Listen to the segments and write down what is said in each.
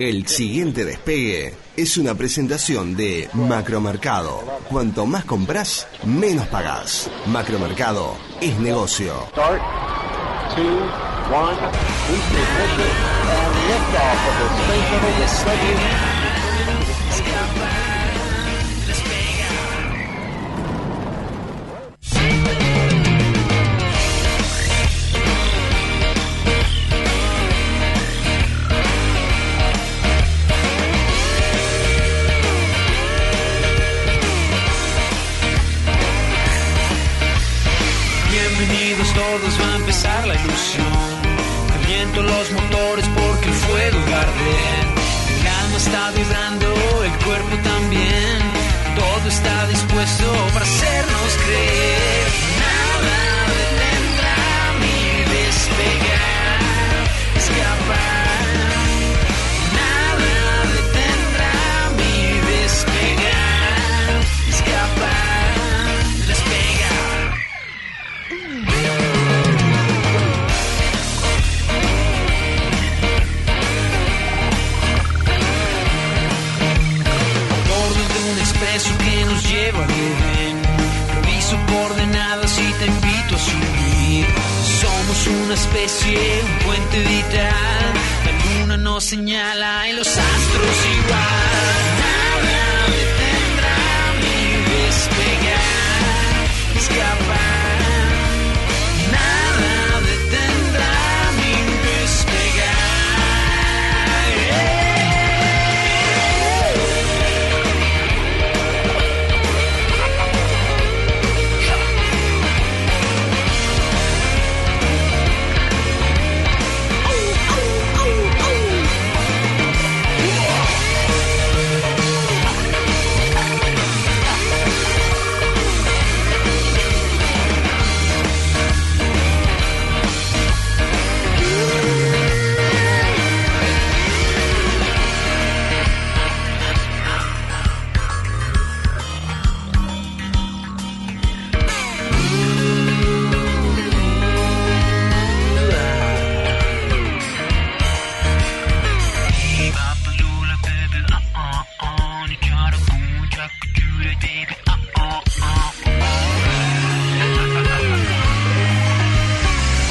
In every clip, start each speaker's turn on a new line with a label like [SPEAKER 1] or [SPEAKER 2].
[SPEAKER 1] El siguiente despegue es una presentación de Macromercado. Cuanto más compras, menos pagás. Macromercado es negocio.
[SPEAKER 2] Bienvenidos todos, va a empezar la ilusión. Caliento los motores porque el fuego arde. El alma está vibrando, el cuerpo también. Todo está dispuesto para hacernos creer. Nada detendrá mi despegar, escapar. Nada detendrá mi despegar, escapar, despegar. bordo de un expreso que nos lleva bien. Reviso coordenadas y te invito a subir. Somos una especie, un puente vital. La luna nos señala y los astros igual. Nada detendrá mi despegar, escapar. Nada detendrá mi despegar.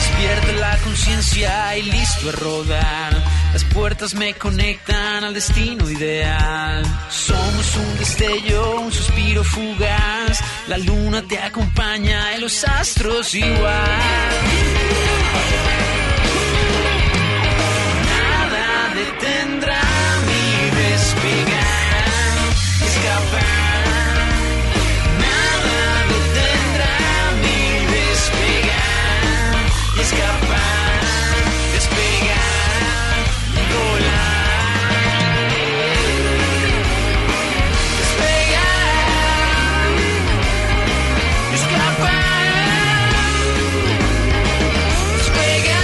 [SPEAKER 2] Despierta la conciencia y listo a rodar. Las puertas me conectan al destino ideal. Somos un destello, un suspiro fugaz. La luna te acompaña y los astros igual. Nada detendrá mi despegar, escapar. Nada detendrá mi despegar, escapar, despegar, volar. Despegar, escapar, despegar.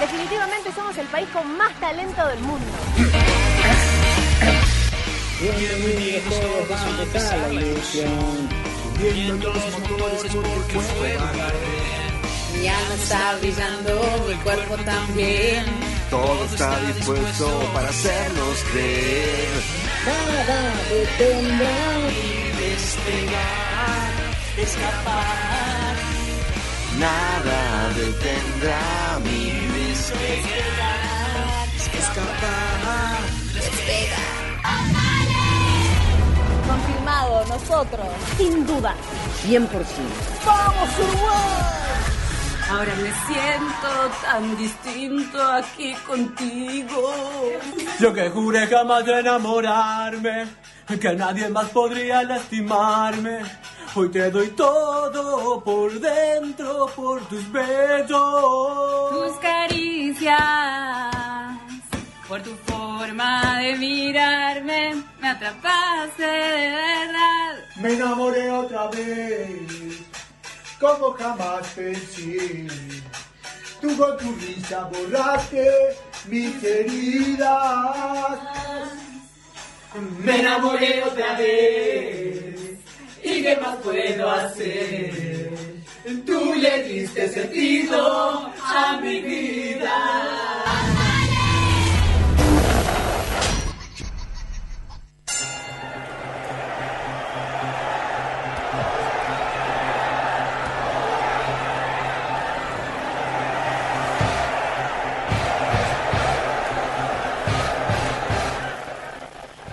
[SPEAKER 3] Definitivamente somos el país con más talento del mundo.
[SPEAKER 4] Bienvenidos todos, va a empezar la ilusión.
[SPEAKER 2] Viendo los motores es porque fue
[SPEAKER 5] Mi alma está brillando, el cuerpo también.
[SPEAKER 1] Todo está dispuesto para hacernos creer.
[SPEAKER 4] Nada detendrá
[SPEAKER 2] despegar, escapar,
[SPEAKER 1] Nada detendrá mi
[SPEAKER 2] despegar, escapar.
[SPEAKER 3] Confirmado, nosotros. Sin duda.
[SPEAKER 5] 100%.
[SPEAKER 3] ¡Vamos, Uruguay!
[SPEAKER 5] Ahora me siento tan distinto aquí contigo.
[SPEAKER 6] Yo que juré jamás de enamorarme, que nadie más podría lastimarme. Hoy te doy todo por dentro, por tus besos.
[SPEAKER 7] Tus caricias, por tu forma de mirarme, me atrapaste de verdad.
[SPEAKER 6] me enamoré otra vez, como jamás pensé. Tú con tu risa borraste mis heridas. Me enamoré otra vez, ¿y qué más puedo hacer? Tú le diste sentido a mi vida.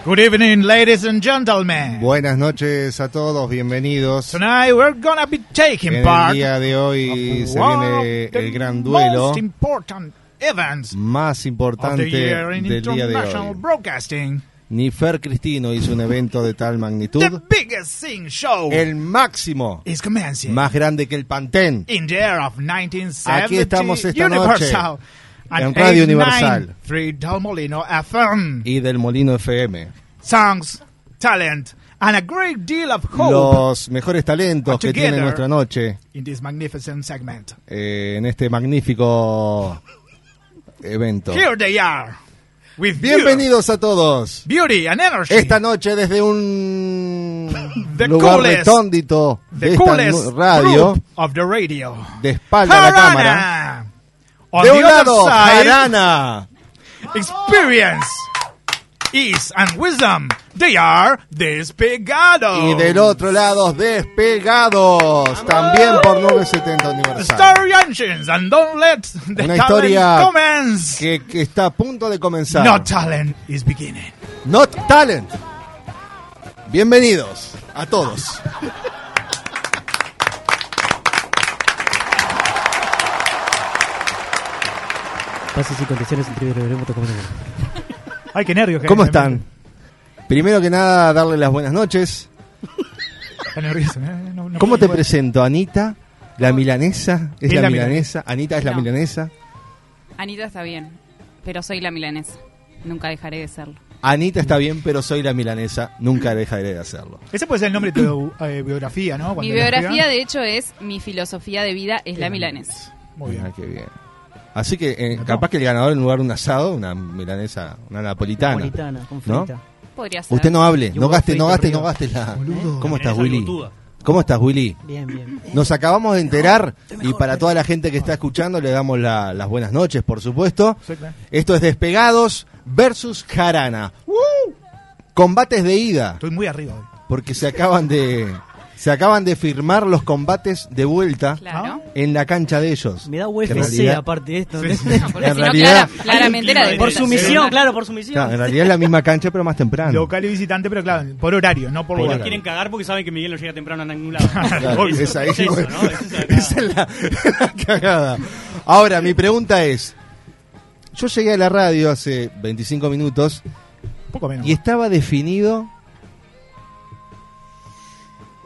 [SPEAKER 8] Good evening, ladies and gentlemen.
[SPEAKER 1] Buenas noches a todos, bienvenidos.
[SPEAKER 8] Tonight we're gonna be taking
[SPEAKER 1] En el
[SPEAKER 8] part
[SPEAKER 1] día de hoy
[SPEAKER 8] of
[SPEAKER 1] se
[SPEAKER 8] one
[SPEAKER 1] viene
[SPEAKER 8] of the
[SPEAKER 1] el gran duelo
[SPEAKER 8] most important events
[SPEAKER 1] más
[SPEAKER 8] of
[SPEAKER 1] importante
[SPEAKER 8] the year in
[SPEAKER 1] del día de
[SPEAKER 8] international
[SPEAKER 1] hoy.
[SPEAKER 8] broadcasting.
[SPEAKER 1] Ni Fer Cristino hizo un evento de tal magnitud.
[SPEAKER 8] The biggest sing show
[SPEAKER 1] El máximo,
[SPEAKER 8] is commencing
[SPEAKER 1] más grande que el Pantén.
[SPEAKER 8] in the year of 1970.
[SPEAKER 1] Aquí estamos esta
[SPEAKER 8] Universal
[SPEAKER 1] noche,
[SPEAKER 8] and
[SPEAKER 1] en Radio Universal.
[SPEAKER 8] 893 Del Molino FM.
[SPEAKER 1] Y del Molino FM.
[SPEAKER 8] Songs, talent, and a great deal of hope
[SPEAKER 1] Los mejores talentos que tiene
[SPEAKER 8] Together.
[SPEAKER 1] nuestra noche
[SPEAKER 8] in this magnificent segment.
[SPEAKER 1] eh, en este magnífico evento.
[SPEAKER 8] Here they are. With you.
[SPEAKER 1] Bienvenidos a todos.
[SPEAKER 8] Beauty and energy.
[SPEAKER 1] Esta noche desde un
[SPEAKER 8] The
[SPEAKER 1] lugar
[SPEAKER 8] coolest-
[SPEAKER 1] recóndito de
[SPEAKER 8] the
[SPEAKER 1] esta
[SPEAKER 8] coolest
[SPEAKER 1] nu- radio,
[SPEAKER 8] group of the radio.
[SPEAKER 1] de espalda a la cámara.
[SPEAKER 8] Jarana. On
[SPEAKER 1] De
[SPEAKER 8] the
[SPEAKER 1] un
[SPEAKER 8] other
[SPEAKER 1] lado,
[SPEAKER 8] side,
[SPEAKER 1] Jarana.
[SPEAKER 8] experience, ease and wisdom. They are despegados.
[SPEAKER 1] Y del otro lado, Despegados. También por 970 Universal.
[SPEAKER 8] Story engines and don't let the
[SPEAKER 1] Una
[SPEAKER 8] talent
[SPEAKER 1] historia
[SPEAKER 8] commence.
[SPEAKER 1] Que, que está a punto de comenzar.
[SPEAKER 8] No talent is beginning.
[SPEAKER 1] Not Talent. Bienvenidos a todos.
[SPEAKER 9] Pases y condiciones entre veremos como
[SPEAKER 8] Ay, qué nervios.
[SPEAKER 1] ¿Cómo están? Primero que nada, darle las buenas noches.
[SPEAKER 8] Eh,
[SPEAKER 1] ¿Cómo te presento, Anita? La milanesa es
[SPEAKER 8] Es
[SPEAKER 1] la
[SPEAKER 8] la
[SPEAKER 1] milanesa. Anita es la
[SPEAKER 10] No.
[SPEAKER 1] milanesa.
[SPEAKER 10] Anita está bien, pero soy la milanesa. Nunca dejaré de serlo.
[SPEAKER 1] Anita está bien, pero soy la milanesa. Nunca dejaré de hacerlo.
[SPEAKER 8] Ese puede ser el nombre de tu eh, biografía, ¿no?
[SPEAKER 10] mi
[SPEAKER 8] Cuando la
[SPEAKER 10] biografía,
[SPEAKER 8] escriban.
[SPEAKER 10] de hecho, es mi filosofía de vida es la milanesa.
[SPEAKER 8] Muy
[SPEAKER 1] Ah,
[SPEAKER 8] bien.
[SPEAKER 1] qué bien. Así que eh, capaz que el ganador en lugar de un asado, una milanesa, una napolitana.
[SPEAKER 9] Napolitana, con
[SPEAKER 1] ¿No?
[SPEAKER 9] frita.
[SPEAKER 10] Podría ser.
[SPEAKER 1] Usted no hable,
[SPEAKER 9] Y
[SPEAKER 1] no
[SPEAKER 9] un
[SPEAKER 1] gaste,
[SPEAKER 9] frito
[SPEAKER 1] no gaste,
[SPEAKER 9] arriba.
[SPEAKER 1] no gaste la.
[SPEAKER 8] Boludo.
[SPEAKER 1] ¿Cómo estás,
[SPEAKER 4] Milanesa
[SPEAKER 1] Willy?
[SPEAKER 4] bigotuda.
[SPEAKER 1] ¿Cómo estás, Willy?
[SPEAKER 9] Bien, bien.
[SPEAKER 1] Nos acabamos de enterar y para toda la gente que está escuchando le damos la- las buenas noches, por supuesto.
[SPEAKER 8] Sí, claro.
[SPEAKER 1] Esto es Despegados versus Jarana. Combates de ida.
[SPEAKER 8] Estoy muy arriba hoy.
[SPEAKER 1] porque se acaban de se acaban de firmar los combates de vuelta
[SPEAKER 10] Claro.
[SPEAKER 1] en la cancha de ellos.
[SPEAKER 9] Me da
[SPEAKER 1] Que en
[SPEAKER 9] UFC
[SPEAKER 1] realidad-
[SPEAKER 9] aparte de esto.
[SPEAKER 10] No, porque si
[SPEAKER 1] En
[SPEAKER 10] no,
[SPEAKER 1] realidad-
[SPEAKER 10] clara- claramente era de
[SPEAKER 9] Por su misión, claro, por su
[SPEAKER 1] claro, en
[SPEAKER 9] misión.
[SPEAKER 1] realidad es la misma cancha pero más temprano.
[SPEAKER 8] Local y visitante, pero claro, por horario, no por
[SPEAKER 1] Por
[SPEAKER 8] lugar.
[SPEAKER 1] horario.
[SPEAKER 4] Quieren cagar porque saben que Miguel no llega temprano a ningún lado.
[SPEAKER 1] Claro,
[SPEAKER 4] Eso,
[SPEAKER 1] es ahí,
[SPEAKER 4] es eso,
[SPEAKER 1] bueno.
[SPEAKER 4] ¿no? Eso es la cagada.
[SPEAKER 1] Esa es la, la cagada. Ahora mi pregunta es, yo llegué a la radio hace 25 minutos
[SPEAKER 8] Poco menos.
[SPEAKER 1] y estaba definido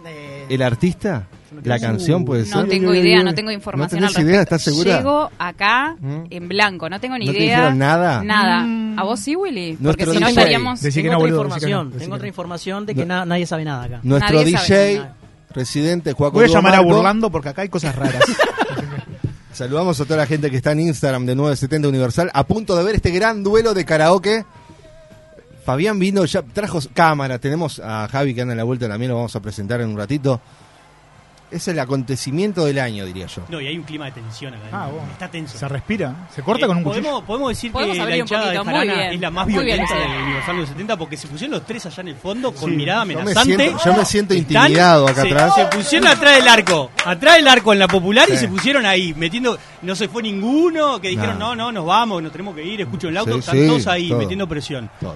[SPEAKER 10] Eh,
[SPEAKER 1] el artista, la canción puede ser.
[SPEAKER 10] No tengo idea, no tengo información.
[SPEAKER 1] ¿No
[SPEAKER 10] al
[SPEAKER 1] tenés idea?
[SPEAKER 10] respecto.
[SPEAKER 1] ¿Estás segura?
[SPEAKER 10] Llego acá
[SPEAKER 1] ¿Mm?
[SPEAKER 10] en blanco, no tengo ni
[SPEAKER 1] ¿No te
[SPEAKER 10] idea.
[SPEAKER 1] dijeron nada?
[SPEAKER 10] Nada. ¿A vos sí, Willy? Porque
[SPEAKER 1] Nuestro
[SPEAKER 10] si no
[SPEAKER 1] DJ.
[SPEAKER 10] estaríamos.
[SPEAKER 8] Decí que
[SPEAKER 9] Tengo
[SPEAKER 8] no,
[SPEAKER 9] otra
[SPEAKER 8] boludo. decí que no,
[SPEAKER 9] información,
[SPEAKER 8] decí que
[SPEAKER 9] tengo
[SPEAKER 8] no.
[SPEAKER 9] otra información de que na- nadie sabe nada acá.
[SPEAKER 1] Nuestro
[SPEAKER 10] Nadie sabe
[SPEAKER 1] DJ
[SPEAKER 9] nada.
[SPEAKER 1] residente Juaco
[SPEAKER 8] Voy a llamar a
[SPEAKER 1] Marco.
[SPEAKER 8] Burlando porque acá hay cosas raras.
[SPEAKER 1] Saludamos a toda la gente que está en Instagram de 970 Universal a punto de ver este gran duelo de karaoke. Fabián vino, ya trajo cámara. Tenemos a Javi que anda en la vuelta también, lo vamos a presentar en un ratito. Es el acontecimiento del año, diría yo.
[SPEAKER 4] No, y hay un clima de tensión acá.
[SPEAKER 8] Ah, bueno.
[SPEAKER 4] Está tenso.
[SPEAKER 8] Se respira. Se corta con un
[SPEAKER 4] Eh,
[SPEAKER 8] cuchillo.
[SPEAKER 4] ¿podemos, podemos decir
[SPEAKER 10] Podemos
[SPEAKER 4] que la
[SPEAKER 10] abrir un
[SPEAKER 4] hinchada de
[SPEAKER 10] poquito, muy
[SPEAKER 4] Jarana
[SPEAKER 10] bien.
[SPEAKER 4] es la más
[SPEAKER 10] Muy bien,
[SPEAKER 4] violenta
[SPEAKER 10] Lucía.
[SPEAKER 4] de Universal de los 70 porque se pusieron los tres allá en el fondo con
[SPEAKER 8] Sí.
[SPEAKER 4] mirada
[SPEAKER 1] Yo me
[SPEAKER 4] amenazante.
[SPEAKER 1] siento, yo me siento
[SPEAKER 4] Están-
[SPEAKER 1] intimidado acá
[SPEAKER 4] se,
[SPEAKER 1] atrás.
[SPEAKER 4] Se pusieron atrás del arco. Atrás del arco en la popular y
[SPEAKER 1] Sí.
[SPEAKER 4] se pusieron ahí, metiendo. No se fue ninguno. Que dijeron,
[SPEAKER 1] No.
[SPEAKER 4] no, no, nos vamos, nos tenemos que ir. Escucho el auto.
[SPEAKER 1] Sí,
[SPEAKER 4] están
[SPEAKER 1] sí,
[SPEAKER 4] todos ahí,
[SPEAKER 1] todo.
[SPEAKER 4] metiendo presión.
[SPEAKER 1] Todo.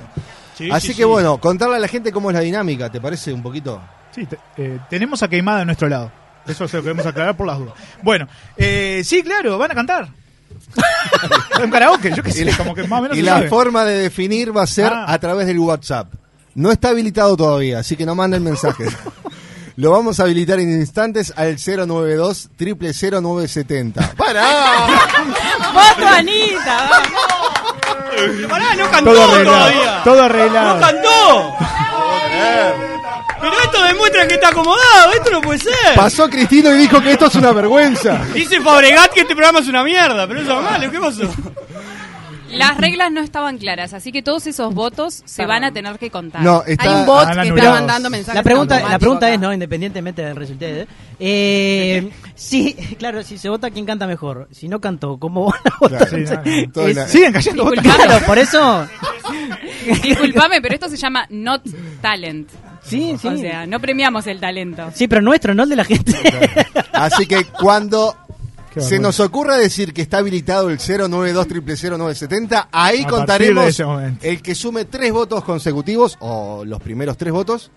[SPEAKER 4] Sí,
[SPEAKER 1] Así
[SPEAKER 4] sí,
[SPEAKER 1] que
[SPEAKER 4] sí.
[SPEAKER 1] bueno, contarle a la gente cómo es la dinámica, ¿te parece un poquito?
[SPEAKER 8] Sí, te- eh, tenemos a Queimada de nuestro lado. Eso se lo queremos aclarar por las dudas. Bueno, eh, sí, claro, van a cantar. un karaoke, yo qué sé, como que más o menos
[SPEAKER 1] y
[SPEAKER 8] se
[SPEAKER 1] la
[SPEAKER 8] sabe.
[SPEAKER 1] forma de definir va a ser
[SPEAKER 8] Ah.
[SPEAKER 1] a través del WhatsApp. No está habilitado todavía, así que no manden mensajes. Lo vamos a habilitar en instantes al 092 0970. ¡Para!
[SPEAKER 10] ¡Voto, Anita! vamos.
[SPEAKER 4] Pero pará, no cantó
[SPEAKER 8] Todo arreglado.
[SPEAKER 4] todavía.
[SPEAKER 8] Todo
[SPEAKER 4] ¡No
[SPEAKER 8] arreglado.
[SPEAKER 4] cantó! Pero esto de demuestran que está acomodado. Esto no puede ser.
[SPEAKER 1] Pasó Cristino y dijo que esto es una vergüenza.
[SPEAKER 4] Dice Fabregat que este programa es una mierda, pero es normal, ¿qué pasó?
[SPEAKER 10] Las reglas no estaban claras, así que todos esos votos se van a tener que contar.
[SPEAKER 1] No, está-
[SPEAKER 10] Hay un bot
[SPEAKER 1] están
[SPEAKER 10] que está
[SPEAKER 1] anulados.
[SPEAKER 10] mandando mensajes.
[SPEAKER 11] La pregunta, la
[SPEAKER 10] automáticos
[SPEAKER 11] pregunta
[SPEAKER 10] acá.
[SPEAKER 11] es, ¿no? Independientemente del resultado. ¿eh? Eh, sí, claro, si se vota quién canta mejor. Si no cantó, ¿cómo van a votar?
[SPEAKER 1] Claro, sí, no,
[SPEAKER 11] Es-
[SPEAKER 1] todo en la-
[SPEAKER 8] Siguen cayendo votos.
[SPEAKER 11] Claro, por eso.
[SPEAKER 10] Disculpame, pero esto se llama Not Talent.
[SPEAKER 11] Sí, sí.
[SPEAKER 10] O sea, no premiamos el talento.
[SPEAKER 11] Sí, pero nuestro, no el de la gente.
[SPEAKER 1] Así que cuando se
[SPEAKER 11] barbaridad.
[SPEAKER 1] nos ocurra decir que está habilitado el 092000970, ahí
[SPEAKER 8] A partir de
[SPEAKER 1] contaremos
[SPEAKER 8] ese momento.
[SPEAKER 1] el que sume tres votos consecutivos o los primeros tres votos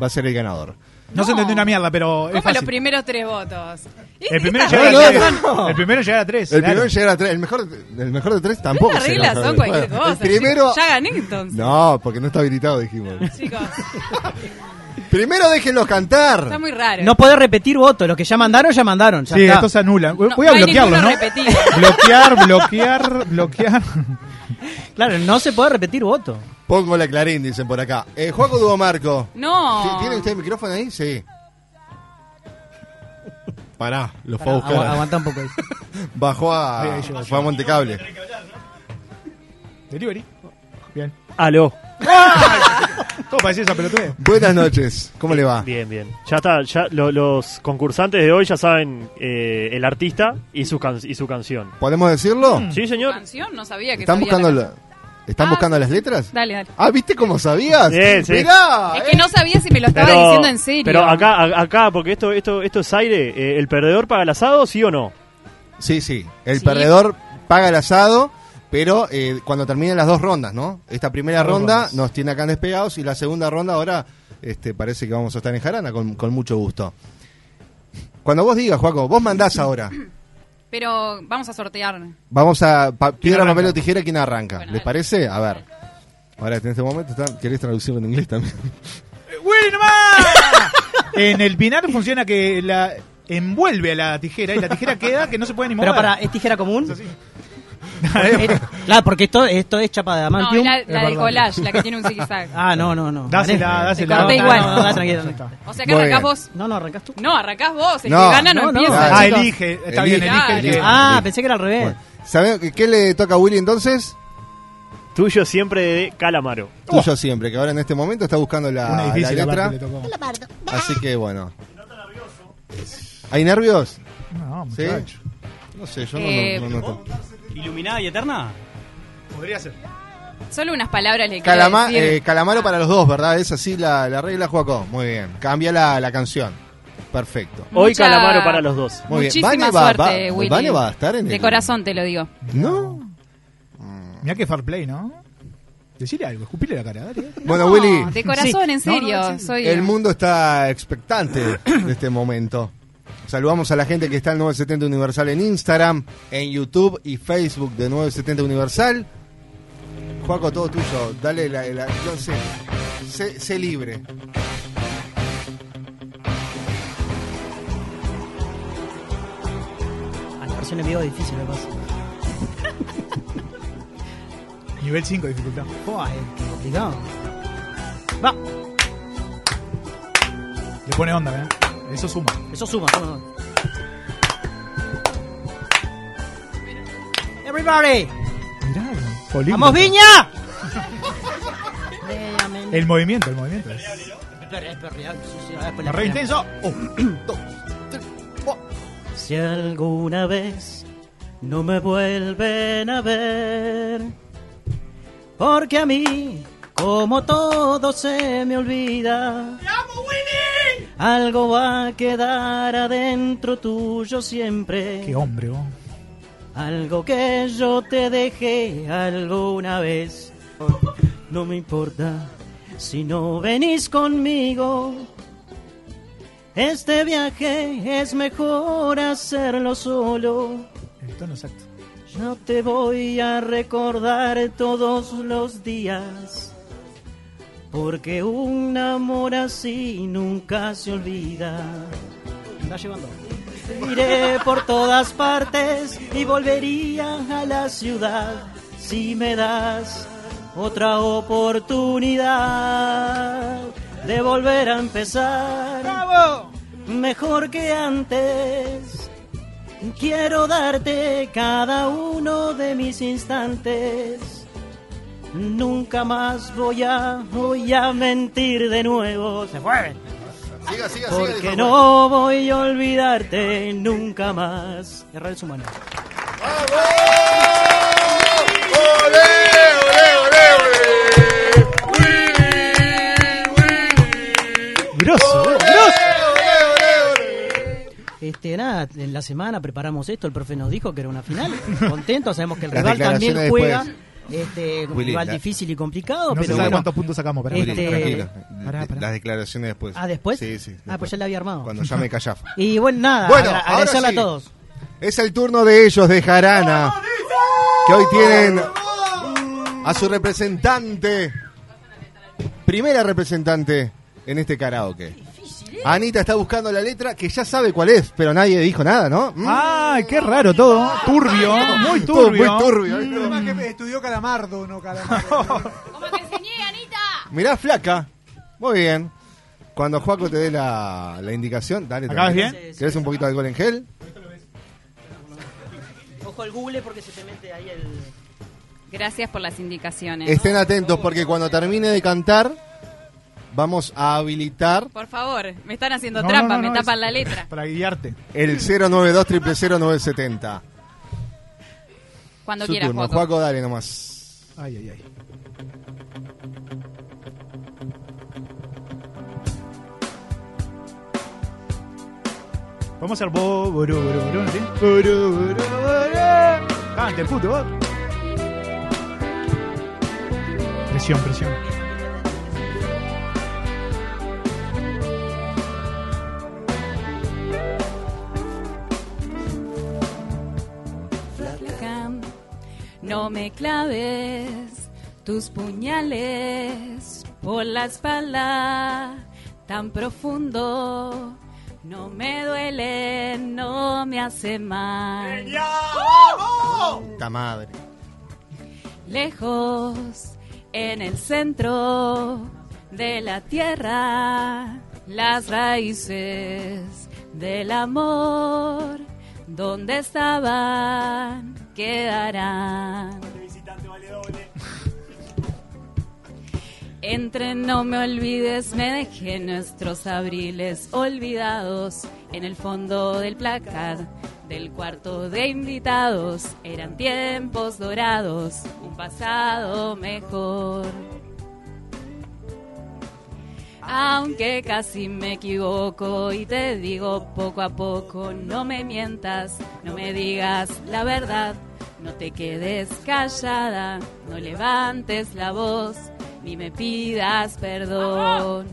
[SPEAKER 1] va a ser el ganador.
[SPEAKER 8] No se entendió una mierda, pero es
[SPEAKER 10] ¿Cómo los
[SPEAKER 8] fácil.
[SPEAKER 10] primeros tres votos?
[SPEAKER 8] El primero
[SPEAKER 1] No,
[SPEAKER 8] llega
[SPEAKER 1] no,
[SPEAKER 8] a
[SPEAKER 1] no.
[SPEAKER 8] tres. El primero llega a tres.
[SPEAKER 1] El
[SPEAKER 8] claro.
[SPEAKER 1] primero llega a tres, el mejor, el mejor de tres tampoco.
[SPEAKER 10] Las
[SPEAKER 1] se
[SPEAKER 10] reglas
[SPEAKER 1] gana.
[SPEAKER 10] son cualquier
[SPEAKER 1] Bueno,
[SPEAKER 10] cosa.
[SPEAKER 1] El primero,
[SPEAKER 10] Ya gané entonces,
[SPEAKER 1] no, porque no está habilitado dijimos.
[SPEAKER 10] chicos.
[SPEAKER 1] Primero déjenlos cantar.
[SPEAKER 10] Está muy raro.
[SPEAKER 11] No podés repetir votos. Los que ya mandaron, ya mandaron. ya
[SPEAKER 8] Sí,
[SPEAKER 11] está.
[SPEAKER 8] estos se anulan. Voy
[SPEAKER 11] no
[SPEAKER 8] a
[SPEAKER 11] hay
[SPEAKER 8] bloquearlos,
[SPEAKER 11] ninguno
[SPEAKER 8] ¿no?
[SPEAKER 11] repetido.
[SPEAKER 8] Bloquear, bloquear, bloquear.
[SPEAKER 11] Claro, no se puede repetir voto.
[SPEAKER 1] Pongo la clarín, dicen por acá. Eh, Juaco Duomarco.
[SPEAKER 10] No.
[SPEAKER 1] ¿Tiene usted el micrófono ahí? Sí. Pará, lo fue a buscar.
[SPEAKER 11] Agua- aguanta un poco ahí.
[SPEAKER 1] Bajó a,
[SPEAKER 8] Sí, yo, yo.
[SPEAKER 1] Ah, fue a Montecable.
[SPEAKER 8] Delivery. Bien.
[SPEAKER 12] Aló.
[SPEAKER 8] ¿Cómo parece esa pelotudez?
[SPEAKER 1] Buenas noches, ¿cómo le va?
[SPEAKER 12] Bien, bien. Ya está, ya lo- los concursantes de hoy ya saben eh, el artista y su, can- y su canción. Mm.
[SPEAKER 1] ¿Podemos decirlo?
[SPEAKER 12] Sí, señor.
[SPEAKER 10] Canción, no sabía que
[SPEAKER 1] ¿Están
[SPEAKER 10] sabía
[SPEAKER 1] buscando,
[SPEAKER 10] la-
[SPEAKER 1] la-
[SPEAKER 10] Ah.
[SPEAKER 1] ¿Están buscando las letras?
[SPEAKER 10] Dale, dale.
[SPEAKER 1] Ah, ¿viste cómo sabías?
[SPEAKER 12] Sí, sí.
[SPEAKER 1] Mirá. eh.
[SPEAKER 10] Es que no sabía si me lo estaba diciendo en serio.
[SPEAKER 12] pero acá, a- acá, porque esto, esto, esto es aire, eh, ¿el perdedor paga el asado, sí o no?
[SPEAKER 1] Sí, sí. El perdedor paga el asado, pero eh, cuando terminen las dos rondas, ¿no? Esta primera
[SPEAKER 12] Dos
[SPEAKER 1] ronda
[SPEAKER 12] rondas.
[SPEAKER 1] nos tiene acá en despegados y la segunda ronda ahora este, parece que vamos a estar en Jarana con, con mucho gusto. Cuando vos digas, Juaco, vos mandás ahora.
[SPEAKER 10] Pero vamos a sortear.
[SPEAKER 1] Vamos a pa- piedra,
[SPEAKER 12] arranca?
[SPEAKER 1] papel o tijera, ¿quién arranca? ¿Les parece? A ver. Ahora, en este momento, está- ¿querés traducirlo en inglés también?
[SPEAKER 8] Eh, En el pinar funciona que la envuelve a la tijera y la tijera queda que no se puede ni mover.
[SPEAKER 11] Pero para, ¿es tijera común? Eh, claro, porque esto, esto es chapa de
[SPEAKER 10] No,
[SPEAKER 11] adamantium.
[SPEAKER 10] la, la del collage, la que tiene un zigzag.
[SPEAKER 11] Ah, no, no, no.
[SPEAKER 8] Dásela,
[SPEAKER 11] Vale.
[SPEAKER 8] dásela.
[SPEAKER 11] Te corté
[SPEAKER 8] No,
[SPEAKER 11] igual.
[SPEAKER 8] no,
[SPEAKER 11] No,
[SPEAKER 8] no,
[SPEAKER 11] tranquilo.
[SPEAKER 8] no, no.
[SPEAKER 10] O sea, que
[SPEAKER 1] Muy
[SPEAKER 10] arrancás
[SPEAKER 1] bien.
[SPEAKER 10] vos.
[SPEAKER 11] No, no, arrancás tú.
[SPEAKER 10] No, arrancás vos. El
[SPEAKER 1] No,
[SPEAKER 10] que gana no,
[SPEAKER 11] no, no.
[SPEAKER 10] empieza.
[SPEAKER 8] Ah,
[SPEAKER 1] chicos.
[SPEAKER 8] elige. Está bien,
[SPEAKER 1] Elige,
[SPEAKER 8] elige. el que-
[SPEAKER 1] elige.
[SPEAKER 11] Ah, pensé que era al revés.
[SPEAKER 1] Bueno. ¿Saben qué- qué le toca a Willy entonces?
[SPEAKER 12] Tuyo siempre de Calamaro.
[SPEAKER 1] Tuyo siempre, que ahora en este momento está buscando
[SPEAKER 8] Oh. Una
[SPEAKER 1] la, la
[SPEAKER 8] difícil aparte
[SPEAKER 1] letra.
[SPEAKER 8] le tocó.
[SPEAKER 1] Así que bueno. ¿Hay nervios?
[SPEAKER 8] No,
[SPEAKER 1] ¿Sí?
[SPEAKER 8] muchacho.
[SPEAKER 1] No sé, yo no,
[SPEAKER 10] Eh,
[SPEAKER 1] no- no noto.
[SPEAKER 4] ¿Iluminada y eterna?
[SPEAKER 8] Podría ser.
[SPEAKER 10] Solo unas palabras le quiero
[SPEAKER 1] Calama-
[SPEAKER 10] decir.
[SPEAKER 1] eh, calamaro para los dos, ¿verdad? Es así la, la regla, Juaco. Muy bien. Cambia la, la canción. Perfecto.
[SPEAKER 12] Hoy
[SPEAKER 10] Mucha-
[SPEAKER 12] Calamaro para los dos.
[SPEAKER 1] Muy bien.
[SPEAKER 10] Muchísima
[SPEAKER 1] Vane va-
[SPEAKER 10] suerte,
[SPEAKER 1] va-
[SPEAKER 10] Willy.
[SPEAKER 1] Vane va a estar en
[SPEAKER 10] De
[SPEAKER 1] el-
[SPEAKER 10] corazón te lo digo.
[SPEAKER 1] ¿No?
[SPEAKER 8] Mirá que fair play, ¿no? Decirle algo, escupile la cara, dale.
[SPEAKER 1] Bueno,
[SPEAKER 10] No,
[SPEAKER 1] Willy,
[SPEAKER 10] De corazón, en
[SPEAKER 8] No, no, en
[SPEAKER 10] serio.
[SPEAKER 8] serio.
[SPEAKER 10] Soy
[SPEAKER 1] el mundo está expectante de este momento. Saludamos a la gente que está en 970 Universal en Instagram, en YouTube y Facebook de 970 Universal. Juaco, todo tuyo. Dale la... la no sé. Sé- sé libre.
[SPEAKER 11] Ah, la versión en vivo es difícil, me pasa.
[SPEAKER 8] Nivel 5 de dificultad. eh,
[SPEAKER 11] Buah, es complicado. Va,
[SPEAKER 8] Le pone onda, ¿eh? Eso suma.
[SPEAKER 11] eso suma. vamos, vamos. Everybody,
[SPEAKER 8] Mirá,
[SPEAKER 11] vamos Viña.
[SPEAKER 8] El movimiento, el movimiento. Re intenso.
[SPEAKER 11] Si alguna vez no me vuelven a ver, porque a mí, como todo se me olvida, algo va a quedar adentro tuyo siempre.
[SPEAKER 8] Qué hombre, vos.
[SPEAKER 11] Algo que yo te dejé alguna vez. No me importa si no venís conmigo. Este viaje es mejor hacerlo solo.
[SPEAKER 8] El tono exacto.
[SPEAKER 11] Yo te voy a recordar todos los días. Porque un amor así nunca se olvida. Está llevando. Iré por todas partes y volvería a la ciudad si me das otra oportunidad.
[SPEAKER 9] de volver a empezar. Mejor que antes. Quiero darte cada uno de mis instantes. Nunca más voy a, voy a mentir de nuevo. Se fue.
[SPEAKER 1] Siga, siga,
[SPEAKER 9] Porque no voy a olvidarte nunca más. Errar su mano.
[SPEAKER 8] Grosso,
[SPEAKER 9] Este, nada, en la semana preparamos esto, el profe nos dijo que era una final. Contentos, sabemos que el
[SPEAKER 8] Las
[SPEAKER 9] rival también
[SPEAKER 8] declaraciones
[SPEAKER 9] juega.
[SPEAKER 8] después.
[SPEAKER 9] Este, un
[SPEAKER 1] Willy,
[SPEAKER 9] rival
[SPEAKER 1] la-
[SPEAKER 9] difícil y complicado,
[SPEAKER 8] No
[SPEAKER 9] pero
[SPEAKER 8] se sabe
[SPEAKER 9] bueno.
[SPEAKER 8] cuántos puntos sacamos, pero
[SPEAKER 1] Willy,
[SPEAKER 9] Este-
[SPEAKER 1] tranquilo.
[SPEAKER 9] Pará, pará.
[SPEAKER 1] Las declaraciones después.
[SPEAKER 9] Ah, ¿después?
[SPEAKER 1] Sí, sí.
[SPEAKER 9] Ah, pues ya la había armado.
[SPEAKER 1] Cuando ya me callaba.
[SPEAKER 9] Y bueno, nada,
[SPEAKER 1] Bueno,
[SPEAKER 9] agra-
[SPEAKER 1] ahora
[SPEAKER 9] agradecerle
[SPEAKER 1] sí.
[SPEAKER 9] a todos.
[SPEAKER 1] Es el turno de ellos, de Jarana, que hoy tienen a su representante, primera representante en este karaoke.
[SPEAKER 9] ¿eh?
[SPEAKER 1] Anita está buscando la letra, que ya sabe cuál es, pero nadie dijo nada, ¿no? Mm.
[SPEAKER 8] ¡Ay, qué raro todo! Turbio, muy turbio.
[SPEAKER 1] Muy turbio.
[SPEAKER 8] Mm.
[SPEAKER 13] Además que estudió Calamardo, no Calamardo.
[SPEAKER 1] Mirá, flaca. Muy bien. Cuando Juaco te dé la, la indicación, dale.
[SPEAKER 8] ¿Acabas
[SPEAKER 1] tranquila.
[SPEAKER 8] bien?
[SPEAKER 1] ¿Querés un poquito de alcohol en gel?
[SPEAKER 9] Ojo el Google porque se te mete ahí el.
[SPEAKER 7] Gracias por las indicaciones.
[SPEAKER 1] Estén
[SPEAKER 9] Oh.
[SPEAKER 1] atentos porque cuando termine de cantar, vamos a habilitar
[SPEAKER 7] Por favor, me están haciendo
[SPEAKER 8] No,
[SPEAKER 7] trampa,
[SPEAKER 8] no, no,
[SPEAKER 7] me
[SPEAKER 8] no,
[SPEAKER 7] tapan
[SPEAKER 8] es-
[SPEAKER 7] la letra.
[SPEAKER 8] Para guiarte.
[SPEAKER 1] el 092 970
[SPEAKER 7] Cuando
[SPEAKER 1] Su
[SPEAKER 7] quieras,
[SPEAKER 1] turno.
[SPEAKER 7] Juaco.
[SPEAKER 1] Juaco, dale nomás.
[SPEAKER 8] Ay, ay, ay. Vamos a hacer bo, boró, boró, boró, ¿no? ¿Sí? Boró, boró, boró. Cante, puto, vos. Presión, presión.
[SPEAKER 7] Flaca, No me claves tus puñales por la espalda tan profundo. No me duele, no me hace mal.
[SPEAKER 1] Puta madre.
[SPEAKER 7] Lejos, en el centro de la tierra, las raíces del amor, donde estaban, quedarán. Entre no me olvides, me dejé nuestros abriles olvidados en el fondo del placard del cuarto de invitados. Eran tiempos dorados, un pasado mejor. Aunque casi me equivoco y te digo poco a poco, no me mientas, no me digas la verdad, no te quedes callada, no levantes la voz, ni me pidas perdón.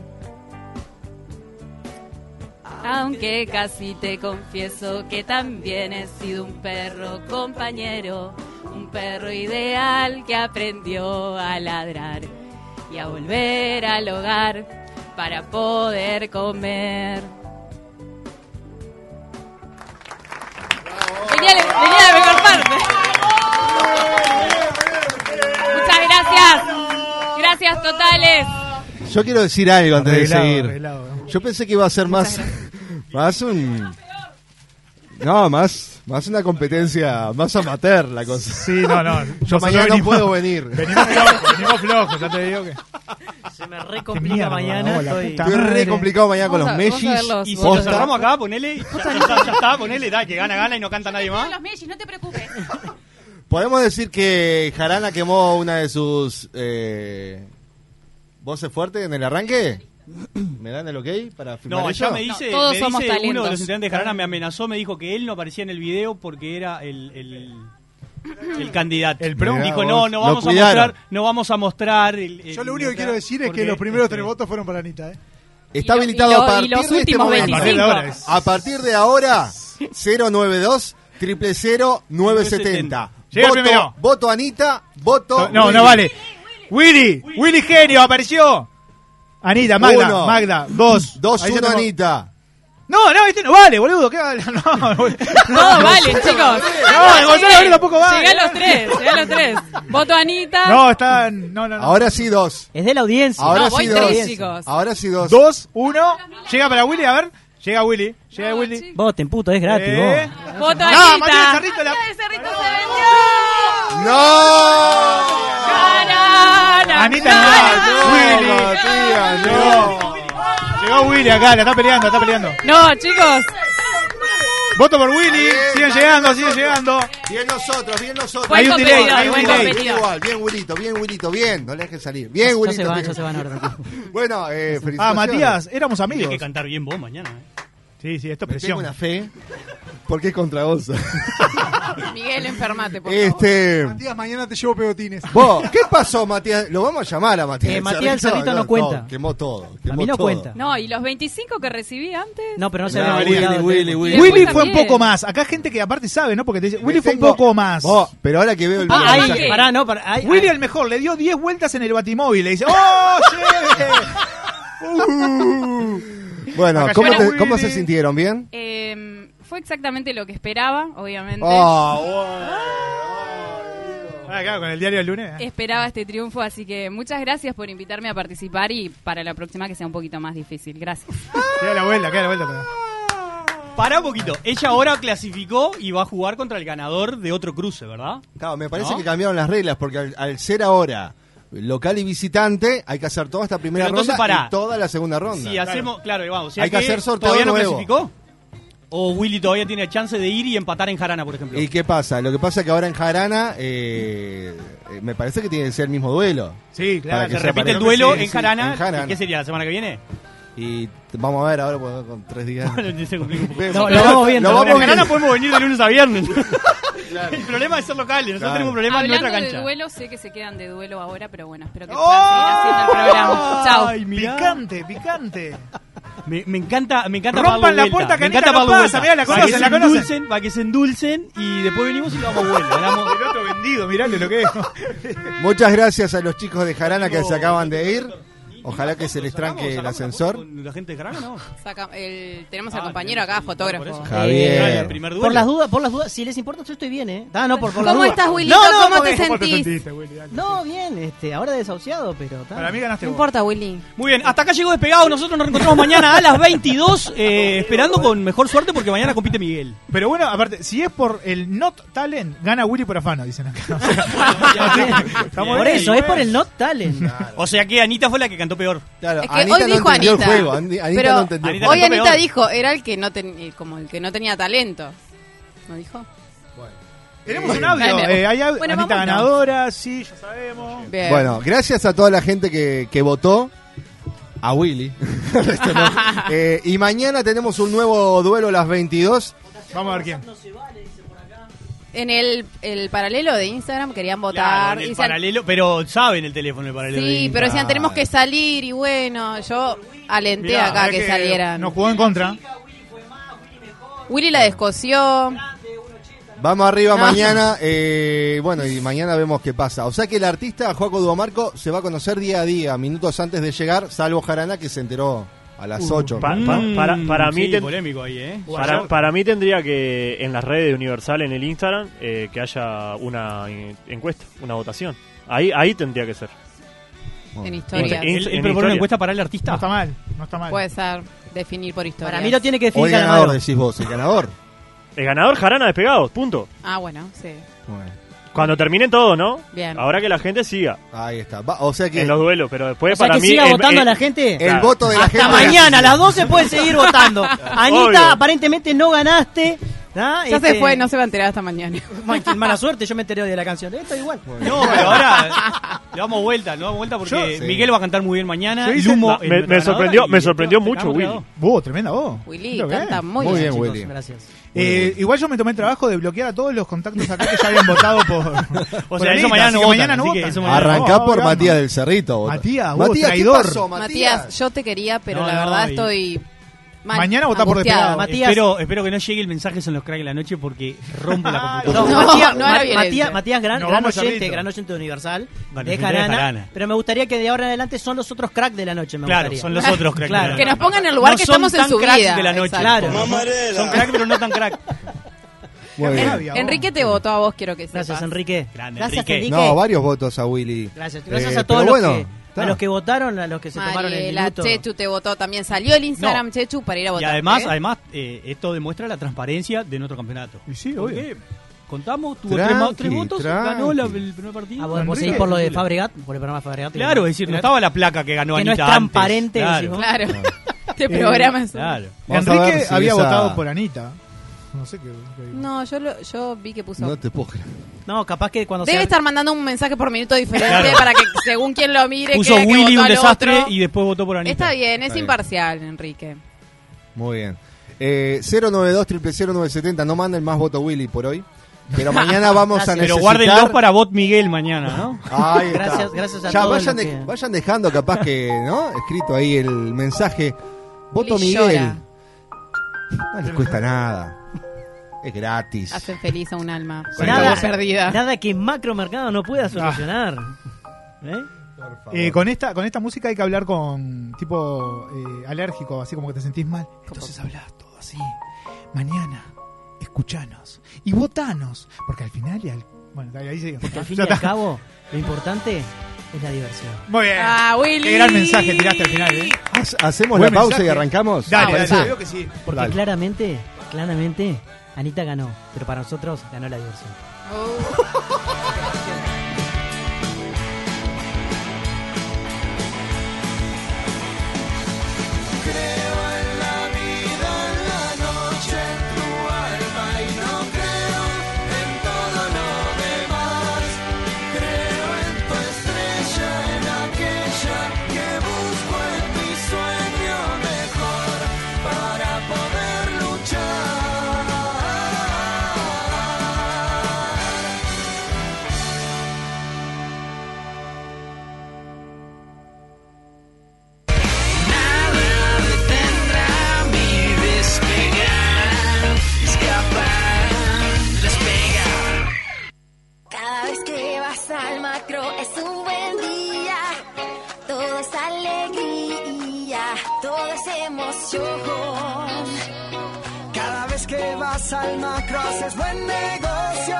[SPEAKER 7] Aunque casi te confieso que también he sido un perro compañero, un perro ideal que aprendió a ladrar y a volver al hogar para poder comer. Venía, venía la mejor parte. Muchas gracias. Gracias totales.
[SPEAKER 1] Yo quiero decir algo antes
[SPEAKER 8] Arreglado,
[SPEAKER 1] de seguir.
[SPEAKER 8] arreglado.
[SPEAKER 1] Yo pensé que iba a ser más. Más un. No, más, más una competencia más amateur la cosa.
[SPEAKER 8] Sí, no, no.
[SPEAKER 1] Yo
[SPEAKER 8] Nosotros
[SPEAKER 1] mañana no
[SPEAKER 8] venimos-
[SPEAKER 1] puedo venir.
[SPEAKER 8] Venimos flojos, venimos flojos, ya te digo que.
[SPEAKER 9] Se me recomplica mañana.
[SPEAKER 8] vamos, la
[SPEAKER 9] estoy-
[SPEAKER 8] puta
[SPEAKER 1] Estoy re
[SPEAKER 8] madre.
[SPEAKER 1] complicado mañana con los mellis.
[SPEAKER 4] Y si
[SPEAKER 1] Posta.
[SPEAKER 4] nos cerramos acá, ponele. Ya, ya está, ya está, ponele. Dale, que gana, gana y no canta nadie más.
[SPEAKER 7] Los Mellis, no te preocupes.
[SPEAKER 1] Podemos decir que Jarana quemó una de sus eh, voces fuertes en el arranque. ¿Me dan el ok para firmar
[SPEAKER 4] No,
[SPEAKER 1] eso?
[SPEAKER 4] ya me dice,
[SPEAKER 7] todos
[SPEAKER 4] me
[SPEAKER 7] somos
[SPEAKER 4] dice uno
[SPEAKER 7] talentos.
[SPEAKER 4] de los integrantes de Jarana me amenazó, me dijo que él no aparecía en el video porque era el, el, el candidato. El
[SPEAKER 8] pro.
[SPEAKER 4] Dijo,
[SPEAKER 1] Mirá
[SPEAKER 4] no, no
[SPEAKER 1] vos, lo
[SPEAKER 4] vamos a
[SPEAKER 1] cuidaron.
[SPEAKER 4] mostrar, no vamos a mostrar. el- el-
[SPEAKER 13] Yo lo único que quiero decir es
[SPEAKER 4] porque,
[SPEAKER 13] que los primeros
[SPEAKER 4] este,
[SPEAKER 13] tres votos fueron para Anita, ¿eh?
[SPEAKER 1] Está
[SPEAKER 7] Y lo-
[SPEAKER 1] habilitado
[SPEAKER 7] y lo-
[SPEAKER 1] a
[SPEAKER 7] y
[SPEAKER 1] partir
[SPEAKER 7] los
[SPEAKER 1] de este
[SPEAKER 7] últimos
[SPEAKER 1] momento.
[SPEAKER 7] 25.
[SPEAKER 8] A partir de ahora es-
[SPEAKER 1] A partir de ahora, 092 000 970.
[SPEAKER 8] Llega el
[SPEAKER 1] voto,
[SPEAKER 8] primero.
[SPEAKER 1] voto Anita, voto.
[SPEAKER 8] No,
[SPEAKER 1] Willy.
[SPEAKER 8] no vale. Willy, Willy genio, apareció. Anita, Magda,
[SPEAKER 1] Uno.
[SPEAKER 8] Magda, dos.
[SPEAKER 1] Dos,
[SPEAKER 8] Ahí ya
[SPEAKER 1] uno
[SPEAKER 8] tengo-
[SPEAKER 1] Anita.
[SPEAKER 8] No, no, este no vale, boludo. ¿Qué vale? No, boludo.
[SPEAKER 7] Todo vale, chicos.
[SPEAKER 8] eh, No, el Gonzalo Abril tampoco vale.
[SPEAKER 7] Llegué a los tres, llegué a los tres. Voto a Anita.
[SPEAKER 8] No, están. No, no, no.
[SPEAKER 1] Ahora sí dos.
[SPEAKER 9] Es de la audiencia.
[SPEAKER 1] Ahora
[SPEAKER 7] No,
[SPEAKER 1] sí
[SPEAKER 7] voy
[SPEAKER 1] dos.
[SPEAKER 7] tres, chicos.
[SPEAKER 1] Ahora sí dos.
[SPEAKER 8] Dos, uno. Llega para Willy, a ver. Llega Willy. Llega Willy.
[SPEAKER 9] Voten, puto, es gratis.
[SPEAKER 8] Eh.
[SPEAKER 9] vos.
[SPEAKER 7] Voto a
[SPEAKER 8] No,
[SPEAKER 7] Anita.
[SPEAKER 8] Matías Cerrito, la-
[SPEAKER 1] ¡No!
[SPEAKER 8] Anita, no. Willy. Llegó Willy acá, la está peleando, está peleando.
[SPEAKER 7] No, chicos.
[SPEAKER 8] Voto por Willy. Siguen llegando, siguen llegando.
[SPEAKER 1] Bien nosotros, bien nosotros.
[SPEAKER 8] Hay un delay, hay un
[SPEAKER 1] Bien,
[SPEAKER 8] delay.
[SPEAKER 1] Bien, igual, bien, Wilito, bien, Wilito, bien. No le dejes salir.
[SPEAKER 9] Ya-
[SPEAKER 1] Bien,
[SPEAKER 9] ya
[SPEAKER 1] Wilito.
[SPEAKER 9] se van,
[SPEAKER 1] bien.
[SPEAKER 9] ya se van ahora.
[SPEAKER 1] Bueno, eh, felicitaciones.
[SPEAKER 8] Ah, Matías, éramos
[SPEAKER 4] Tienes
[SPEAKER 8] amigos.
[SPEAKER 4] que cantar bien vos mañana. eh.
[SPEAKER 8] Sí, sí, esto es
[SPEAKER 1] Me tengo una
[SPEAKER 8] presión.
[SPEAKER 1] fe. Porque es contra vos.
[SPEAKER 5] Miguel, enfermate, por favor.
[SPEAKER 1] este.
[SPEAKER 13] Matías, mañana te llevo pegotines.
[SPEAKER 1] Vos, ¿qué pasó, Matías? Lo vamos a llamar a Matías.
[SPEAKER 9] Eh,
[SPEAKER 1] del
[SPEAKER 9] Matías del Cerrito no cuenta.
[SPEAKER 1] quemó todo. quemó
[SPEAKER 9] A mí no
[SPEAKER 1] todo.
[SPEAKER 9] cuenta.
[SPEAKER 7] No, y los 25 que recibí antes.
[SPEAKER 9] No, pero no se
[SPEAKER 1] No,
[SPEAKER 9] había
[SPEAKER 1] Willy,
[SPEAKER 9] olvidado.
[SPEAKER 1] Willy,
[SPEAKER 9] de-
[SPEAKER 1] Willy.
[SPEAKER 7] Después
[SPEAKER 8] Willy fue un
[SPEAKER 7] también.
[SPEAKER 8] poco más. Acá gente que aparte sabe, ¿no? Porque te dice,
[SPEAKER 1] Me
[SPEAKER 8] Willy fue un
[SPEAKER 1] tengo-
[SPEAKER 8] poco más.
[SPEAKER 1] Vos, pero ahora que veo el.
[SPEAKER 9] Ah,
[SPEAKER 7] Willy.
[SPEAKER 9] ahí, pará, no, pará. ahí-
[SPEAKER 8] Willy el mejor, le dio 10 vueltas en el batimóvil. Le dice, ¡Oh, chévere! Uh.
[SPEAKER 1] bueno,
[SPEAKER 8] Acá
[SPEAKER 1] ¿cómo,
[SPEAKER 8] llegó
[SPEAKER 1] te-
[SPEAKER 8] Willy.
[SPEAKER 1] ¿cómo se sintieron? ¿Bien?
[SPEAKER 7] Eh, fue exactamente lo que esperaba, obviamente.
[SPEAKER 1] Ah, bueno.
[SPEAKER 8] Ah, claro, con el diario del lunes. ¿eh?
[SPEAKER 7] Esperaba este triunfo, así que muchas gracias por invitarme a participar y para la próxima que sea un poquito más difícil. Gracias.
[SPEAKER 8] Queda la vuelta, queda la vuelta. todavía.
[SPEAKER 4] Pará un poquito. Ella ahora clasificó y va a jugar contra el ganador de otro cruce, ¿verdad?
[SPEAKER 1] Claro, me parece
[SPEAKER 4] ¿No?
[SPEAKER 1] que cambiaron las reglas porque al, al ser ahora local y visitante, hay que hacer toda esta primera
[SPEAKER 4] Pero entonces
[SPEAKER 1] ronda
[SPEAKER 4] pará.
[SPEAKER 1] y toda la segunda ronda.
[SPEAKER 4] Si hacemos, claro, vamos. o sea
[SPEAKER 1] Hay que hacer sorteo
[SPEAKER 4] ¿Todavía no
[SPEAKER 1] nuevo.
[SPEAKER 4] clasificó? ¿O Willy todavía tiene chance de ir y empatar en Jarana, por ejemplo?
[SPEAKER 1] ¿Y qué pasa? Lo que pasa es que ahora en Jarana eh, eh, me parece que tiene que ser el mismo duelo.
[SPEAKER 8] Sí,
[SPEAKER 1] Para
[SPEAKER 8] claro.
[SPEAKER 1] que
[SPEAKER 4] se
[SPEAKER 1] sea
[SPEAKER 4] repite el
[SPEAKER 1] parejo.
[SPEAKER 4] duelo
[SPEAKER 1] Sí,
[SPEAKER 4] en
[SPEAKER 1] sí,
[SPEAKER 4] Jarana.
[SPEAKER 1] en Jarana.
[SPEAKER 4] ¿Y ¿Qué sería la semana que viene?
[SPEAKER 1] Y t- vamos a ver ahora pues, con tres días.
[SPEAKER 4] Se complica un poco.
[SPEAKER 1] Vemos.
[SPEAKER 9] No, lo vamos viendo,
[SPEAKER 1] Lo
[SPEAKER 9] lo
[SPEAKER 1] vamos
[SPEAKER 4] en Jarana
[SPEAKER 1] viendo.
[SPEAKER 4] podemos venir de lunes a viernes. El problema es ser locales. Nosotros
[SPEAKER 1] Claro.
[SPEAKER 4] tenemos problemas en
[SPEAKER 7] Hablando
[SPEAKER 4] nuestra
[SPEAKER 7] de
[SPEAKER 4] cancha. ¡Oh!
[SPEAKER 7] duelo, sé que se quedan de duelo ahora, pero bueno, espero que puedan seguir haciendo el
[SPEAKER 8] Oh,
[SPEAKER 7] programa. Chao.
[SPEAKER 4] Ay, mirá.
[SPEAKER 8] Picante, picante.
[SPEAKER 4] Me, me encanta, me encanta
[SPEAKER 8] Rompan
[SPEAKER 4] darle
[SPEAKER 8] la
[SPEAKER 4] vuelta.
[SPEAKER 8] puerta,
[SPEAKER 4] me
[SPEAKER 8] Canita,
[SPEAKER 4] encanta
[SPEAKER 8] no
[SPEAKER 4] darle
[SPEAKER 8] pasa,
[SPEAKER 4] vuelta.
[SPEAKER 8] mirá,
[SPEAKER 4] para
[SPEAKER 8] la conocen,
[SPEAKER 4] que se
[SPEAKER 8] la conocen.
[SPEAKER 4] endulcen, para que se endulcen y después venimos y lo damos vuelta. Le damos-
[SPEAKER 8] El otro vendido, mirale lo que es.
[SPEAKER 1] Muchas gracias a los chicos de Jarana que se acaban de ir. Ojalá que se les tranque
[SPEAKER 4] ¿Sacamos
[SPEAKER 1] el
[SPEAKER 4] la foto
[SPEAKER 1] ascensor.
[SPEAKER 4] con la gente de Jarana, no?
[SPEAKER 5] Saca- el- tenemos al
[SPEAKER 4] Ah,
[SPEAKER 5] compañero
[SPEAKER 4] tenemos
[SPEAKER 5] acá,
[SPEAKER 4] al compañero, por
[SPEAKER 5] fotógrafo.
[SPEAKER 4] eso.
[SPEAKER 1] Javier.
[SPEAKER 4] El primer duelo.
[SPEAKER 9] Por las dudas, por las dudas, si les importa, yo estoy bien, ¿eh? Ah, no, por, por las
[SPEAKER 5] ¿Cómo
[SPEAKER 9] dudas.
[SPEAKER 5] estás, Wilito?
[SPEAKER 9] No, no,
[SPEAKER 5] ¿Cómo
[SPEAKER 9] porque-
[SPEAKER 5] te sentís?
[SPEAKER 9] No, bien, este, ahora desahuciado, pero... ta.
[SPEAKER 8] Para mí ganaste
[SPEAKER 5] No
[SPEAKER 8] vos.
[SPEAKER 5] importa, Willy.
[SPEAKER 4] Muy bien, hasta acá llegó despegado. Nosotros nos reencontramos mañana a las 22, eh, esperando con mejor suerte porque mañana compite Miguel.
[SPEAKER 8] Pero bueno, aparte, si es por el not talent, gana Willy por afano, dicen acá. Estamos
[SPEAKER 9] Por
[SPEAKER 8] bien.
[SPEAKER 9] eso, es por el not talent.
[SPEAKER 4] O sea que Anita fue la que cantó peor.
[SPEAKER 1] Claro,
[SPEAKER 5] Es que
[SPEAKER 1] Anita
[SPEAKER 5] hoy
[SPEAKER 1] no
[SPEAKER 5] dijo
[SPEAKER 1] entendió
[SPEAKER 5] Anita.
[SPEAKER 1] el juego. Ani- Anita
[SPEAKER 5] pero
[SPEAKER 1] no entendió el
[SPEAKER 4] Anita
[SPEAKER 5] hoy
[SPEAKER 4] cantó
[SPEAKER 5] Anita
[SPEAKER 4] peor.
[SPEAKER 5] dijo, era el que no ten- eh, como el que no tenía talento. ¿No dijo?
[SPEAKER 8] Tenemos un audio.
[SPEAKER 5] Dale.
[SPEAKER 8] eh, hay audio.
[SPEAKER 5] Bueno,
[SPEAKER 8] Anita
[SPEAKER 5] vámonos.
[SPEAKER 8] ganadora, sí, ya sabemos.
[SPEAKER 5] Bien.
[SPEAKER 1] Bueno, gracias a toda la gente que, que votó. A Willy. Esto no. Eh, y mañana tenemos un nuevo duelo a las 22.
[SPEAKER 8] Vamos a ver quién.
[SPEAKER 5] En el, el paralelo de Instagram querían votar.
[SPEAKER 4] Claro, en el
[SPEAKER 5] y decían-
[SPEAKER 4] paralelo, pero saben el teléfono el paralelo. de
[SPEAKER 5] sí,
[SPEAKER 4] Insta.
[SPEAKER 5] pero decían tenemos que salir y bueno, yo alenté
[SPEAKER 8] Mirá,
[SPEAKER 5] acá
[SPEAKER 8] es
[SPEAKER 5] que, salieran.
[SPEAKER 8] Nos jugó en contra.
[SPEAKER 5] Willy la descoció.
[SPEAKER 1] Vamos arriba
[SPEAKER 4] Ah.
[SPEAKER 5] No.
[SPEAKER 1] mañana. eh, bueno, y mañana vemos qué pasa. O sea que el artista, Juaco Duomarco, se va a conocer día a día, minutos antes de llegar, salvo Jarana que se enteró a las 8.
[SPEAKER 12] Uh, pa- pa-
[SPEAKER 4] Mm.
[SPEAKER 12] para, para mí
[SPEAKER 4] sí,
[SPEAKER 12] ten-
[SPEAKER 4] polémico ahí, ¿eh?
[SPEAKER 12] para, para mí tendría que en las redes de Universal, en el Instagram, eh, que haya una eh, encuesta, una votación. Ahí, ahí tendría que ser.
[SPEAKER 5] En
[SPEAKER 4] Él,
[SPEAKER 5] historia.
[SPEAKER 12] En-
[SPEAKER 4] él
[SPEAKER 12] en
[SPEAKER 4] propone una
[SPEAKER 12] historia.
[SPEAKER 4] encuesta para el
[SPEAKER 8] No
[SPEAKER 4] artista.
[SPEAKER 8] está mal, no está mal.
[SPEAKER 5] Puede ser definir por historia.
[SPEAKER 9] Para mí lo tiene que
[SPEAKER 1] Hoy
[SPEAKER 9] definir
[SPEAKER 1] ganador,
[SPEAKER 9] Calamaro.
[SPEAKER 1] decís vos, el ganador.
[SPEAKER 12] El ganador Jarana despegados, punto.
[SPEAKER 5] Ah, bueno, sí.
[SPEAKER 1] Bueno,
[SPEAKER 12] Cuando termine todo, ¿no?
[SPEAKER 5] Bien.
[SPEAKER 12] Ahora que la gente siga
[SPEAKER 1] ahí está. Va- o sea que
[SPEAKER 12] en los duelos, pero después
[SPEAKER 9] O sea,
[SPEAKER 12] para
[SPEAKER 9] que
[SPEAKER 12] mí
[SPEAKER 9] siga
[SPEAKER 12] el-
[SPEAKER 9] votando
[SPEAKER 12] el-
[SPEAKER 9] a la gente.
[SPEAKER 1] el voto de la
[SPEAKER 9] Hasta
[SPEAKER 1] gente.
[SPEAKER 9] mañana, a las 12 pueden seguir votando. Anita,
[SPEAKER 12] Obvio.
[SPEAKER 9] aparentemente no ganaste. ¿tá?
[SPEAKER 5] Ya
[SPEAKER 9] Este,
[SPEAKER 5] se fue, no se va a enterar hasta mañana.
[SPEAKER 9] man- Mala suerte, yo me enteré de la canción. Esto igual.
[SPEAKER 4] No, pero ahora le damos vuelta, le damos vuelta porque
[SPEAKER 1] Yo- sí.
[SPEAKER 4] Miguel va a cantar muy bien mañana.
[SPEAKER 8] Sí,
[SPEAKER 4] y
[SPEAKER 8] sí.
[SPEAKER 4] Lumo,
[SPEAKER 8] No,
[SPEAKER 4] el
[SPEAKER 12] me- me
[SPEAKER 4] ganador,
[SPEAKER 12] sorprendió-
[SPEAKER 4] y
[SPEAKER 12] me sorprendió
[SPEAKER 4] entonces
[SPEAKER 12] mucho,
[SPEAKER 4] ganamos
[SPEAKER 12] Willy.
[SPEAKER 4] los dos.
[SPEAKER 8] Vos, tremenda vos.
[SPEAKER 5] Willy
[SPEAKER 8] Creo que
[SPEAKER 5] canta
[SPEAKER 8] bien.
[SPEAKER 5] muy,
[SPEAKER 1] Muy bien,
[SPEAKER 5] bien.
[SPEAKER 9] Chicos,
[SPEAKER 1] Willy.
[SPEAKER 9] Gracias.
[SPEAKER 8] Eh, igual yo me tomé el trabajo de bloquear a todos los contactos acá que ya habían votado por.
[SPEAKER 4] O
[SPEAKER 8] por
[SPEAKER 4] sea,
[SPEAKER 8] Anita,
[SPEAKER 4] eso mañana
[SPEAKER 8] así
[SPEAKER 4] no
[SPEAKER 8] que
[SPEAKER 4] votan,
[SPEAKER 8] mañana no
[SPEAKER 4] así que
[SPEAKER 8] votan.
[SPEAKER 4] eso mañana no
[SPEAKER 1] Arrancá
[SPEAKER 8] Oh,
[SPEAKER 1] por
[SPEAKER 8] vota.
[SPEAKER 1] Matías del Cerrito. vota.
[SPEAKER 8] Matías, vos,
[SPEAKER 1] Matías, ¿qué
[SPEAKER 8] traidor.
[SPEAKER 1] pasó, Matías?
[SPEAKER 5] Matías, yo te quería, pero
[SPEAKER 4] No,
[SPEAKER 5] la
[SPEAKER 4] no,
[SPEAKER 5] verdad
[SPEAKER 4] y-
[SPEAKER 5] estoy Mal.
[SPEAKER 8] Mañana votá por
[SPEAKER 5] Angustiada.
[SPEAKER 8] despegado.
[SPEAKER 5] Matías.
[SPEAKER 4] Espero, espero que no llegue el mensaje son los cracks de la noche porque rompo la computadora.
[SPEAKER 5] Ah, No,
[SPEAKER 9] Matías,
[SPEAKER 5] no era
[SPEAKER 9] Ma-
[SPEAKER 5] violencia.
[SPEAKER 9] Matías, Matías, gran,
[SPEAKER 4] Nos
[SPEAKER 9] gran
[SPEAKER 4] vamos,
[SPEAKER 9] oyente,
[SPEAKER 4] Charlito.
[SPEAKER 9] gran oyente de Universal,
[SPEAKER 4] Vale,
[SPEAKER 9] de
[SPEAKER 4] me interesa
[SPEAKER 9] Jarana,
[SPEAKER 4] Jarana.
[SPEAKER 9] pero me gustaría que de ahora en adelante son los otros cracks de la noche, me
[SPEAKER 4] Claro,
[SPEAKER 9] gustaría.
[SPEAKER 4] son los otros cracks de la
[SPEAKER 9] Claro.
[SPEAKER 4] noche. Que nos
[SPEAKER 5] pongan en el lugar que
[SPEAKER 9] son
[SPEAKER 5] estamos en
[SPEAKER 9] tan
[SPEAKER 5] su
[SPEAKER 9] cracks
[SPEAKER 5] vida.
[SPEAKER 9] de la noche.
[SPEAKER 5] Exacto.
[SPEAKER 9] Claro. Son cracks, pero no tan crack.
[SPEAKER 12] Muy bien.
[SPEAKER 5] Enrique te votó a vos, quiero que sepas.
[SPEAKER 9] Gracias, Enrique. Gracias,
[SPEAKER 5] Enrique.
[SPEAKER 9] Enrique.
[SPEAKER 12] No, varios votos a Willy.
[SPEAKER 9] Gracias,
[SPEAKER 12] Eh,
[SPEAKER 9] gracias a
[SPEAKER 12] pero
[SPEAKER 9] todos los,
[SPEAKER 12] bueno,
[SPEAKER 9] que, a los que votaron, a los que se tomaron el
[SPEAKER 5] Mariela,
[SPEAKER 9] minuto.
[SPEAKER 5] Chechu te votó también. Salió el Instagram Chechu para ir a
[SPEAKER 4] Y
[SPEAKER 5] votar.
[SPEAKER 4] además,
[SPEAKER 5] ¿eh?
[SPEAKER 4] además eh, esto demuestra la transparencia de nuestro campeonato. Y sí,
[SPEAKER 9] obvio.
[SPEAKER 4] contamos, tuvo tres, ma- tres votos, ganó la...
[SPEAKER 9] el primer partido. Ah, vos,
[SPEAKER 4] Enrique.
[SPEAKER 9] vos seguís por lo de Fabregat, por el programa de Fabregat.
[SPEAKER 4] Claro, es decir, no estaba la placa que ganó
[SPEAKER 9] Que no
[SPEAKER 4] Anita
[SPEAKER 9] es transparente,
[SPEAKER 4] antes.
[SPEAKER 9] decís vos.
[SPEAKER 5] Claro.
[SPEAKER 9] Este
[SPEAKER 5] Te
[SPEAKER 8] Eh,
[SPEAKER 5] programas.
[SPEAKER 4] Claro.
[SPEAKER 12] Vamos a
[SPEAKER 8] Enrique
[SPEAKER 12] ver si
[SPEAKER 8] había
[SPEAKER 12] esa-
[SPEAKER 8] votado por Anita. No sé qué. qué-
[SPEAKER 5] No, yo, lo- yo vi que puso.
[SPEAKER 12] No te puedo creer.
[SPEAKER 9] Eh, No, capaz que cuando
[SPEAKER 5] Debe
[SPEAKER 9] se...
[SPEAKER 5] estar mandando un mensaje por minuto diferente
[SPEAKER 4] Claro.
[SPEAKER 5] para que según quien lo mire.
[SPEAKER 4] Puso
[SPEAKER 5] crea que
[SPEAKER 4] Willy
[SPEAKER 5] votó
[SPEAKER 4] un
[SPEAKER 5] al
[SPEAKER 4] desastre
[SPEAKER 5] otro.
[SPEAKER 4] y después votó por Anita.
[SPEAKER 5] Está bien, es
[SPEAKER 12] Está bien.
[SPEAKER 5] imparcial, Enrique.
[SPEAKER 12] Muy bien. Eh, 092 0970 no manden más voto Willy por hoy. Pero mañana vamos a necesitar...
[SPEAKER 4] Pero guarden dos para Bot Miguel mañana, ¿no?
[SPEAKER 12] Ahí está.
[SPEAKER 9] Gracias, gracias a
[SPEAKER 12] ya
[SPEAKER 9] todos los
[SPEAKER 12] Vayan, de-
[SPEAKER 9] que-
[SPEAKER 12] vayan dejando capaz que, ¿no? Escrito ahí el mensaje. Voto
[SPEAKER 5] Willy
[SPEAKER 12] Miguel.
[SPEAKER 5] llora.
[SPEAKER 12] No les cuesta nada. Es gratis.
[SPEAKER 5] Hacen feliz a un alma.
[SPEAKER 12] Con
[SPEAKER 5] Nada.
[SPEAKER 12] esta-
[SPEAKER 5] perdida.
[SPEAKER 9] Nada que macromercado no pueda solucionar.
[SPEAKER 8] Ah.
[SPEAKER 9] ¿Eh?
[SPEAKER 8] Eh, con esta con esta música hay que hablar con tipo eh, alérgico, así como que te sentís mal. Entonces hablas todo así. Mañana, escuchanos y votanos, porque al final y al bueno, ahí- ahí sigue.
[SPEAKER 9] Porque al fin y
[SPEAKER 8] Ya
[SPEAKER 9] al
[SPEAKER 8] está.
[SPEAKER 9] cabo, lo importante es la diversión.
[SPEAKER 8] Muy bien.
[SPEAKER 5] Ah, Willy.
[SPEAKER 8] Qué gran mensaje tiraste al final, ¿eh?
[SPEAKER 12] Ha- Hacemos
[SPEAKER 8] Buen
[SPEAKER 12] la pausa
[SPEAKER 8] mensaje.
[SPEAKER 12] y arrancamos.
[SPEAKER 8] Dale,
[SPEAKER 12] ¿Te
[SPEAKER 8] dale,
[SPEAKER 12] parece?
[SPEAKER 8] dale, creo que sí.
[SPEAKER 9] Porque
[SPEAKER 12] Dale.
[SPEAKER 9] claramente, claramente, Anita ganó. Pero para nosotros ganó la diversión.
[SPEAKER 2] mi despegar, escapar, despegar.
[SPEAKER 14] Cada vez que vas al macro es un buen día. Todo es alegría, todo es emoción.
[SPEAKER 6] Cada vez que vas al macro haces buen negocio.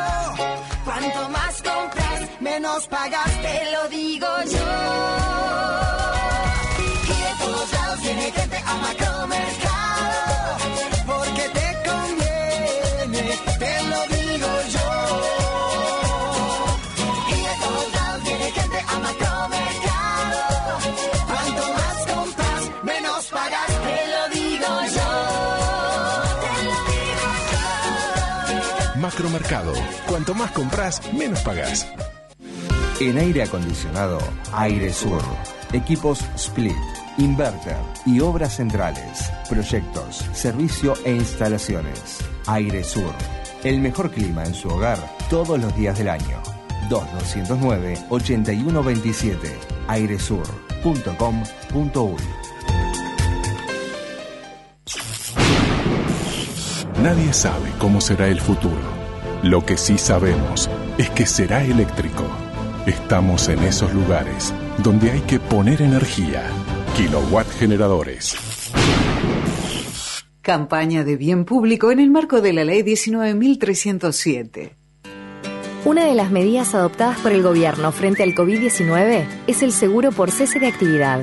[SPEAKER 6] Cuanto más compras, menos pagas, te lo digo yo. Y de todos lados viene gente a macromercado. Porque te conviene, te lo digo yo. Y de todos lados viene gente a macromercado. Cuanto más compras, menos pagas, te lo digo yo.
[SPEAKER 15] Macromercado. Cuanto más compras, menos pagas.
[SPEAKER 1] En aire acondicionado, Aire Sur. Equipos Split, Inverter y Obras Centrales. Proyectos, servicio e instalaciones. Aire Sur. El mejor clima en su hogar todos los días del año. 2209-8127. airesur.com.uy
[SPEAKER 15] Nadie sabe cómo será el futuro. Lo que sí sabemos es que será eléctrico. Estamos en esos lugares donde hay que poner energía. Kilowatt generadores.
[SPEAKER 16] Campaña de bien público en el marco de la Ley 19.307.
[SPEAKER 17] Una de las medidas adoptadas por el gobierno frente al COVID-19 es el seguro por cese de actividad.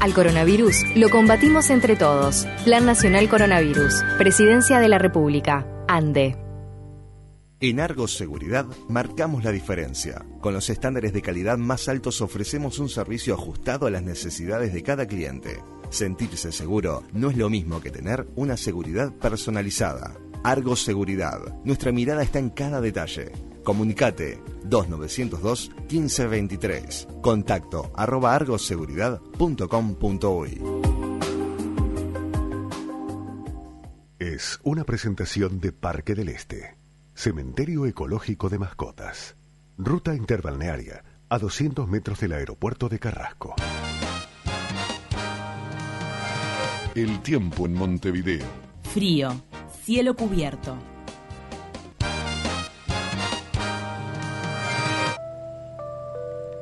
[SPEAKER 17] Al coronavirus lo combatimos entre todos. Plan Nacional Coronavirus. Presidencia de la República. ANDE.
[SPEAKER 18] En Argos Seguridad marcamos la diferencia. Con los estándares de calidad más altos ofrecemos un servicio ajustado a las necesidades de cada cliente. Sentirse seguro no es lo mismo que tener una seguridad personalizada.
[SPEAKER 19] Argos Seguridad. Nuestra mirada está en cada detalle. Comunicate 2902 1523. Contacto arroba argoseguridad.com.uy.
[SPEAKER 20] Es una presentación de Parque del Este, Cementerio Ecológico de Mascotas, ruta interbalnearia a 200 metros del aeropuerto de Carrasco.
[SPEAKER 21] El tiempo en Montevideo.
[SPEAKER 22] Frío, cielo cubierto.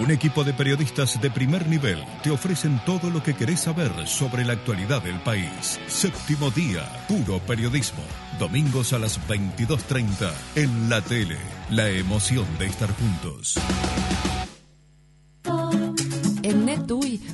[SPEAKER 23] Un equipo de periodistas de primer nivel te ofrecen todo lo que querés saber sobre la actualidad del país. Séptimo día, puro periodismo. Domingos a las 22.30 en la tele. La emoción de estar juntos.
[SPEAKER 24] En NetUI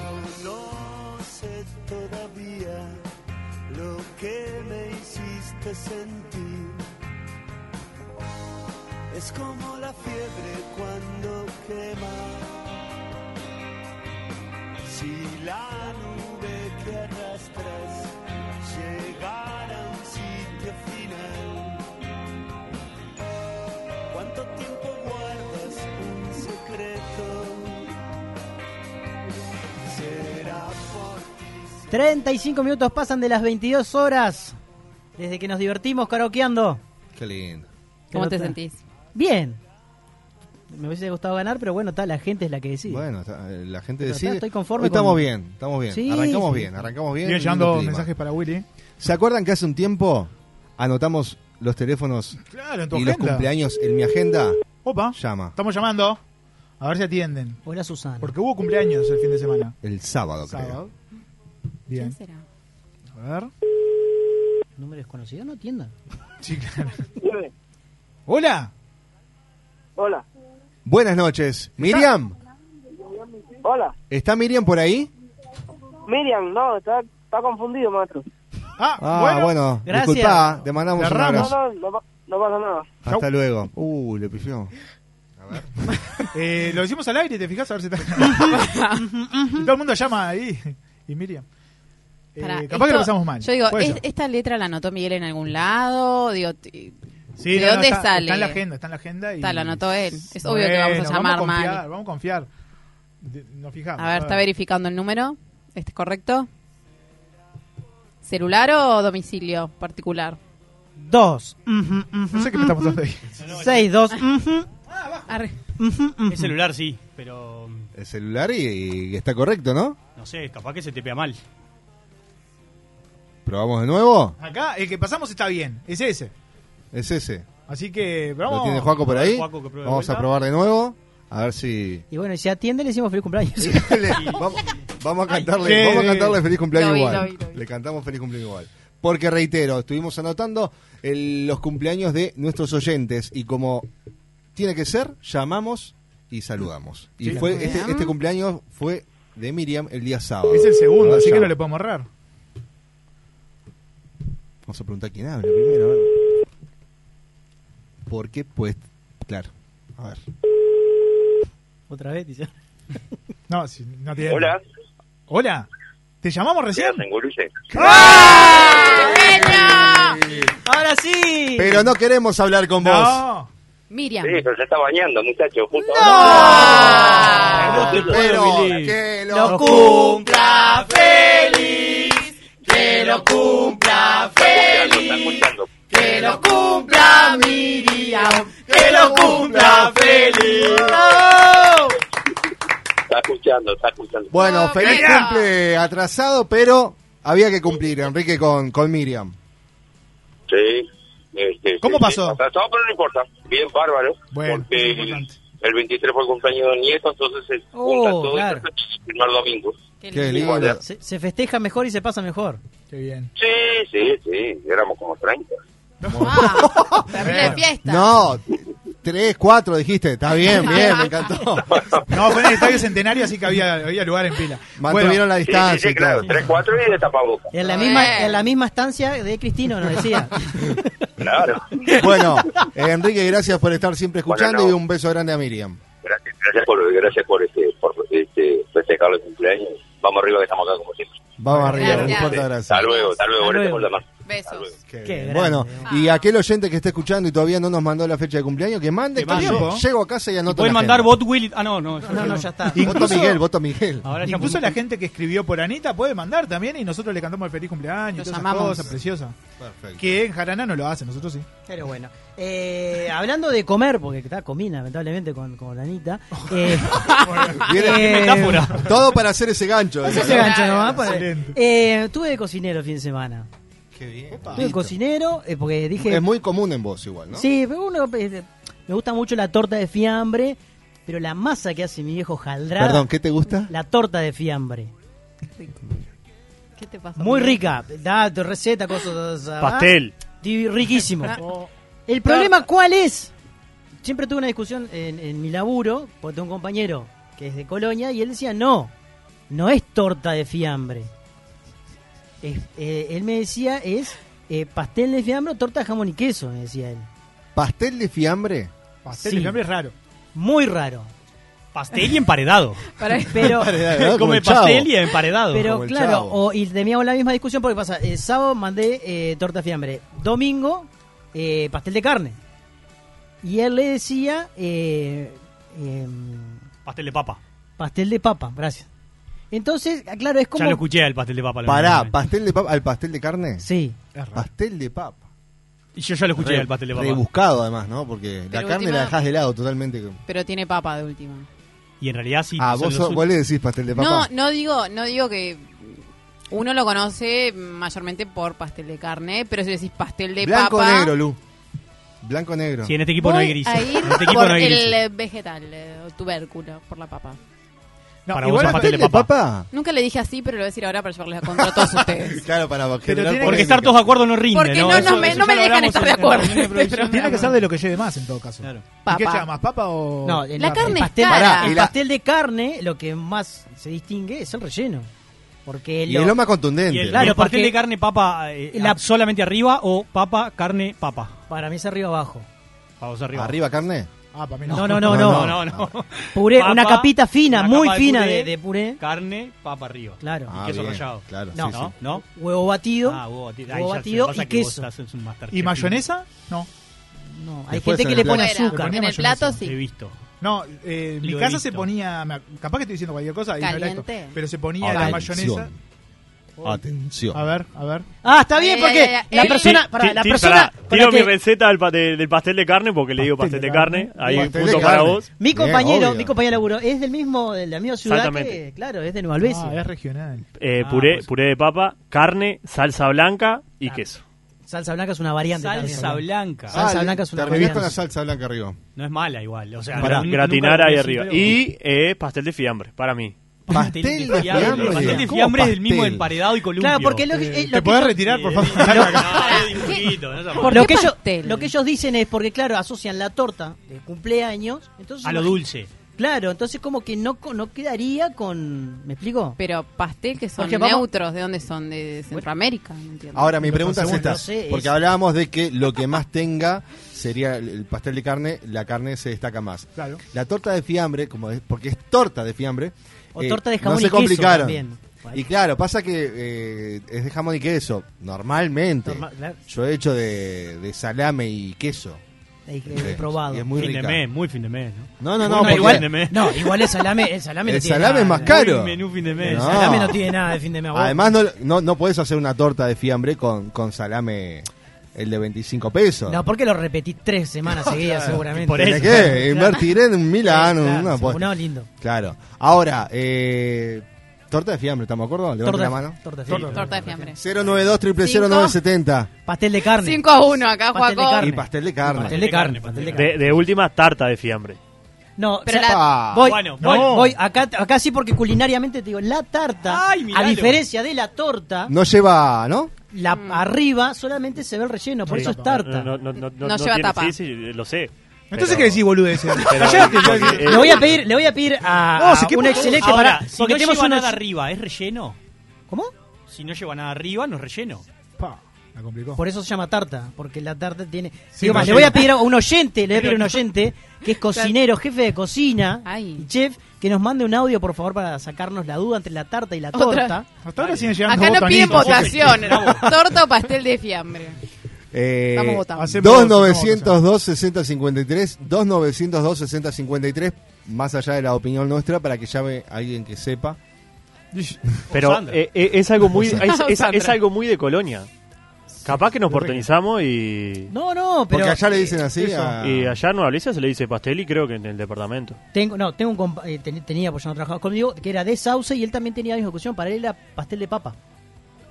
[SPEAKER 6] Yo no sé todavía lo que me hiciste sentir. Es como la fiebre cuando quema. Si la nube que arrastras llegara a un sitio final, ¿cuánto tiempo guardas un secreto? Será por
[SPEAKER 9] 35 minutos pasan de las 22 horas desde que nos divertimos karaokeando.
[SPEAKER 1] Qué lindo.
[SPEAKER 7] ¿Cómo te
[SPEAKER 9] Pelota.
[SPEAKER 7] sentís?
[SPEAKER 9] Bien. Me hubiese gustado ganar, pero bueno, está la gente es la que decide.
[SPEAKER 1] Bueno, está- eh, la gente
[SPEAKER 9] Pero
[SPEAKER 1] decide.
[SPEAKER 9] está, estoy conforme
[SPEAKER 1] Hoy estamos
[SPEAKER 9] con-
[SPEAKER 1] bien, estamos bien.
[SPEAKER 9] Sí,
[SPEAKER 1] arrancamos
[SPEAKER 9] sí.
[SPEAKER 1] bien, arrancamos bien.
[SPEAKER 8] Bien,
[SPEAKER 1] lindo
[SPEAKER 8] llevando
[SPEAKER 1] clima.
[SPEAKER 8] mensajes para Willy.
[SPEAKER 1] ¿Se acuerdan que hace un tiempo anotamos los teléfonos
[SPEAKER 8] Claro, en tu
[SPEAKER 1] y los
[SPEAKER 8] agenda.
[SPEAKER 1] cumpleaños en mi agenda?
[SPEAKER 8] Opa,
[SPEAKER 1] Llama.
[SPEAKER 8] estamos llamando. A ver si atienden.
[SPEAKER 9] Hola, Susana.
[SPEAKER 8] Porque hubo cumpleaños el fin de semana.
[SPEAKER 1] El sábado, creo.
[SPEAKER 8] Sábado. Bien.
[SPEAKER 7] será?
[SPEAKER 8] A ver.
[SPEAKER 9] Número desconocido, no atiendan.
[SPEAKER 8] Sí, claro. Hola.
[SPEAKER 25] Hola.
[SPEAKER 1] Buenas noches. Miriam,
[SPEAKER 25] Hola.
[SPEAKER 1] ¿está Miriam por ahí?
[SPEAKER 25] Miriam, no, está, está confundido, maestro.
[SPEAKER 8] Ah,
[SPEAKER 1] Ah, bueno,
[SPEAKER 25] gracias.
[SPEAKER 1] disculpa, te mandamos un
[SPEAKER 25] no,
[SPEAKER 1] abrazo.
[SPEAKER 25] no, no, pa- no pasa nada.
[SPEAKER 1] Hasta luego. Uh, le pifió.
[SPEAKER 8] Eh, lo hicimos al aire, ¿te fijas? A ver si está. Y todo el mundo llama ahí. Y Miriam. Eh,
[SPEAKER 7] Pará,
[SPEAKER 8] capaz que
[SPEAKER 7] esto-
[SPEAKER 8] lo pasamos mal.
[SPEAKER 7] Yo digo,
[SPEAKER 8] Puede
[SPEAKER 7] ¿es-
[SPEAKER 8] ser.
[SPEAKER 7] ¿esta letra la anotó Miguel en algún lado? Digo, t-
[SPEAKER 8] Sí,
[SPEAKER 7] ¿De
[SPEAKER 8] no, no,
[SPEAKER 7] dónde
[SPEAKER 8] está-
[SPEAKER 7] sale?
[SPEAKER 8] Está en la agenda, está en la agenda. Y...
[SPEAKER 7] Está, lo anotó él. Es obvio que vamos a
[SPEAKER 8] Bueno,
[SPEAKER 7] llamar
[SPEAKER 8] vamos a confiar,
[SPEAKER 7] mal.
[SPEAKER 8] Vamos a confiar. De- Nos fijamos.
[SPEAKER 7] A ver, está verificando el número. ¿Este es correcto? ¿Celular o domicilio particular?
[SPEAKER 9] Dos.
[SPEAKER 8] No sé qué me está pasando ahí.
[SPEAKER 9] Seis, dos.
[SPEAKER 7] Ah. Arre.
[SPEAKER 4] El celular sí, pero
[SPEAKER 1] El celular y, y está correcto, ¿no?
[SPEAKER 4] no sé, capaz que se te pega mal.
[SPEAKER 1] ¿Probamos de nuevo?
[SPEAKER 8] Acá, el que pasamos está bien. Es ese.
[SPEAKER 1] Es ese.
[SPEAKER 8] Así que, pero
[SPEAKER 1] ¿Lo
[SPEAKER 8] vamos.
[SPEAKER 1] tiene Juaco por ahí?
[SPEAKER 8] Juaco que pruebe de
[SPEAKER 1] Vamos a
[SPEAKER 8] vuelta.
[SPEAKER 1] probar de nuevo. A ver si.
[SPEAKER 9] Y bueno, y si atiende, le decimos feliz cumpleaños.
[SPEAKER 1] vamos, vamos a cantarle,
[SPEAKER 9] Ay, qué-
[SPEAKER 1] vamos a cantarle feliz cumpleaños
[SPEAKER 9] Lo vi,
[SPEAKER 1] igual.
[SPEAKER 9] lo vi, lo
[SPEAKER 1] Le cantamos feliz cumpleaños igual. Porque reitero, estuvimos anotando el- los cumpleaños de nuestros oyentes y como tiene que ser, llamamos y saludamos. Y
[SPEAKER 8] Sí.
[SPEAKER 1] fue este,
[SPEAKER 8] Bien.
[SPEAKER 1] este cumpleaños fue de Miriam el día sábado.
[SPEAKER 8] Es el segundo, así que no
[SPEAKER 1] no
[SPEAKER 8] le podemos ahorrar.
[SPEAKER 1] Vamos a preguntar quién habla primero. a ver. Porque, pues, claro. A ver.
[SPEAKER 4] Otra vez, dice.
[SPEAKER 8] No, si no tiene.
[SPEAKER 4] Hola.
[SPEAKER 8] Hola. ¿Te llamamos recién?
[SPEAKER 4] Ahora sí.
[SPEAKER 1] Pero no queremos hablar con vos.
[SPEAKER 7] Miriam.
[SPEAKER 26] Sí, pero se está bañando, muchacho. Justo
[SPEAKER 1] Ah, Pero
[SPEAKER 26] que
[SPEAKER 1] lo
[SPEAKER 26] cumpla feliz.
[SPEAKER 27] Que lo cumpla feliz. Que lo cumpla Miriam. Que lo cumpla feliz.
[SPEAKER 26] Está escuchando, está escuchando.
[SPEAKER 1] Bueno, feliz cumple atrasado, pero había que cumplir, Enrique, con, con Miriam.
[SPEAKER 26] Sí. Este,
[SPEAKER 1] ¿Cómo
[SPEAKER 26] sí,
[SPEAKER 1] pasó?
[SPEAKER 26] sí, atrasado, pero no importa. Bien, bárbaro.
[SPEAKER 1] Bueno,
[SPEAKER 26] porque el 23 fue el cumpleaños de nieto, entonces se junta todo
[SPEAKER 4] claro.
[SPEAKER 26] esto el primer domingo.
[SPEAKER 1] Oh, Qué lindo.
[SPEAKER 4] Se, se festeja mejor y se pasa mejor. Qué bien.
[SPEAKER 26] Sí, sí, sí. Éramos como 30.
[SPEAKER 1] Bueno. No, tres, cuatro dijiste. Está bien, bien, me encantó.
[SPEAKER 8] No, fue en el estadio centenario, así que había, había lugar en pila.
[SPEAKER 1] Mantuvieron la distancia.
[SPEAKER 26] Sí, sí, claro. 3, 4 y de tapabocas.
[SPEAKER 9] En la, misma, en la misma estancia de Cristino, nos decía.
[SPEAKER 26] Claro.
[SPEAKER 1] Bueno, eh, Enrique, gracias por estar siempre escuchando
[SPEAKER 26] Bueno, no.
[SPEAKER 1] y un beso grande a Miriam.
[SPEAKER 26] Gracias, gracias por, gracias por este, por este festejar el cumpleaños. Vamos arriba que estamos acá como siempre.
[SPEAKER 1] Vamos arriba,
[SPEAKER 26] Gracias.
[SPEAKER 1] no importa, gracias.
[SPEAKER 26] Hasta luego, hasta luego,
[SPEAKER 1] Hasta
[SPEAKER 26] gracias
[SPEAKER 1] luego.
[SPEAKER 26] por llamar.
[SPEAKER 5] Besos.
[SPEAKER 1] Bueno, y aquel oyente que está escuchando y todavía no nos mandó la fecha de cumpleaños, que mande,
[SPEAKER 4] Que
[SPEAKER 1] que
[SPEAKER 4] mande.
[SPEAKER 1] yo llego a casa y anoto
[SPEAKER 4] Pueden
[SPEAKER 1] la
[SPEAKER 4] mandar
[SPEAKER 1] agenda.
[SPEAKER 4] bot Will. Ah, no, no.
[SPEAKER 8] no, ya está.
[SPEAKER 1] Voto Miguel, voto Miguel.
[SPEAKER 4] Ahora ya
[SPEAKER 8] Incluso
[SPEAKER 4] pusimos-
[SPEAKER 8] la gente que escribió por Anita puede mandar también y nosotros le cantamos el feliz cumpleaños,
[SPEAKER 9] Lo
[SPEAKER 8] todas esas
[SPEAKER 9] llamamos.
[SPEAKER 8] cosas preciosas.
[SPEAKER 1] Perfecto.
[SPEAKER 8] Que en Jarana no lo hacen, nosotros sí.
[SPEAKER 9] Pero bueno, eh, hablando de comer, porque está comida lamentablemente con, con Anita. eh, eh,
[SPEAKER 1] Todo para hacer ese gancho.
[SPEAKER 9] Ese
[SPEAKER 1] digamos.
[SPEAKER 9] gancho nomás, pues.
[SPEAKER 1] Excelente.
[SPEAKER 9] Eh, tuve de cocinero el fin de semana.
[SPEAKER 1] Qué bien.
[SPEAKER 9] Tuve de cocinero eh, porque dije.
[SPEAKER 1] Es muy común en vos igual, ¿no?
[SPEAKER 9] Sí, pero uno, eh, me gusta mucho la torta de fiambre, pero la masa que hace mi viejo Jaldrada.
[SPEAKER 1] Perdón, ¿qué te gusta?
[SPEAKER 9] La torta de fiambre.
[SPEAKER 7] ¿Qué te pasa?
[SPEAKER 9] Muy rica. Da tu receta, cosas. ¿verdad?
[SPEAKER 4] Pastel.
[SPEAKER 9] Di- Riquísimo. El problema, ¿cuál es? Siempre tuve una discusión en, en mi laburo, porque tengo un compañero que es de Colonia, y él decía, no, no es torta de fiambre. Es- eh, él me decía, es eh, pastel de fiambre o torta de jamón y queso, me decía él.
[SPEAKER 1] ¿Pastel de fiambre?
[SPEAKER 8] Pastel de fiambre es raro.
[SPEAKER 9] Muy raro.
[SPEAKER 4] Pastel y emparedado.
[SPEAKER 9] Para- Pero- Emparedado,
[SPEAKER 1] como
[SPEAKER 4] Come
[SPEAKER 1] el chavo.
[SPEAKER 4] pastel y emparedado.
[SPEAKER 9] Pero claro, o, y teníamos la misma discusión porque pasa, el sábado mandé eh, torta fiambre, domingo eh, pastel de carne. Y él le decía eh, em,
[SPEAKER 4] Pastel de papa.
[SPEAKER 9] pastel de papa, gracias. Entonces, ah, claro, es
[SPEAKER 4] Ya
[SPEAKER 9] como...
[SPEAKER 4] lo escuché al pastel de papa. la
[SPEAKER 1] Pará,
[SPEAKER 4] verdad.
[SPEAKER 1] ¿pastel de papa al pastel de carne?
[SPEAKER 9] Sí.
[SPEAKER 1] Pastel de papa.
[SPEAKER 4] Y yo ya lo escuché al pastel de papa.
[SPEAKER 1] Rebuscado además, ¿no? Porque la
[SPEAKER 7] Pero
[SPEAKER 1] carne
[SPEAKER 7] última-
[SPEAKER 1] la dejás de lado totalmente.
[SPEAKER 7] Pero tiene papa de última.
[SPEAKER 4] Y en realidad sí.
[SPEAKER 1] ah,
[SPEAKER 4] son
[SPEAKER 1] vos,
[SPEAKER 4] los
[SPEAKER 1] sos-
[SPEAKER 4] ul-
[SPEAKER 1] vos le decís pastel de papa.
[SPEAKER 7] No, no digo, no digo que uno lo conoce mayormente por pastel de carne, pero si decís pastel de
[SPEAKER 1] Blanco
[SPEAKER 7] papa,
[SPEAKER 1] o negro, Lu. Blanco o negro.
[SPEAKER 4] Sí, en este equipo no hay
[SPEAKER 7] voy
[SPEAKER 4] gris.
[SPEAKER 7] a ir
[SPEAKER 4] En este equipo
[SPEAKER 7] por
[SPEAKER 4] no hay gris.
[SPEAKER 7] el eh, vegetal, eh, o tubérculo, por la papa.
[SPEAKER 4] Para
[SPEAKER 1] igual
[SPEAKER 4] vos es
[SPEAKER 1] el
[SPEAKER 4] pastel de papa.
[SPEAKER 7] Nunca le dije así, pero lo voy a decir ahora para llevarles la contra a todos ustedes.
[SPEAKER 1] Claro, para generar
[SPEAKER 8] tiene que-
[SPEAKER 4] Porque estar todos de acuerdo no rinde.
[SPEAKER 7] Porque no, no
[SPEAKER 4] Eso-
[SPEAKER 7] me-
[SPEAKER 4] eso
[SPEAKER 7] no me
[SPEAKER 4] ya lo
[SPEAKER 7] dejan
[SPEAKER 4] hablamos
[SPEAKER 7] estar de
[SPEAKER 4] en-
[SPEAKER 7] acuerdo.
[SPEAKER 4] en- en- en- en-
[SPEAKER 8] Tiene que ser de lo que lleve más en todo caso. ¿Y qué
[SPEAKER 9] Papa.
[SPEAKER 8] lleva más, papa o...?
[SPEAKER 9] No, el,
[SPEAKER 7] La
[SPEAKER 9] el
[SPEAKER 7] carne es
[SPEAKER 9] pastel,
[SPEAKER 7] cara. Pará,
[SPEAKER 9] el
[SPEAKER 7] y la-
[SPEAKER 9] pastel de carne lo que más se distingue es el relleno. Porque
[SPEAKER 1] Y es lo más contundente.
[SPEAKER 4] Y el,
[SPEAKER 9] Claro,
[SPEAKER 4] y el pastel
[SPEAKER 9] porque-
[SPEAKER 4] de carne papa eh,
[SPEAKER 9] La-
[SPEAKER 4] solamente arriba o papa, carne, papa.
[SPEAKER 9] Para mí es arriba abajo.
[SPEAKER 4] Para vos arriba.
[SPEAKER 1] ¿Arriba carne?
[SPEAKER 8] Ah, para mí
[SPEAKER 9] No, no, no, no.
[SPEAKER 4] no, no, no.
[SPEAKER 9] Puré, una
[SPEAKER 4] Papa,
[SPEAKER 9] capita fina,
[SPEAKER 4] una
[SPEAKER 9] muy
[SPEAKER 4] capa de
[SPEAKER 9] fina
[SPEAKER 4] puré,
[SPEAKER 9] de, de puré.
[SPEAKER 4] Carne, papa arriba.
[SPEAKER 9] Claro.
[SPEAKER 4] Y queso rallado.
[SPEAKER 1] Ah, Claro,
[SPEAKER 9] No.
[SPEAKER 1] sí,
[SPEAKER 4] ¿No?
[SPEAKER 1] sí.
[SPEAKER 4] ¿No?
[SPEAKER 9] Huevo batido.
[SPEAKER 4] Ah, huevo batido. Ahí
[SPEAKER 9] Huevo
[SPEAKER 4] ya se
[SPEAKER 9] batido
[SPEAKER 4] pasa
[SPEAKER 9] y
[SPEAKER 4] que vos
[SPEAKER 9] queso.
[SPEAKER 4] haces un Masterchef.
[SPEAKER 8] ¿Y mayonesa? No.
[SPEAKER 9] No, hay
[SPEAKER 1] Después
[SPEAKER 9] gente
[SPEAKER 1] en
[SPEAKER 9] que
[SPEAKER 1] el
[SPEAKER 9] le pone
[SPEAKER 1] plato.
[SPEAKER 9] azúcar.
[SPEAKER 8] En el plato, sí.
[SPEAKER 4] He visto.
[SPEAKER 8] No, eh, en mi
[SPEAKER 4] Lo he
[SPEAKER 8] casa se
[SPEAKER 4] visto.
[SPEAKER 8] ponía... me ac- Capaz que estoy diciendo cualquier cosa. y no era esto,
[SPEAKER 7] Caliente.
[SPEAKER 8] pero se ponía la mayonesa.
[SPEAKER 1] Atención. Atención.
[SPEAKER 8] A ver, a ver.
[SPEAKER 9] Ah, está
[SPEAKER 28] Eh,
[SPEAKER 9] bien, porque
[SPEAKER 7] Ay, ay, ay,
[SPEAKER 9] la
[SPEAKER 7] ay.
[SPEAKER 9] persona. Pará,
[SPEAKER 28] Ti-
[SPEAKER 9] la
[SPEAKER 28] ti-
[SPEAKER 9] persona.
[SPEAKER 28] eh, pará,
[SPEAKER 9] para
[SPEAKER 28] tiro
[SPEAKER 9] que-
[SPEAKER 28] mi receta del, pa- de- del pastel de carne porque le digo pastel de carne. Ahí
[SPEAKER 1] Pastel
[SPEAKER 28] punto
[SPEAKER 1] de
[SPEAKER 28] para
[SPEAKER 1] carne.
[SPEAKER 28] vos.
[SPEAKER 9] mi
[SPEAKER 1] Bien,
[SPEAKER 9] compañero,
[SPEAKER 1] obvio.
[SPEAKER 9] mi compañero laburo es del mismo, de la misma ciudad que,
[SPEAKER 28] Exactamente.
[SPEAKER 9] claro, es de Nueva Albesia.
[SPEAKER 8] Ah, es regional.
[SPEAKER 28] Eh,
[SPEAKER 9] Ah,
[SPEAKER 28] puré,
[SPEAKER 9] pues.
[SPEAKER 28] puré de papa, carne, salsa blanca y queso.
[SPEAKER 9] Salsa blanca es una variante.
[SPEAKER 4] Salsa
[SPEAKER 9] también.
[SPEAKER 4] blanca.
[SPEAKER 9] Salsa
[SPEAKER 1] Ah,
[SPEAKER 9] blanca es una
[SPEAKER 1] te revés
[SPEAKER 9] variante.
[SPEAKER 1] con la salsa blanca arriba.
[SPEAKER 4] No es mala igual. O sea,
[SPEAKER 28] Para
[SPEAKER 4] nun-
[SPEAKER 28] gratinar
[SPEAKER 4] nunca lo
[SPEAKER 28] ahí
[SPEAKER 4] conocí,
[SPEAKER 28] arriba.
[SPEAKER 4] pero-
[SPEAKER 28] Y eh, pastel de fiambre, para mí.
[SPEAKER 1] Pastel de
[SPEAKER 4] de
[SPEAKER 1] fiambre.
[SPEAKER 4] fiambre. El pastel de
[SPEAKER 1] ¿Cómo
[SPEAKER 4] fiambre es el mismo
[SPEAKER 1] pastel?
[SPEAKER 4] emparedado y columpio.
[SPEAKER 9] Claro, porque lo, eh, lo
[SPEAKER 8] ¿Te
[SPEAKER 9] que
[SPEAKER 8] podés
[SPEAKER 9] yo-
[SPEAKER 8] retirar, por favor?
[SPEAKER 9] Por lo, que ellos, lo que ellos dicen es porque, claro, asocian la torta de cumpleaños entonces
[SPEAKER 4] A lo dulce.
[SPEAKER 9] Claro, entonces como que no, co- no quedaría con... ¿Me explico?
[SPEAKER 2] Pero pastel que son
[SPEAKER 9] Porque vamos-
[SPEAKER 2] neutros, ¿de dónde son? De, de Centroamérica, no entiendo.
[SPEAKER 1] Ahora, mi pregunta es
[SPEAKER 9] consumos,
[SPEAKER 1] esta,
[SPEAKER 9] no sé, es-
[SPEAKER 1] porque hablábamos de que lo que más tenga sería el el pastel de carne, la carne se destaca más.
[SPEAKER 9] Claro.
[SPEAKER 1] La torta de fiambre, como es, porque es torta de fiambre. eh,
[SPEAKER 9] O torta de jamón
[SPEAKER 1] no
[SPEAKER 9] y
[SPEAKER 1] se
[SPEAKER 9] queso
[SPEAKER 1] complicaron.
[SPEAKER 9] también.
[SPEAKER 1] Y claro, pasa que eh, es de jamón y queso, normalmente.
[SPEAKER 9] Normal, claro.
[SPEAKER 1] Yo he hecho de, de salame y queso.
[SPEAKER 9] Ahí, eh,
[SPEAKER 1] Sí,
[SPEAKER 9] probado.
[SPEAKER 1] y es muy
[SPEAKER 28] fin
[SPEAKER 1] rica.
[SPEAKER 28] de mes, muy fin de mes.
[SPEAKER 1] No, no, no,
[SPEAKER 9] No,
[SPEAKER 1] porque-
[SPEAKER 9] igual, no, igual el salame, el salame, no
[SPEAKER 1] El
[SPEAKER 9] tiene
[SPEAKER 1] salame
[SPEAKER 9] nada.
[SPEAKER 1] es más caro.
[SPEAKER 28] menú fin de mes.
[SPEAKER 9] El
[SPEAKER 1] No.
[SPEAKER 9] salame no tiene nada de fin de mes. vos.
[SPEAKER 1] Además, no, no, no podés hacer una torta de fiambre con, con salame, el de 25 pesos.
[SPEAKER 9] No, porque lo repetí tres semanas seguidas seguramente.
[SPEAKER 1] ¿Tenés que invertir en Milán.
[SPEAKER 9] Claro, sí,
[SPEAKER 1] una apuesta.
[SPEAKER 9] uno lindo.
[SPEAKER 1] Claro. Ahora, eh, torta de fiambre, ¿estamos de acuerdo? Levanta
[SPEAKER 9] Torta
[SPEAKER 1] la
[SPEAKER 9] de-
[SPEAKER 1] mano.
[SPEAKER 9] torta de
[SPEAKER 2] Sí, torta de fiambre.
[SPEAKER 1] 092 0970
[SPEAKER 9] Pastel de carne.
[SPEAKER 2] 5 a 1 acá,
[SPEAKER 9] Pastel de
[SPEAKER 2] Joaco.
[SPEAKER 9] carne.
[SPEAKER 1] Y pastel de carne.
[SPEAKER 9] Pastel de carne, pastel de carne.
[SPEAKER 28] De, de última, tarta de fiambre.
[SPEAKER 9] No,
[SPEAKER 2] Pero
[SPEAKER 9] pero
[SPEAKER 1] la-
[SPEAKER 9] voy,
[SPEAKER 28] Bueno,
[SPEAKER 9] voy,
[SPEAKER 28] no.
[SPEAKER 9] voy, acá, acá sí porque culinariamente te digo, la tarta, a
[SPEAKER 28] miralo.
[SPEAKER 9] diferencia de la torta,
[SPEAKER 1] No lleva, ¿no?
[SPEAKER 9] la
[SPEAKER 2] Mm.
[SPEAKER 9] arriba solamente se ve el relleno, por
[SPEAKER 28] Sí.
[SPEAKER 9] eso es tarta.
[SPEAKER 28] No, no, no, no,
[SPEAKER 2] No lleva
[SPEAKER 28] tiene-
[SPEAKER 2] tapa.
[SPEAKER 28] Sí, sí, lo sé.
[SPEAKER 8] Entonces,
[SPEAKER 28] Pero-
[SPEAKER 8] ¿qué decís, boludez?
[SPEAKER 28] Pero-
[SPEAKER 8] Callate,
[SPEAKER 28] porque,
[SPEAKER 8] yo-
[SPEAKER 28] eh,
[SPEAKER 9] Le
[SPEAKER 2] Ah.
[SPEAKER 9] voy a pedir, le voy a pedir a,
[SPEAKER 8] No, se
[SPEAKER 9] a
[SPEAKER 8] quema
[SPEAKER 9] Ah, un
[SPEAKER 8] todo.
[SPEAKER 9] excelente
[SPEAKER 4] Ahora,
[SPEAKER 9] para
[SPEAKER 4] si no lleva
[SPEAKER 9] una-
[SPEAKER 4] nada arriba, ¿es relleno?
[SPEAKER 9] ¿Cómo?
[SPEAKER 4] Si no lleva nada arriba, no es relleno.
[SPEAKER 8] Pa, la complicó.
[SPEAKER 9] Por eso se llama tarta, porque la tarta tiene.
[SPEAKER 8] Sí,
[SPEAKER 9] Digo más, le
[SPEAKER 8] relleno.
[SPEAKER 9] voy a pedir a un oyente, le voy a pedir a un oyente que es cocinero, jefe de cocina
[SPEAKER 2] Ay.
[SPEAKER 9] y chef, que nos mande un audio, por favor, para sacarnos la duda entre la tarta y la
[SPEAKER 2] Otra.
[SPEAKER 9] torta.
[SPEAKER 8] Hasta ahora siguen llegando
[SPEAKER 2] Acá no piden
[SPEAKER 8] botanitos.
[SPEAKER 2] votación. Torta o pastel de fiambre.
[SPEAKER 1] Eh,
[SPEAKER 2] Estamos votando.
[SPEAKER 8] Hacemos-
[SPEAKER 1] 2902 6053 2902 6053 más allá de la opinión nuestra para que llame alguien que sepa
[SPEAKER 28] Pero
[SPEAKER 4] Sandra.
[SPEAKER 28] eh, eh, es algo muy es, es-
[SPEAKER 2] Sandra.
[SPEAKER 28] es algo muy de colonia. Capaz que nos porteñizamos y,
[SPEAKER 9] No, no, pero.
[SPEAKER 1] porque allá le
[SPEAKER 2] eh,
[SPEAKER 1] dicen así a-
[SPEAKER 28] y allá en Nueva Alicia se le dice pastel y creo que en el departamento.
[SPEAKER 9] Tengo, no, tengo un compa- eh, ten- tenía, pues yo no trabajaba conmigo, que era de sauce y él también tenía la misma discusión. Para él era pastel de papa,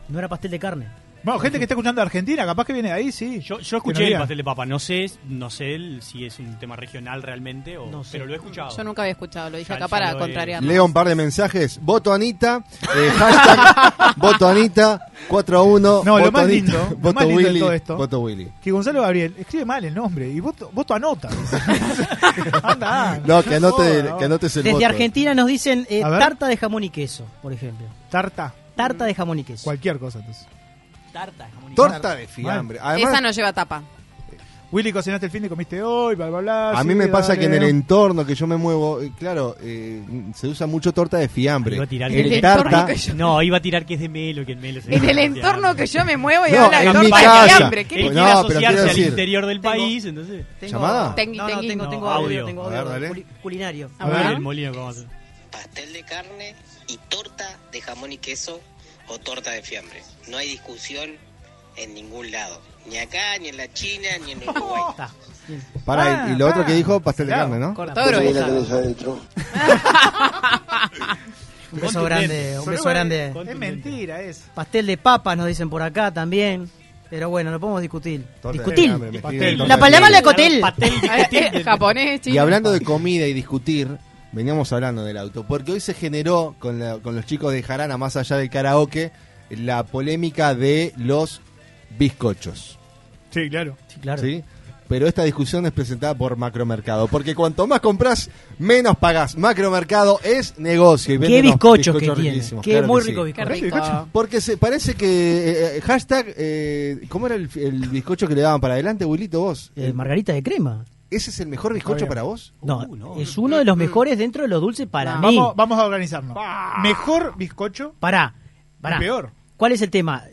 [SPEAKER 9] no era pastel de carne.
[SPEAKER 8] Bueno, gente que está escuchando de Argentina, capaz que viene de ahí, sí.
[SPEAKER 4] Yo, yo
[SPEAKER 8] Que no
[SPEAKER 4] escuché el
[SPEAKER 8] digan.
[SPEAKER 4] pastel de papa. No sé, no sé el- si es un tema regional realmente, o,
[SPEAKER 9] No sé.
[SPEAKER 4] pero lo he escuchado.
[SPEAKER 2] Yo nunca había escuchado, lo dije
[SPEAKER 4] Ya-
[SPEAKER 2] acá
[SPEAKER 4] ya
[SPEAKER 2] para
[SPEAKER 4] lo he-
[SPEAKER 2] contrariar.
[SPEAKER 1] leo un par de mensajes voto Anita eh, hashtag voto Anita 41
[SPEAKER 8] No, lo
[SPEAKER 1] voto
[SPEAKER 8] más
[SPEAKER 1] Anita,
[SPEAKER 8] lindo, lo
[SPEAKER 1] voto
[SPEAKER 8] más lindo de
[SPEAKER 1] Willy
[SPEAKER 8] todo esto.
[SPEAKER 1] voto Willy
[SPEAKER 8] Que Gonzalo Gabriel escribe mal el nombre y voto, voto anota. Anda,
[SPEAKER 1] no que anote
[SPEAKER 8] joda,
[SPEAKER 1] que anotes el
[SPEAKER 9] Desde
[SPEAKER 1] voto
[SPEAKER 9] Argentina nos dicen eh,
[SPEAKER 8] A ver.
[SPEAKER 9] tarta de jamón y queso, por ejemplo.
[SPEAKER 8] Tarta,
[SPEAKER 9] Tarta de jamón y queso.
[SPEAKER 8] cualquier cosa entonces.
[SPEAKER 4] Tarta, jamón y
[SPEAKER 1] torta de fiambre además
[SPEAKER 2] Esa no lleva tapa.
[SPEAKER 8] Willy, cocinaste el fin de comiste hoy, bla, bla, bla.
[SPEAKER 1] A
[SPEAKER 8] sí,
[SPEAKER 1] mí me pasa
[SPEAKER 8] dale.
[SPEAKER 1] que en el entorno que yo me muevo, eh, claro, eh, se usa mucho torta de fiambre.
[SPEAKER 4] Iba a tirar
[SPEAKER 1] El
[SPEAKER 4] que-
[SPEAKER 2] El
[SPEAKER 1] tarta,
[SPEAKER 2] entorno que yo-
[SPEAKER 4] No, iba a tirar que es de Melo, que el Melo se-
[SPEAKER 2] En el entorno que yo me muevo y
[SPEAKER 1] No,
[SPEAKER 2] habla de
[SPEAKER 1] en mi
[SPEAKER 2] torta de
[SPEAKER 1] casa.
[SPEAKER 2] fiambre. ¿Qué
[SPEAKER 4] Él
[SPEAKER 1] Pues
[SPEAKER 4] quiere
[SPEAKER 1] no, pero
[SPEAKER 4] asociarse
[SPEAKER 1] quiero
[SPEAKER 4] al
[SPEAKER 1] decir-
[SPEAKER 4] interior del
[SPEAKER 9] Tengo-
[SPEAKER 4] país, entonces.
[SPEAKER 9] Tengo-
[SPEAKER 1] ¿Llamada?
[SPEAKER 2] Tengui,
[SPEAKER 9] No, no,
[SPEAKER 2] tengui.
[SPEAKER 9] tengo, tengo
[SPEAKER 4] No,
[SPEAKER 9] audio,
[SPEAKER 4] audio.
[SPEAKER 9] tengo
[SPEAKER 1] A ver,
[SPEAKER 9] audio
[SPEAKER 1] dale.
[SPEAKER 9] culi- culinario.
[SPEAKER 2] A
[SPEAKER 4] A ver,
[SPEAKER 2] ver.
[SPEAKER 4] el molino que vamos a hacer.
[SPEAKER 29] pastel de carne y torta de jamón y queso o torta de fiambre. No hay discusión en ningún lado, ni acá, ni en la China, ni en Uruguay.
[SPEAKER 9] Oh, Está.
[SPEAKER 1] Pará, y- y lo otro
[SPEAKER 9] Ah.
[SPEAKER 1] que dijo, pastel de
[SPEAKER 8] Ah, Claro.
[SPEAKER 1] carne, ¿no?
[SPEAKER 2] Cortó gruesa.
[SPEAKER 9] Un beso grande, un beso grande.
[SPEAKER 8] Es mentira eso.
[SPEAKER 9] Pastel de papas nos dicen por acá también. Pero bueno, lo podemos discutir.
[SPEAKER 1] Torta de
[SPEAKER 9] discutir.
[SPEAKER 1] fiambre, me escriben
[SPEAKER 4] Discutil.
[SPEAKER 1] torta
[SPEAKER 9] La
[SPEAKER 1] de
[SPEAKER 9] palabra
[SPEAKER 1] fiambre.
[SPEAKER 9] de cotel.
[SPEAKER 4] Pastel de
[SPEAKER 2] Eh,
[SPEAKER 4] cotel.
[SPEAKER 2] eh, japonés, chino.
[SPEAKER 1] Y hablando de comida y discutir, veníamos hablando del auto, porque hoy se generó con, la- con los chicos de Jarana, más allá del karaoke, la polémica de los bizcochos.
[SPEAKER 8] Sí, claro.
[SPEAKER 9] Sí, claro.
[SPEAKER 1] ¿sí? Pero esta discusión es presentada por Macromercado, porque cuanto más compras, menos pagás. Macromercado es negocio. Y vende
[SPEAKER 9] Qué
[SPEAKER 1] unos
[SPEAKER 9] bizcochos que tiene.
[SPEAKER 1] riquísimos,
[SPEAKER 9] Qué
[SPEAKER 1] claro que
[SPEAKER 9] muy
[SPEAKER 1] sí.
[SPEAKER 9] rico
[SPEAKER 2] Qué
[SPEAKER 9] bizcocho.
[SPEAKER 2] rico.
[SPEAKER 1] Porque se parece que. eh, eh, hashtag. eh, ¿Cómo era el, el bizcocho que le daban para adelante, abuelito, vos?
[SPEAKER 9] Eh, margarita de crema.
[SPEAKER 1] ¿Ese es el mejor bizcocho
[SPEAKER 8] bien.
[SPEAKER 1] para vos?
[SPEAKER 9] No,
[SPEAKER 4] Uh, no.
[SPEAKER 9] es uno de los mejores dentro de los dulces para
[SPEAKER 2] No.
[SPEAKER 9] mí.
[SPEAKER 8] Vamos, vamos a organizarnos.
[SPEAKER 1] Ah.
[SPEAKER 8] Mejor bizcocho,
[SPEAKER 9] Pará, pará.
[SPEAKER 8] peor.
[SPEAKER 9] ¿Cuál es el tema?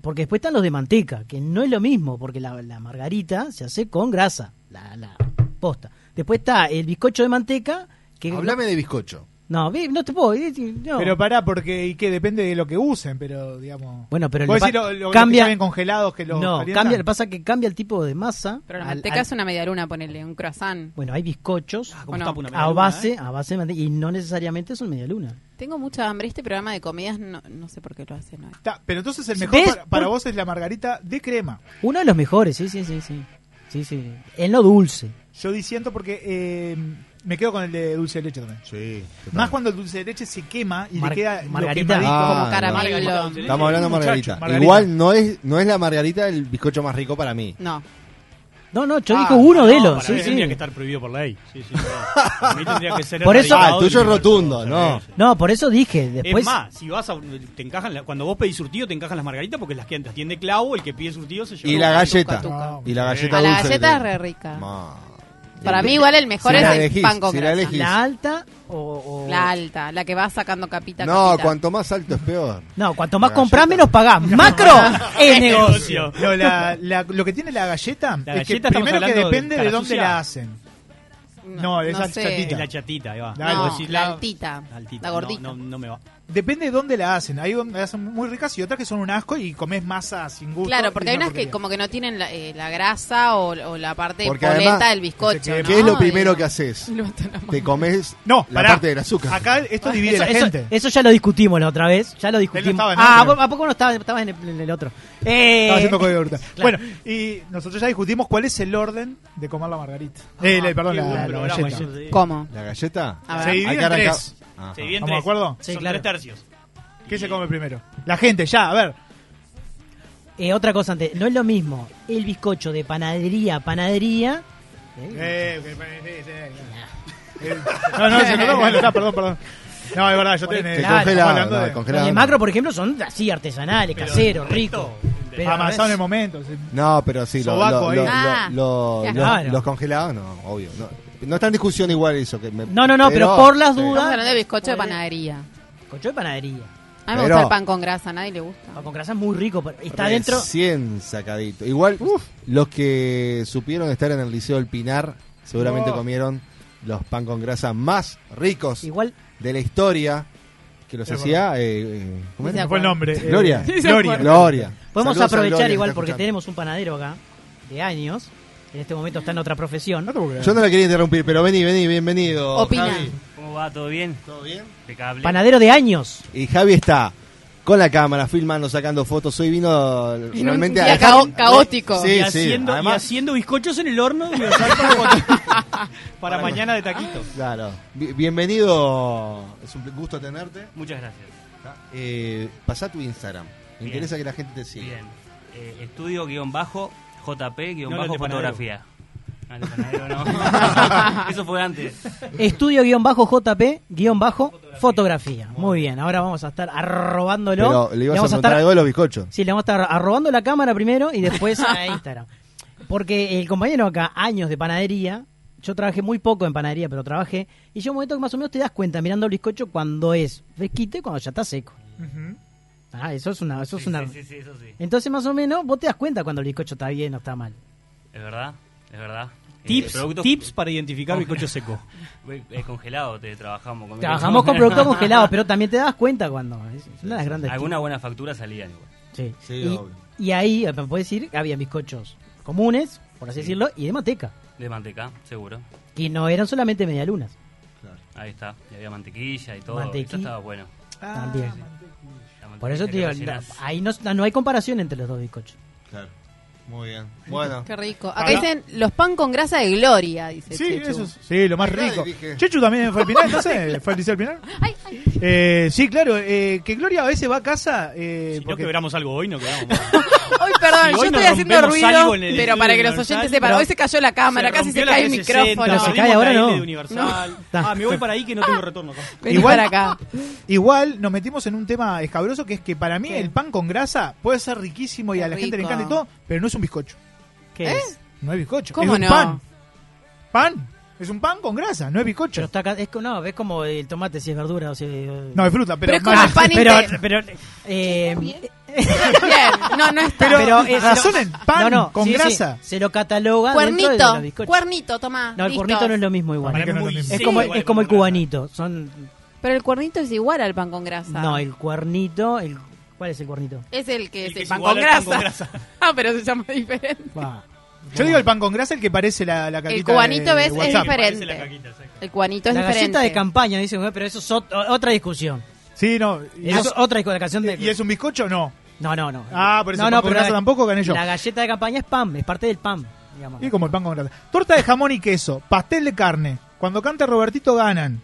[SPEAKER 9] Porque después están los de manteca, que no es lo mismo, porque la, la margarita se hace con grasa, la, la posta. Después está el bizcocho de manteca, que...
[SPEAKER 1] Hablame de bizcocho.
[SPEAKER 9] No, vi- no te puedo... eh, no.
[SPEAKER 8] Pero pará, porque y que depende de lo que usen, pero digamos.
[SPEAKER 9] Bueno, pero
[SPEAKER 8] Vos
[SPEAKER 9] le
[SPEAKER 8] decís
[SPEAKER 9] pa-
[SPEAKER 8] lo, lo- lo
[SPEAKER 9] cambia-
[SPEAKER 8] que saben congelados que los
[SPEAKER 9] no,
[SPEAKER 8] calientan.
[SPEAKER 9] cambia, lo que pasa es que cambia el tipo de masa.
[SPEAKER 2] Pero la
[SPEAKER 9] al-
[SPEAKER 2] manteca
[SPEAKER 9] al-
[SPEAKER 2] es una medialuna, ponele, un croissant.
[SPEAKER 9] Bueno, hay bizcochos
[SPEAKER 4] Ah, ¿cómo
[SPEAKER 2] Bueno,
[SPEAKER 4] tapa una
[SPEAKER 9] a
[SPEAKER 4] medialuna,
[SPEAKER 9] base,
[SPEAKER 4] eh?
[SPEAKER 9] a base de manteca, y no necesariamente son media luna.
[SPEAKER 2] Tengo mucha hambre. Este programa de comidas no, no sé por qué lo hacen hoy.
[SPEAKER 8] Está, pero entonces el mejor
[SPEAKER 9] ¿Ves?
[SPEAKER 8] para, para
[SPEAKER 9] Por-
[SPEAKER 8] vos es la margarita de crema.
[SPEAKER 9] Uno de los mejores, sí, sí, sí, sí. Sí, sí. En lo dulce.
[SPEAKER 8] Yo diciendo porque eh, me quedo con el de dulce de leche también.
[SPEAKER 1] Sí.
[SPEAKER 8] Más cuando el dulce de leche se quema y
[SPEAKER 9] Mar-
[SPEAKER 8] le queda lo
[SPEAKER 9] margarita.
[SPEAKER 8] quemadito.
[SPEAKER 1] Ah,
[SPEAKER 2] Como
[SPEAKER 1] no.
[SPEAKER 2] caramelo.
[SPEAKER 4] Margarita.
[SPEAKER 1] Estamos hablando de
[SPEAKER 8] Muchacho,
[SPEAKER 1] margarita.
[SPEAKER 8] margarita.
[SPEAKER 1] Igual no es, no es la margarita el bizcocho más rico para mí.
[SPEAKER 2] No.
[SPEAKER 9] No,
[SPEAKER 4] Ah,
[SPEAKER 9] no,
[SPEAKER 28] Ah,
[SPEAKER 9] yo digo uno de los. sí,
[SPEAKER 28] mí
[SPEAKER 9] sí.
[SPEAKER 28] tendría que estar prohibido por ley. Sí, sí, no. Para mí tendría que ser
[SPEAKER 9] Por eso-
[SPEAKER 28] erradicado
[SPEAKER 9] Ah, el tuyo
[SPEAKER 28] del
[SPEAKER 9] es
[SPEAKER 28] universo.
[SPEAKER 1] rotundo, no.
[SPEAKER 9] No, por eso dije. Después.
[SPEAKER 28] Es más, si vas a, te encajan la- cuando vos pedís surtido te encajan las margaritas porque las que las tiene clavo, el que pide surtido se lleva
[SPEAKER 1] Y la galleta. Y la galleta
[SPEAKER 2] A la
[SPEAKER 1] dulce que
[SPEAKER 2] galleta
[SPEAKER 1] te-
[SPEAKER 2] es re rica.
[SPEAKER 1] Ma.
[SPEAKER 2] Para mí igual el mejor
[SPEAKER 1] Si
[SPEAKER 2] es
[SPEAKER 1] la
[SPEAKER 2] el
[SPEAKER 1] elegís,
[SPEAKER 2] pan con
[SPEAKER 1] si la
[SPEAKER 2] grasa.
[SPEAKER 1] elegís. ¿La
[SPEAKER 9] alta o,
[SPEAKER 2] La alta, la que va sacando capita
[SPEAKER 1] No,
[SPEAKER 2] capita.
[SPEAKER 1] cuanto más alto es peor.
[SPEAKER 9] No, cuanto más comprás, menos pagás. Macro es negocio.
[SPEAKER 8] No, la- la- lo que tiene la galleta
[SPEAKER 9] La
[SPEAKER 8] es que
[SPEAKER 9] galleta estamos
[SPEAKER 8] primero que
[SPEAKER 9] hablando de
[SPEAKER 8] depende de,
[SPEAKER 9] cara
[SPEAKER 8] dónde
[SPEAKER 9] sucia.
[SPEAKER 8] la hacen. No, esa
[SPEAKER 2] sé.
[SPEAKER 8] chatita.
[SPEAKER 28] Es la chatita, ahí va.
[SPEAKER 8] Dale.
[SPEAKER 2] No,
[SPEAKER 8] Vos decís,
[SPEAKER 2] la
[SPEAKER 8] la-
[SPEAKER 2] altita, la,
[SPEAKER 28] Altita,
[SPEAKER 2] gordita.
[SPEAKER 28] No, no, no me va.
[SPEAKER 8] Depende de dónde la hacen. Hay donde la hacen muy ricas y otras que son un asco y comes masa sin gusto.
[SPEAKER 2] Claro, porque
[SPEAKER 8] y
[SPEAKER 2] hay
[SPEAKER 8] una
[SPEAKER 2] unas que
[SPEAKER 8] porquería.
[SPEAKER 2] como que no tienen la, eh, la grasa o, o la parte
[SPEAKER 1] Porque
[SPEAKER 2] polenta
[SPEAKER 1] además-
[SPEAKER 2] del bizcocho.
[SPEAKER 1] ¿Qué
[SPEAKER 2] ¿no?
[SPEAKER 1] es lo
[SPEAKER 2] Eh,
[SPEAKER 1] primero que haces? Te comes
[SPEAKER 8] no,
[SPEAKER 1] la
[SPEAKER 8] pará.
[SPEAKER 1] parte del azúcar.
[SPEAKER 8] Acá esto divide
[SPEAKER 9] Ah, eso,
[SPEAKER 8] la
[SPEAKER 9] eso-
[SPEAKER 8] gente.
[SPEAKER 9] eso ya lo discutimos la otra vez. Ya lo discutimos.
[SPEAKER 8] estaba en
[SPEAKER 9] ah,
[SPEAKER 8] otro.
[SPEAKER 9] ¿a poco no estaba, estaba en, el, en el otro? Eh,
[SPEAKER 8] Estaba haciendo código de ruta.
[SPEAKER 9] Claro.
[SPEAKER 8] Bueno, y nosotros ya discutimos cuál es el orden de comer la margarita. Eh, la- perdón,
[SPEAKER 28] qué
[SPEAKER 8] la,
[SPEAKER 28] buen
[SPEAKER 8] la
[SPEAKER 28] programa
[SPEAKER 8] galleta.
[SPEAKER 28] ayer de-
[SPEAKER 2] ¿Cómo?
[SPEAKER 1] ¿La galleta?
[SPEAKER 8] A ver. Se divide
[SPEAKER 1] Hay que
[SPEAKER 8] en
[SPEAKER 1] arrancar-
[SPEAKER 8] tres.
[SPEAKER 1] Ajá.
[SPEAKER 28] Se divide en
[SPEAKER 8] ¿Estamos de
[SPEAKER 28] tres.
[SPEAKER 8] acuerdo?
[SPEAKER 28] Son tres tercios.
[SPEAKER 8] ¿Qué se come primero? La gente, ya, a ver.
[SPEAKER 9] eh, otra cosa antes. No es lo mismo el bizcocho de panadería a panadería.
[SPEAKER 8] Eh, que- eh, eh, eh. No, no, se notó, bueno, está, perdón, perdón. No, es verdad, yo te,
[SPEAKER 9] Te
[SPEAKER 8] estamos
[SPEAKER 9] congela,
[SPEAKER 8] hablando
[SPEAKER 1] no,
[SPEAKER 8] de-
[SPEAKER 1] congela.
[SPEAKER 9] Los de macro, por ejemplo, son así artesanales, caseros, ricos. Pero
[SPEAKER 8] Amasado en el
[SPEAKER 9] ¿ves?
[SPEAKER 8] momento. sí.
[SPEAKER 1] No, pero sí, lo-
[SPEAKER 8] Sobaco
[SPEAKER 1] lo-
[SPEAKER 8] ahí.
[SPEAKER 1] lo-
[SPEAKER 8] Ah,
[SPEAKER 1] lo- lo-
[SPEAKER 8] claro.
[SPEAKER 1] los- los congelados, no, obvio. No, no está en discusión igual eso. Que me-
[SPEAKER 9] No, no, no, pero por las
[SPEAKER 1] sí.
[SPEAKER 9] dudas-
[SPEAKER 2] Estamos hablando de bizcocho de panadería.
[SPEAKER 9] Bizcocho de panadería.
[SPEAKER 2] A mí me
[SPEAKER 1] Pero-
[SPEAKER 2] gusta el pan con grasa, a nadie le gusta.
[SPEAKER 9] Pan con grasa es muy rico. pero Está dentro.
[SPEAKER 1] Recién sacadito. Igual, los que supieron estar en el Liceo del Pinar seguramente
[SPEAKER 9] Oh.
[SPEAKER 1] comieron los pan con grasa más ricos
[SPEAKER 9] Igual.
[SPEAKER 1] de la historia que los
[SPEAKER 8] Es
[SPEAKER 1] hacía. eh, eh,
[SPEAKER 8] Sí se Me fue el acuerda. nombre, eh,
[SPEAKER 1] Gloria.
[SPEAKER 8] sí se
[SPEAKER 1] Gloria.
[SPEAKER 8] acuerda.
[SPEAKER 1] Gloria.
[SPEAKER 9] Podemos
[SPEAKER 1] Saludos a
[SPEAKER 9] aprovechar
[SPEAKER 1] Gloria que
[SPEAKER 9] igual
[SPEAKER 1] está
[SPEAKER 9] porque
[SPEAKER 1] escuchando.
[SPEAKER 9] tenemos un panadero acá de años. En este momento está en otra profesión.
[SPEAKER 1] Yo no la quería interrumpir, pero vení, vení, bienvenido. Javi.
[SPEAKER 30] ¿Cómo va? ¿Todo bien? ¿Todo bien? Impecable.
[SPEAKER 9] Panadero de años.
[SPEAKER 1] Y Javi está con la cámara, filmando, sacando fotos. Hoy vino
[SPEAKER 30] un
[SPEAKER 1] realmente
[SPEAKER 30] día
[SPEAKER 1] a dejar-
[SPEAKER 30] cao- caótico.
[SPEAKER 1] Sí,
[SPEAKER 4] y,
[SPEAKER 1] sí.
[SPEAKER 4] haciendo, y
[SPEAKER 1] Además,
[SPEAKER 4] haciendo bizcochos en el horno y usar para, para mañana de taquitos.
[SPEAKER 1] Claro. Bi- Bienvenido. Es un gusto tenerte.
[SPEAKER 30] Muchas gracias. Ah.
[SPEAKER 1] Eh, pasá tu Instagram. Me
[SPEAKER 30] Bien.
[SPEAKER 1] interesa que la gente te siga.
[SPEAKER 30] Bien. Eh, estudio guión bajo JP guión
[SPEAKER 1] No, no, el
[SPEAKER 30] bajo
[SPEAKER 1] de
[SPEAKER 30] fotografía. No, el de panadero no. Eso fue antes.
[SPEAKER 9] Estudio-JP-fotografía. Muy bien, ahora vamos a estar arrobándolo.
[SPEAKER 1] Pero le ibas
[SPEAKER 9] vamos
[SPEAKER 1] a preguntar algo de los bizcochos.
[SPEAKER 9] Sí, le vamos a estar arrobando la cámara primero y después a Instagram. Porque el compañero acá, años de panadería, yo trabajé muy poco en panadería, pero trabajé. Y yo un momento que más o menos te das cuenta mirando el bizcocho cuando es fresquito y cuando ya está seco. Ah, eso es una... Eso es
[SPEAKER 30] Sí,
[SPEAKER 9] una...
[SPEAKER 30] sí, sí, sí, eso sí.
[SPEAKER 9] Entonces más o menos vos te das cuenta cuando el bizcocho está bien o está mal.
[SPEAKER 30] Es verdad, es verdad. Eh,
[SPEAKER 4] Tips,
[SPEAKER 30] productos-
[SPEAKER 4] tips para identificar
[SPEAKER 30] Conge-
[SPEAKER 4] bizcocho seco.
[SPEAKER 30] Eh, congelado, te trabajamos con
[SPEAKER 9] Trabajamos con productos congelados, pero también te das cuenta cuando... Es una de las grandes...
[SPEAKER 30] Alguna buena factura salía igual.
[SPEAKER 9] Sí.
[SPEAKER 30] Sí,
[SPEAKER 9] y,
[SPEAKER 30] obvio.
[SPEAKER 9] y ahí, eh, puedes decir, había bizcochos comunes, por así decirlo, y de manteca,
[SPEAKER 30] De manteca, seguro.
[SPEAKER 9] que no eran solamente medialunas.
[SPEAKER 30] Ahí está. Y había mantequilla y todo.
[SPEAKER 9] Mantequi- Ah,
[SPEAKER 30] Eso estaba bueno.
[SPEAKER 9] También.
[SPEAKER 30] La mantequilla
[SPEAKER 9] Por eso
[SPEAKER 30] que
[SPEAKER 9] te digo,
[SPEAKER 30] rellenás.
[SPEAKER 9] la- ahí no, no hay comparación entre los dos bizcochos.
[SPEAKER 1] Muy bien. Bueno.
[SPEAKER 2] Qué rico. Acá dicen los pan con grasa de gloria, dice
[SPEAKER 8] Sí,
[SPEAKER 2] Chechu.
[SPEAKER 8] eso es- sí, lo más
[SPEAKER 2] Mirá,
[SPEAKER 8] rico.
[SPEAKER 2] dije.
[SPEAKER 8] Chechu también fue al final, entonces, fue al Liceo al final. Eh, sí, claro, eh, que Gloria a veces va a casa. Eh,
[SPEAKER 4] Si no quebramos algo hoy, no quebramos.
[SPEAKER 2] Hoy, perdón,
[SPEAKER 4] Si
[SPEAKER 2] yo
[SPEAKER 4] hoy
[SPEAKER 2] estoy
[SPEAKER 4] nos
[SPEAKER 2] haciendo
[SPEAKER 4] rompemos
[SPEAKER 2] ruido,
[SPEAKER 4] algo en el
[SPEAKER 2] pero
[SPEAKER 4] estudio
[SPEAKER 2] para que los
[SPEAKER 4] Universal,
[SPEAKER 2] oyentes sepan,
[SPEAKER 4] pero
[SPEAKER 2] hoy se cayó la cámara,
[SPEAKER 4] se
[SPEAKER 2] casi se
[SPEAKER 4] rompió la
[SPEAKER 2] cae el
[SPEAKER 4] 360,
[SPEAKER 2] micrófono.
[SPEAKER 4] perdimos la tele de Universal.
[SPEAKER 8] No.
[SPEAKER 4] Ah, me voy para ahí que no tengo retorno. acá.
[SPEAKER 2] Vení para acá.
[SPEAKER 8] Igual nos metimos en un tema escabroso que es que para mí el pan con grasa puede ser riquísimo y a la gente le
[SPEAKER 2] rico.
[SPEAKER 8] encanta y todo, pero no es un bizcocho. ¿Eh?
[SPEAKER 9] ¿Qué es?
[SPEAKER 8] No es bizcocho.
[SPEAKER 9] ¿Cómo
[SPEAKER 8] es un
[SPEAKER 9] no?
[SPEAKER 8] pan. Pan. Es un pan con grasa, no es bizcocho.
[SPEAKER 9] Pero está acá, es, co- no, ves como el tomate si es verdura o si
[SPEAKER 8] No, es fruta, pero Pero es como
[SPEAKER 9] pero,
[SPEAKER 8] el pan
[SPEAKER 9] pero,
[SPEAKER 8] inte-
[SPEAKER 9] pero, eh,
[SPEAKER 2] Bien, no, no está.
[SPEAKER 9] pero, eh, se lo-
[SPEAKER 8] razonen, pan con
[SPEAKER 9] sí, sí,
[SPEAKER 8] grasa.
[SPEAKER 9] se lo cataloga dentro de los
[SPEAKER 2] Cuernito,
[SPEAKER 9] bizcochos.
[SPEAKER 2] cuernito, tomá.
[SPEAKER 9] No, el
[SPEAKER 2] listo.
[SPEAKER 9] cuernito no es lo mismo igual.
[SPEAKER 8] Para mí que no es lo
[SPEAKER 9] es,
[SPEAKER 8] mismo. Sí,
[SPEAKER 9] como,
[SPEAKER 8] igual
[SPEAKER 9] es como el cubanito. Son,
[SPEAKER 2] Pero el cuernito es igual al pan con grasa.
[SPEAKER 9] no, el cuernito. El, ¿Cuál es el cuernito?
[SPEAKER 2] Es el que es el
[SPEAKER 9] es
[SPEAKER 2] pan
[SPEAKER 9] igual
[SPEAKER 2] con
[SPEAKER 9] al pan
[SPEAKER 2] grasa.
[SPEAKER 9] con
[SPEAKER 2] ah, pero se llama diferente.
[SPEAKER 8] Yo digo el pan con grasa, el que parece la, la
[SPEAKER 2] El
[SPEAKER 8] caquita
[SPEAKER 2] cubanito,
[SPEAKER 8] de
[SPEAKER 2] ves, es
[SPEAKER 8] WhatsApp.
[SPEAKER 2] diferente. El cubanito es
[SPEAKER 9] la
[SPEAKER 2] diferente.
[SPEAKER 9] galleta de campaña, dice, "Bueno, pero eso es ot- otra discusión.
[SPEAKER 8] Sí, no.
[SPEAKER 9] Eso es otra discusión. La canción de...
[SPEAKER 8] ¿Y es un bizcocho o no?
[SPEAKER 9] No, no, no.
[SPEAKER 8] Ah, por eso
[SPEAKER 9] no,
[SPEAKER 8] el pan con
[SPEAKER 9] pero
[SPEAKER 8] grasa tampoco gané yo.
[SPEAKER 9] La galleta de campaña es PAM, es parte del PAM. digamos.
[SPEAKER 8] Y como el pan con grasa. Torta de jamón y queso, pastel de carne. Cuando canta Robertito ganan.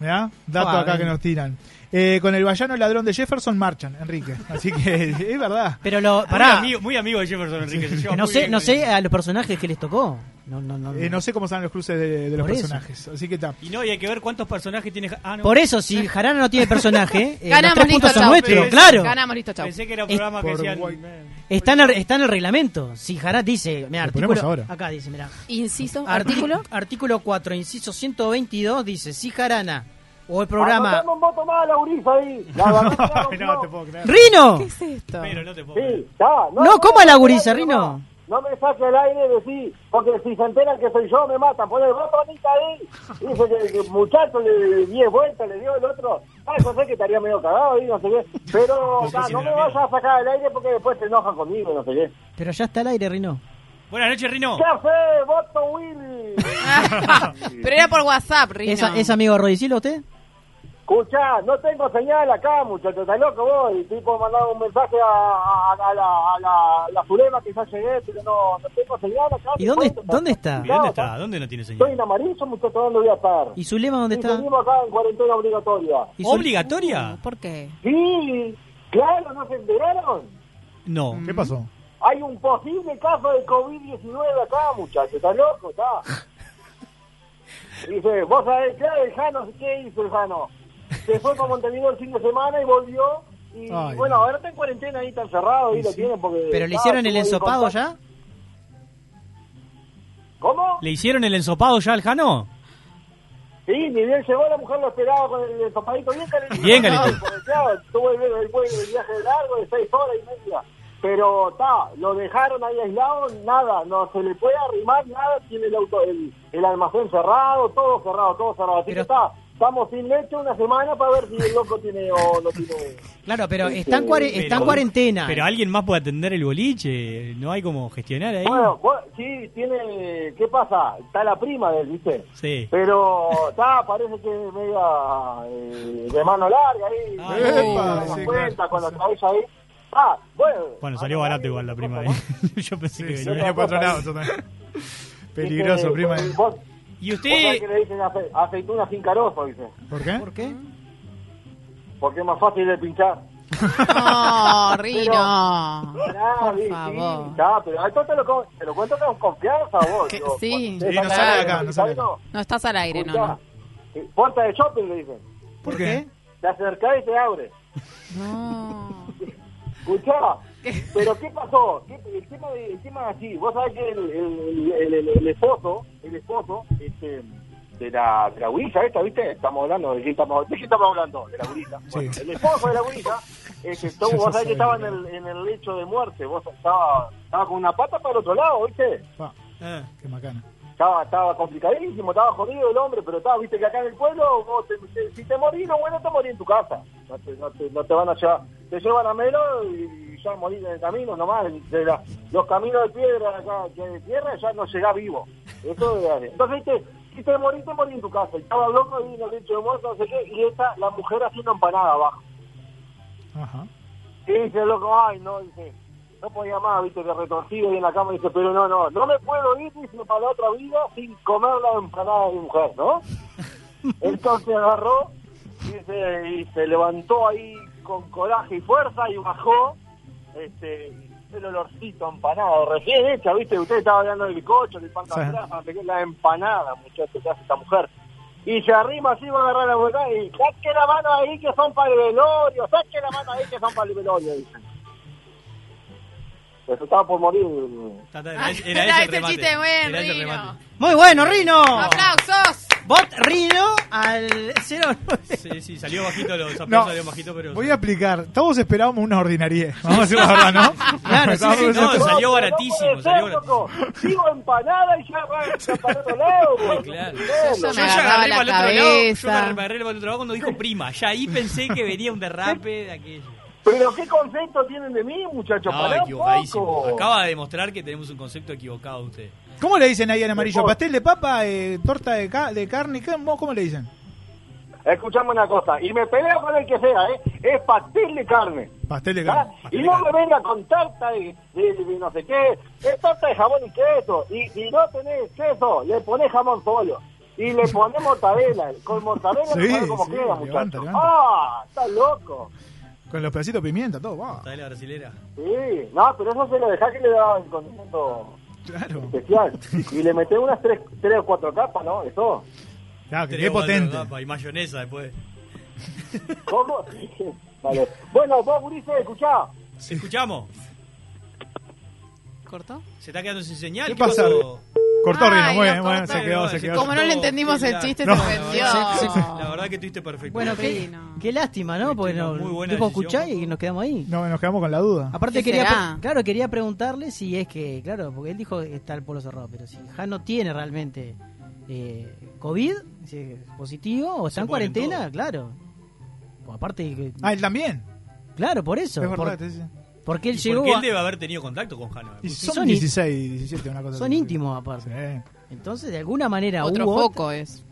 [SPEAKER 8] ¿Verdad? Dato
[SPEAKER 9] Ah,
[SPEAKER 8] acá
[SPEAKER 9] bien.
[SPEAKER 8] que nos tiran. Eh, con el vallano ladrón de Jefferson marchan, Enrique. Así que es verdad.
[SPEAKER 9] Pero lo,
[SPEAKER 4] Muy
[SPEAKER 9] pará,
[SPEAKER 4] amigo, muy amigo de Jefferson Enrique. se lleva
[SPEAKER 9] no
[SPEAKER 4] muy
[SPEAKER 9] sé,
[SPEAKER 4] bien
[SPEAKER 9] no
[SPEAKER 4] con
[SPEAKER 9] sé
[SPEAKER 4] él.
[SPEAKER 9] a los personajes que les tocó. No, no, no,
[SPEAKER 8] Eh, no sé cómo salen los cruces de, de los
[SPEAKER 9] Por eso.
[SPEAKER 8] personajes. Así que está.
[SPEAKER 4] Y no, y hay que ver cuántos personajes tiene. Ah, no.
[SPEAKER 9] Por eso, si Jarana no tiene personaje, eh, los
[SPEAKER 5] Ganamos,
[SPEAKER 9] tres
[SPEAKER 5] listo,
[SPEAKER 9] puntos son
[SPEAKER 5] chau.
[SPEAKER 9] nuestros,
[SPEAKER 5] Sí,
[SPEAKER 9] claro.
[SPEAKER 5] Ganamos, listo, chau.
[SPEAKER 4] Pensé que era un
[SPEAKER 9] Es
[SPEAKER 4] programa que
[SPEAKER 9] por
[SPEAKER 4] decían.
[SPEAKER 9] guay.
[SPEAKER 4] eh,
[SPEAKER 9] Está en, el, está en el reglamento. Si Jarana dice, mira,
[SPEAKER 8] Lo ponemos
[SPEAKER 9] artículo,
[SPEAKER 8] ahora.
[SPEAKER 9] acá dice, mira,
[SPEAKER 5] Inciso,
[SPEAKER 9] artículo,
[SPEAKER 5] artículo.
[SPEAKER 9] artículo 4, inciso 122 dice, si Jarana o el programa...
[SPEAKER 25] Anotame un voto más a la Uriza ahí. La balancearon,
[SPEAKER 8] No, te puedo creer.
[SPEAKER 9] ¡Rino!
[SPEAKER 5] ¿Qué es esto?
[SPEAKER 4] Pero no te puedo.
[SPEAKER 25] Sí, ya.
[SPEAKER 9] No, ¿cómo a la gurisa,
[SPEAKER 25] no,
[SPEAKER 9] Rino?
[SPEAKER 25] No me saque el aire de sí, porque si se enteran que soy yo me matan. Pon el botonita ahí. Dice que el muchacho le dio 10 vueltas, le dio el otro. Ah, yo sé que estaría medio cagado ahí, no sé qué. Pero
[SPEAKER 4] No sé
[SPEAKER 25] ta,
[SPEAKER 4] si
[SPEAKER 25] no
[SPEAKER 4] era
[SPEAKER 25] me
[SPEAKER 4] miedo.
[SPEAKER 25] vayas a sacar el aire porque después se enojan conmigo, no sé qué.
[SPEAKER 9] Pero ya está al aire, Rino.
[SPEAKER 4] Buenas noches, Rino.
[SPEAKER 25] ¡Café, voto Willy!
[SPEAKER 5] Pero era por WhatsApp, Rino.
[SPEAKER 9] ¿Es, ¿Es amigo de Rodicilo usted?
[SPEAKER 25] Escucha, no tengo señal acá, muchachos, está loco vos. Y tipo mandaba un mensaje a, a- a la, a la, a la Zulema que ya llegué, pero no, no tengo señal acá.
[SPEAKER 9] ¿Y dónde,
[SPEAKER 25] Muchacho,
[SPEAKER 9] dónde está?
[SPEAKER 4] ¿Y dónde está? ¿dónde no tiene
[SPEAKER 25] Estoy
[SPEAKER 4] señal?
[SPEAKER 25] en amarillo, muchachos, ¿dónde voy a estar?
[SPEAKER 9] ¿Y su lema dónde
[SPEAKER 25] Y
[SPEAKER 9] está?
[SPEAKER 25] Seguimos acá en cuarentena obligatoria.
[SPEAKER 9] ¿Y Zul-
[SPEAKER 4] ¿Obligatoria?
[SPEAKER 5] Uh, ¿Por qué?
[SPEAKER 25] Sí, claro, ¿no se enteraron?
[SPEAKER 4] No.
[SPEAKER 9] Mm.
[SPEAKER 8] ¿Qué pasó?
[SPEAKER 25] Hay un posible caso de COVID-19 acá, muchachos, está loco, está. Dice, vos sabés, claro, el Jano, ¿qué hizo el Jano? Se fue para Montevideo el fin de semana y volvió. Y
[SPEAKER 8] Ay,
[SPEAKER 25] bueno,
[SPEAKER 8] no.
[SPEAKER 25] ahora está en cuarentena ahí, está encerrado, ahí lo tienen porque...
[SPEAKER 9] ¿Pero le
[SPEAKER 25] ah,
[SPEAKER 9] hicieron el
[SPEAKER 25] estuvo ahí
[SPEAKER 9] ensopado
[SPEAKER 25] con-
[SPEAKER 9] ya?
[SPEAKER 25] ¿Cómo?
[SPEAKER 4] ¿Le hicieron el ensopado ya al Jano?
[SPEAKER 25] Sí, ni bien llegó, la mujer lo esperaba con el ensopadito bien calentito.
[SPEAKER 4] Bien calentito.
[SPEAKER 25] Porque, claro, tuvo el, el- el- el viaje largo de seis horas y media. Pero está, lo dejaron ahí aislado, nada, no se le puede arrimar nada, tiene el, auto, el, el almacén cerrado, todo cerrado, todo cerrado. Así
[SPEAKER 9] Pero-
[SPEAKER 25] que está, estamos sin leche una semana para ver si el loco tiene o no tiene.
[SPEAKER 9] Claro, pero
[SPEAKER 25] Sí,
[SPEAKER 9] está en,
[SPEAKER 25] sí.
[SPEAKER 9] cuare- está en cuarentena.
[SPEAKER 4] Pero alguien más puede atender el boliche. No hay como gestionar ahí.
[SPEAKER 25] Bueno, bueno, sí, tiene, ¿qué pasa? Está la prima del, ¿viste?
[SPEAKER 4] Sí.
[SPEAKER 25] Pero está, parece que es media eh, de mano larga ahí.
[SPEAKER 4] Ah,
[SPEAKER 25] eh,
[SPEAKER 8] epa,
[SPEAKER 25] con
[SPEAKER 8] sí,
[SPEAKER 25] cuenta,
[SPEAKER 8] claro.
[SPEAKER 25] con la cabeza ahí. Ah, bueno.
[SPEAKER 4] Bueno, salió barato igual la prima. ¿eh? Yo pensé que
[SPEAKER 8] Sí, sí,
[SPEAKER 4] venía.
[SPEAKER 8] venía para otro lado, yo también. Peligroso, prima. eh.
[SPEAKER 25] Vos,
[SPEAKER 4] ¿Y
[SPEAKER 25] vos sabés
[SPEAKER 4] usted?
[SPEAKER 25] que le dicen ace- aceituna sin carozo, dice.
[SPEAKER 8] ¿Por qué?
[SPEAKER 9] ¿Por qué?
[SPEAKER 25] Porque es más fácil de pinchar.
[SPEAKER 5] No, Rino.
[SPEAKER 25] Ah, sí,
[SPEAKER 5] Por
[SPEAKER 25] sí,
[SPEAKER 5] favor.
[SPEAKER 25] está, pero esto te lo, co- te lo cuento con confianza vos.
[SPEAKER 5] Que-
[SPEAKER 25] digo,
[SPEAKER 5] sí.
[SPEAKER 25] cuando
[SPEAKER 8] Sí, no
[SPEAKER 25] estás
[SPEAKER 8] sale de
[SPEAKER 25] en
[SPEAKER 8] acá,
[SPEAKER 25] el
[SPEAKER 8] no sale de acá.
[SPEAKER 5] No estás al aire, no,
[SPEAKER 25] escuchá,
[SPEAKER 5] no.
[SPEAKER 25] eh, Puerta de shopping, le dicen.
[SPEAKER 8] ¿Por qué?
[SPEAKER 25] Te acercás y te abre.
[SPEAKER 5] No.
[SPEAKER 25] Escuchá, pero ¿qué pasó? ¿Qué, el, tema de- el tema es así, vos sabés que el, el, el, el- el esposo, el esposo, este, de la, de la gurisa esta, ¿viste? Estamos hablando, ¿de qué estamos, de qué estamos hablando? De la gurisa. Bueno, el esposo de la gurisa, este, estuvo-
[SPEAKER 8] Ya
[SPEAKER 25] vos
[SPEAKER 8] se
[SPEAKER 25] sabés que
[SPEAKER 8] sabe,
[SPEAKER 25] estaba en el, en el lecho de muerte, vos estaba, estaba con una pata para el otro lado, ¿viste?
[SPEAKER 8] Pa,
[SPEAKER 4] Ah.
[SPEAKER 8] qué macana.
[SPEAKER 25] Estaba, estaba complicadísimo, estaba jodido el hombre, pero estaba, viste que acá en el pueblo, vos te- te- si te morís, no, bueno, te morís en tu casa. No te, no te, no te van a llevar. Te llevan a Melo y ya morís en el camino nomás. De la- los caminos de piedra acá, que de tierra, ya no llegás vivo. Eso es así. Entonces, viste, si te morís, te morís en tu casa. Y estaba loco y no le de muerto, no sé qué. Y esta, la mujer haciendo empanada abajo.
[SPEAKER 8] Ajá.
[SPEAKER 25] Y dice el loco, ay, no, dice, no podía más, viste, que retorcido y en la cama, dice, pero no, no, no me puedo ir, dice, para la otra vida sin comer la empanada de mi mujer, ¿no? Entonces agarró dice, y se levantó ahí con coraje y fuerza y bajó, este, el olorcito a empanada, recién hecha, viste, usted estaba hablando del bizcocho, del pan
[SPEAKER 8] Sí.
[SPEAKER 25] atrás, la empanada, muchachos, que hace esta mujer. Y se arrima así, va a agarrar la boca y saque la mano ahí que son para el velorio, saque la mano ahí que son para el velorio, dicen. Pues estaba por morir.
[SPEAKER 4] Ta, ta, Era
[SPEAKER 5] Ah,
[SPEAKER 4] ese
[SPEAKER 5] era
[SPEAKER 4] el
[SPEAKER 5] ese
[SPEAKER 8] este
[SPEAKER 4] remate.
[SPEAKER 5] chiste, buen,
[SPEAKER 4] Era ese el
[SPEAKER 5] Rino.
[SPEAKER 4] remate.
[SPEAKER 9] Muy bueno, Rino.
[SPEAKER 5] ¡Aplausos!
[SPEAKER 9] Bot Rino al 09.
[SPEAKER 4] Sí, sí, salió bajito, los aplausos
[SPEAKER 8] No,
[SPEAKER 4] salieron bajito, pero...
[SPEAKER 8] voy a aplicar. Todos esperábamos una ordinarie. Vamos a decir la verdad, ¿no?
[SPEAKER 9] Claro, sí, sí,
[SPEAKER 4] no,
[SPEAKER 8] Estábamos-
[SPEAKER 4] salió
[SPEAKER 25] No, pero
[SPEAKER 4] baratísimo,
[SPEAKER 25] no puede
[SPEAKER 4] salió
[SPEAKER 25] ser, loco. Sigo empanada y ya va ya para otro lado. pues. güey.
[SPEAKER 4] claro.
[SPEAKER 25] Tremendo.
[SPEAKER 4] Yo
[SPEAKER 5] Yo me
[SPEAKER 4] ya
[SPEAKER 5] agarraba
[SPEAKER 4] agarré para el otro
[SPEAKER 5] la
[SPEAKER 4] lado, yo me
[SPEAKER 5] cabeza.
[SPEAKER 4] agarré para el otro lado cuando dijo prima. Ya ahí pensé que venía un derrape de aquello.
[SPEAKER 25] Pero qué concepto tienen de mí, muchachos.
[SPEAKER 4] No,
[SPEAKER 25] Pará un
[SPEAKER 4] equivocadísimo.
[SPEAKER 25] poco.
[SPEAKER 4] Acaba de demostrar que tenemos un concepto equivocado usted.
[SPEAKER 8] ¿Cómo le dicen ahí en amarillo? ¿Pastel de papa? eh, ¿Torta de, ca- de carne? ¿Qué- vos ¿Cómo le dicen?
[SPEAKER 25] Escuchame una cosa, y me peleo con el que sea, ¿eh? Es pastel de carne.
[SPEAKER 8] Pastel de
[SPEAKER 25] ¿ah?
[SPEAKER 8] carne.
[SPEAKER 25] Y no me venga con tarta de, de- de no sé qué, es tarta de jabón y queso, y, y no tenés queso, le ponés jamón solo. Y le pone mortadela. Con mortadela
[SPEAKER 8] Sí,
[SPEAKER 25] se come como
[SPEAKER 8] sí,
[SPEAKER 25] queda,
[SPEAKER 8] levanta,
[SPEAKER 25] muchachos.
[SPEAKER 8] levanta.
[SPEAKER 25] ¡Ah! ¡Está loco!
[SPEAKER 8] Con los pedacitos de pimienta, todo, va.
[SPEAKER 28] Está la brasilera.
[SPEAKER 25] Sí, no, pero eso se lo dejás que le da el condimento
[SPEAKER 8] Claro.
[SPEAKER 25] especial. Y le metés unas tres, tres o cuatro capas, ¿no? Eso.
[SPEAKER 8] Claro, que
[SPEAKER 28] Tres
[SPEAKER 8] quede
[SPEAKER 28] o cuatro
[SPEAKER 8] potente.
[SPEAKER 28] capas Y mayonesa después.
[SPEAKER 25] ¿Cómo? Vale. Bueno, vos, Gurice, escuchá.
[SPEAKER 28] ¿Se escuchamos?
[SPEAKER 2] ¿Cortó?
[SPEAKER 28] Se está quedando sin señal.
[SPEAKER 8] ¿Qué pasa? Cortó
[SPEAKER 2] Ay,
[SPEAKER 8] Rino, muy
[SPEAKER 2] nos
[SPEAKER 8] bien, bueno, se
[SPEAKER 28] cortó.
[SPEAKER 8] quedó, se quedó.
[SPEAKER 2] Como no le entendimos el chiste,
[SPEAKER 8] No.
[SPEAKER 2] se ofendió.
[SPEAKER 28] La verdad que tuviste perfecto.
[SPEAKER 9] Bueno, qué, qué lástima, ¿no? Porque no,
[SPEAKER 28] muy buena
[SPEAKER 9] tipo,
[SPEAKER 28] decisión,
[SPEAKER 9] escuchá y nos quedamos ahí.
[SPEAKER 8] No, nos quedamos con la duda.
[SPEAKER 9] Aparte
[SPEAKER 2] ¿Qué
[SPEAKER 9] quería,
[SPEAKER 2] será?
[SPEAKER 9] pre- claro, quería preguntarle si es que, claro, porque él dijo que está el polo cerrado, pero si Jano tiene realmente eh, COVID, si es positivo, o está en
[SPEAKER 8] ponen
[SPEAKER 9] cuarentena, claro. Pues aparte, que-
[SPEAKER 8] Ah, él también.
[SPEAKER 9] claro, por eso.
[SPEAKER 8] Es verdad,
[SPEAKER 9] por-
[SPEAKER 8] te dice.
[SPEAKER 9] porque él
[SPEAKER 28] Y
[SPEAKER 9] llegó.
[SPEAKER 28] Porque
[SPEAKER 9] a-
[SPEAKER 28] él debe haber tenido contacto con Jano.
[SPEAKER 8] Y
[SPEAKER 9] Sí,
[SPEAKER 8] son,
[SPEAKER 9] son i-
[SPEAKER 8] 16, 17, una cosa
[SPEAKER 9] son
[SPEAKER 8] así.
[SPEAKER 9] íntimos aparte. Entonces, de alguna manera
[SPEAKER 2] Otro
[SPEAKER 9] hubo.
[SPEAKER 2] foco es.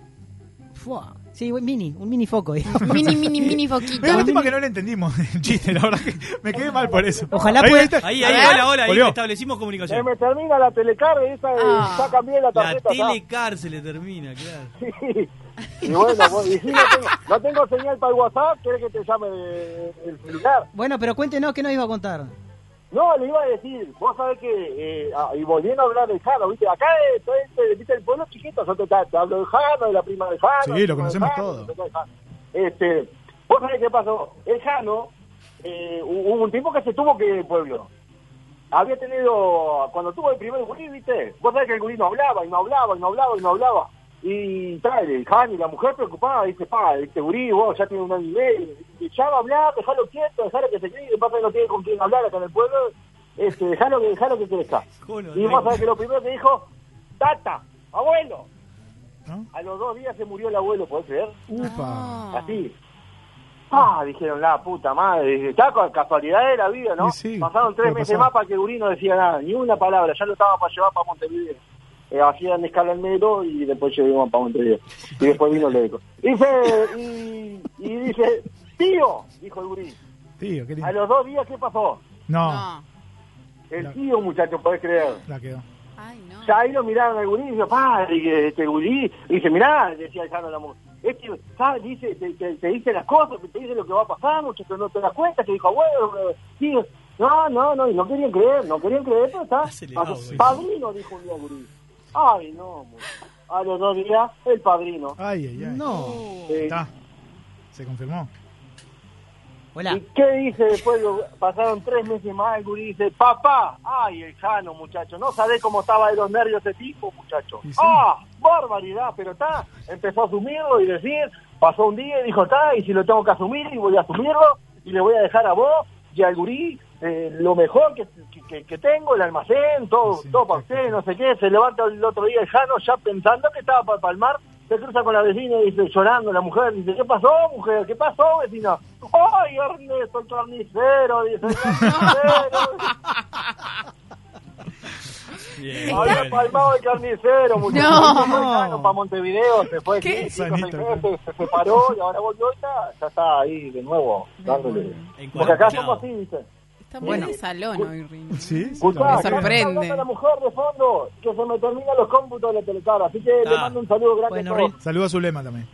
[SPEAKER 9] Fua. Sí, un mini, un mini foco. digamos.
[SPEAKER 2] Mini, mini, mini foquito.
[SPEAKER 8] Es última que no le entendimos el chiste, la verdad que me quedé mal por eso.
[SPEAKER 9] Ojalá pueda-
[SPEAKER 8] ¿viste?
[SPEAKER 28] Ahí,
[SPEAKER 8] A
[SPEAKER 28] ahí,
[SPEAKER 8] ver.
[SPEAKER 28] hola, hola, ahí
[SPEAKER 8] Volvió.
[SPEAKER 28] establecimos
[SPEAKER 25] Se
[SPEAKER 28] comunicación.
[SPEAKER 25] me termina la telecarga y esa,
[SPEAKER 2] Ah.
[SPEAKER 25] ya cambié la
[SPEAKER 28] La
[SPEAKER 25] tarjeta. ya.
[SPEAKER 28] telecar se le termina, claro.
[SPEAKER 25] Sí. Y bueno, vos- y sí, no, tengo, no tengo señal para el WhatsApp, ¿querés que te llame de- el celular?
[SPEAKER 9] Bueno, pero cuéntenos qué nos iba a contar.
[SPEAKER 25] No, le iba a decir, vos sabés que, eh, ah, y volviendo a hablar de Jano, viste, acá es, todo este- viste, el pueblo es chiquito, yo te, te hablo de Jano, de la prima de Jano.
[SPEAKER 8] Sí,
[SPEAKER 25] del
[SPEAKER 8] lo
[SPEAKER 25] primo de
[SPEAKER 8] conocemos
[SPEAKER 25] Jano,
[SPEAKER 8] todo.
[SPEAKER 25] de de Jano. Este, vos sabés qué pasó, el Jano, eh, hubo un tiempo que se tuvo que ir del pueblo. Había tenido, cuando tuvo el primer gurí, viste, vos sabés que el gurí no hablaba, y no hablaba, y no hablaba, y no hablaba. Y tal, el Jano y la mujer preocupada, dice, pa, este gurí, vos ya tiene un año y medio, ya va a hablar, dejalo quieto, dejalo que se críe, pasa que no tiene con quién hablar acá en el pueblo, este, dejalo, que- dejalo que crezca.
[SPEAKER 28] Jono,
[SPEAKER 25] Y vos sabés que lo primero que dijo, tata, abuelo.
[SPEAKER 8] ¿No?
[SPEAKER 25] A los dos días se murió el abuelo, ¿podés creer?
[SPEAKER 2] Uh,
[SPEAKER 8] Upa.
[SPEAKER 25] Así. Ah, dijeron la puta madre. Dije, Está con casualidad de la vida, ¿no?
[SPEAKER 8] Y sí,
[SPEAKER 25] Pasaron tres
[SPEAKER 8] puede
[SPEAKER 25] meses
[SPEAKER 8] pasar.
[SPEAKER 25] más para que Gurí no decía nada, ni una palabra. Ya lo estaba para llevar para Montevideo. Eh, hacían escala en Melo y después llegamos para Montevideo. Y después vino el médico. Dice, y, y dice, tío, dijo el Gurí.
[SPEAKER 8] Tío, qué
[SPEAKER 25] A
[SPEAKER 8] lindo.
[SPEAKER 25] los dos días, ¿qué pasó?
[SPEAKER 8] No,
[SPEAKER 2] No.
[SPEAKER 25] El
[SPEAKER 8] La-
[SPEAKER 25] tío, muchacho, podés creer.
[SPEAKER 8] la quedó.
[SPEAKER 2] Ay, no.
[SPEAKER 25] Ya ahí lo miraron al gurí y dice, padre, que este gurí, y dice, mirá, decía el Jano la mujer, es que, ¿sabes? Dice, te, te- te dice las cosas, te dice lo que va a pasar, muchachos, no te das cuenta, te dijo, abuelo, eh, tío, no, no, no, y no querían creer, no querían creer, pero está,
[SPEAKER 28] Acelerado,
[SPEAKER 25] pa-
[SPEAKER 28] güey.
[SPEAKER 25] padrino, dijo un día el gurí. Ay, no, mu- a los dos días, el padrino.
[SPEAKER 8] Ay, ay, ay.
[SPEAKER 9] No.
[SPEAKER 25] Eh,
[SPEAKER 8] Está. Se confirmó.
[SPEAKER 9] Hola.
[SPEAKER 25] ¿Y qué dice después? Lo- pasaron tres meses más, el gurí dice, papá, ay, el Jano, muchacho, no sabés cómo estaba de los nervios ese tipo, muchacho.
[SPEAKER 8] Y sí.
[SPEAKER 25] ¡Ah! ¡Barbaridad! Pero está, empezó a asumirlo y decir, pasó un día y dijo, está, y si lo tengo que asumir, y voy a asumirlo, y le voy a dejar a vos y al gurí eh, lo mejor que, que- que- que tengo, el almacén, todo,
[SPEAKER 8] Sí, sí.
[SPEAKER 25] todo para usted, no sé qué. Se levanta el otro día el Jano ya pensando que estaba para palmar, se cruza con la vecina y dice, llorando la mujer, dice, ¿qué pasó, mujer? ¿Qué pasó, vecina? ¡Ay, Ernesto, el carnicero! Dice, el carnicero.
[SPEAKER 28] Bien,
[SPEAKER 25] Había
[SPEAKER 28] bueno.
[SPEAKER 25] palmado el carnicero, muchachos.
[SPEAKER 2] No.
[SPEAKER 25] para Montevideo, se fue
[SPEAKER 2] ¿Qué?
[SPEAKER 25] cinco, seis
[SPEAKER 8] Sanito,
[SPEAKER 25] meses, se separó y ahora volvió y está, ya está ahí de nuevo, dándole.
[SPEAKER 28] En
[SPEAKER 25] Porque acá
[SPEAKER 28] cuarentena.
[SPEAKER 25] somos así, dice.
[SPEAKER 2] Está muy
[SPEAKER 25] Bueno.
[SPEAKER 2] de salón hoy, Rini.
[SPEAKER 8] Sí, sí.
[SPEAKER 25] Escuchá,
[SPEAKER 2] Me
[SPEAKER 25] que
[SPEAKER 2] sorprende.
[SPEAKER 25] me está hablando la mujer de fondo, que se me terminan los cómputos de la telecabra, así que le
[SPEAKER 28] Ah.
[SPEAKER 25] mando un saludo grande
[SPEAKER 9] Bueno,
[SPEAKER 25] a todos.
[SPEAKER 9] Rin.
[SPEAKER 8] Saludos a Zulema también.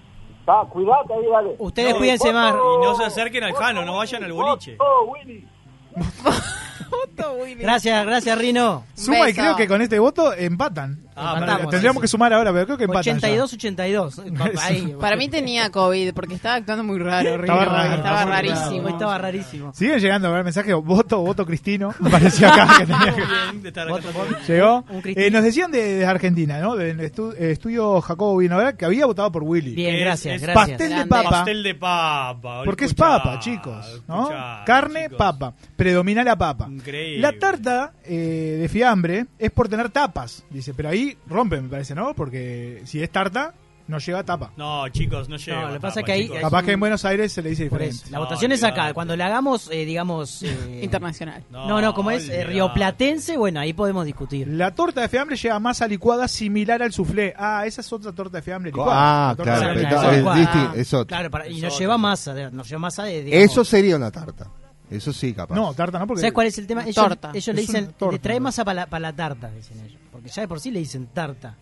[SPEAKER 25] Ah, cuidate ahí, dale.
[SPEAKER 9] Ustedes cuídense más.
[SPEAKER 25] foto,
[SPEAKER 28] Y no se acerquen al Jano, no vayan al boliche.
[SPEAKER 25] foto,
[SPEAKER 2] Oh,
[SPEAKER 25] Willy.
[SPEAKER 2] Puto Willy.
[SPEAKER 9] Gracias, gracias, Rino.
[SPEAKER 8] Suma y
[SPEAKER 2] Beso.
[SPEAKER 8] creo que con este voto empatan.
[SPEAKER 28] Ah,
[SPEAKER 9] Empatamos.
[SPEAKER 8] Tendríamos que sumar ahora, pero creo que empatan. ya.
[SPEAKER 9] 82-82. Ahí.
[SPEAKER 2] Para mí tenía COVID porque estaba actuando muy raro, Rino.
[SPEAKER 8] Estaba raro,
[SPEAKER 2] Estaba
[SPEAKER 8] estaba muy
[SPEAKER 2] rarísimo.
[SPEAKER 9] Estaba rarísimo.
[SPEAKER 8] Siguen llegando a ver mensajes. Voto, voto Cristino. Apareció acá. que tenía que-
[SPEAKER 28] Bien, de estar acá también.
[SPEAKER 8] Llegó.
[SPEAKER 9] Un Cristino.
[SPEAKER 8] Eh, nos decían de, de Argentina, ¿no? Del estu- eh, estudio Jacobo Vinograd que había votado por Willy.
[SPEAKER 9] Bien,
[SPEAKER 28] Es-
[SPEAKER 9] gracias,
[SPEAKER 28] es
[SPEAKER 9] gracias.
[SPEAKER 8] Pastel de
[SPEAKER 2] Grande.
[SPEAKER 8] papa.
[SPEAKER 28] Pastel de papa.
[SPEAKER 8] Porque es
[SPEAKER 28] escuchá,
[SPEAKER 8] papa, chicos, ¿no?
[SPEAKER 28] escuchá,
[SPEAKER 8] Carne,
[SPEAKER 28] chicos.
[SPEAKER 8] papa. Predomina la papa.
[SPEAKER 28] Increíble.
[SPEAKER 8] La tarta eh, de fiambre es por tener tapas, dice. Pero ahí rompen, me parece, ¿no? Porque si es tarta, no lleva tapa.
[SPEAKER 28] No, chicos, no llega.
[SPEAKER 9] No, lo que
[SPEAKER 28] tapa,
[SPEAKER 9] pasa es que ahí-
[SPEAKER 28] chicos.
[SPEAKER 9] Es
[SPEAKER 8] Capaz
[SPEAKER 9] un-
[SPEAKER 8] que en Buenos Aires se le dice
[SPEAKER 9] Por
[SPEAKER 8] diferente.
[SPEAKER 9] eso. La
[SPEAKER 28] No,
[SPEAKER 9] votación es acá.
[SPEAKER 28] olvidate.
[SPEAKER 9] Cuando la hagamos, eh, digamos. eh,
[SPEAKER 2] Internacional.
[SPEAKER 9] No, no, como es eh,
[SPEAKER 28] olvidate.
[SPEAKER 9] rioplatense, bueno, ahí podemos discutir.
[SPEAKER 8] La torta de fiambre lleva masa licuada similar al soufflé. Ah, esa es otra torta de fiambre licuada.
[SPEAKER 1] Ah,
[SPEAKER 8] La torta
[SPEAKER 1] claro,
[SPEAKER 8] de
[SPEAKER 9] pero
[SPEAKER 8] fiambre
[SPEAKER 9] está-
[SPEAKER 1] pero
[SPEAKER 8] licuada.
[SPEAKER 1] es
[SPEAKER 9] licuada.
[SPEAKER 1] disti- es otro.
[SPEAKER 9] Claro, para- y
[SPEAKER 28] Eso
[SPEAKER 9] nos
[SPEAKER 28] otro.
[SPEAKER 9] lleva masa, de- nos lleva masa de. digamos-
[SPEAKER 1] Eso sería una tarta. Eso sí, capaz.
[SPEAKER 8] No, tarta no, porque...
[SPEAKER 9] ¿Sabes cuál es el tema? Ellos,
[SPEAKER 2] Torta.
[SPEAKER 9] ellos le
[SPEAKER 8] Es una
[SPEAKER 9] dicen,
[SPEAKER 8] torta,
[SPEAKER 9] le trae
[SPEAKER 8] ¿no?
[SPEAKER 9] masa para la, para la tarta, dicen ellos. Porque ya de por sí le dicen tarta.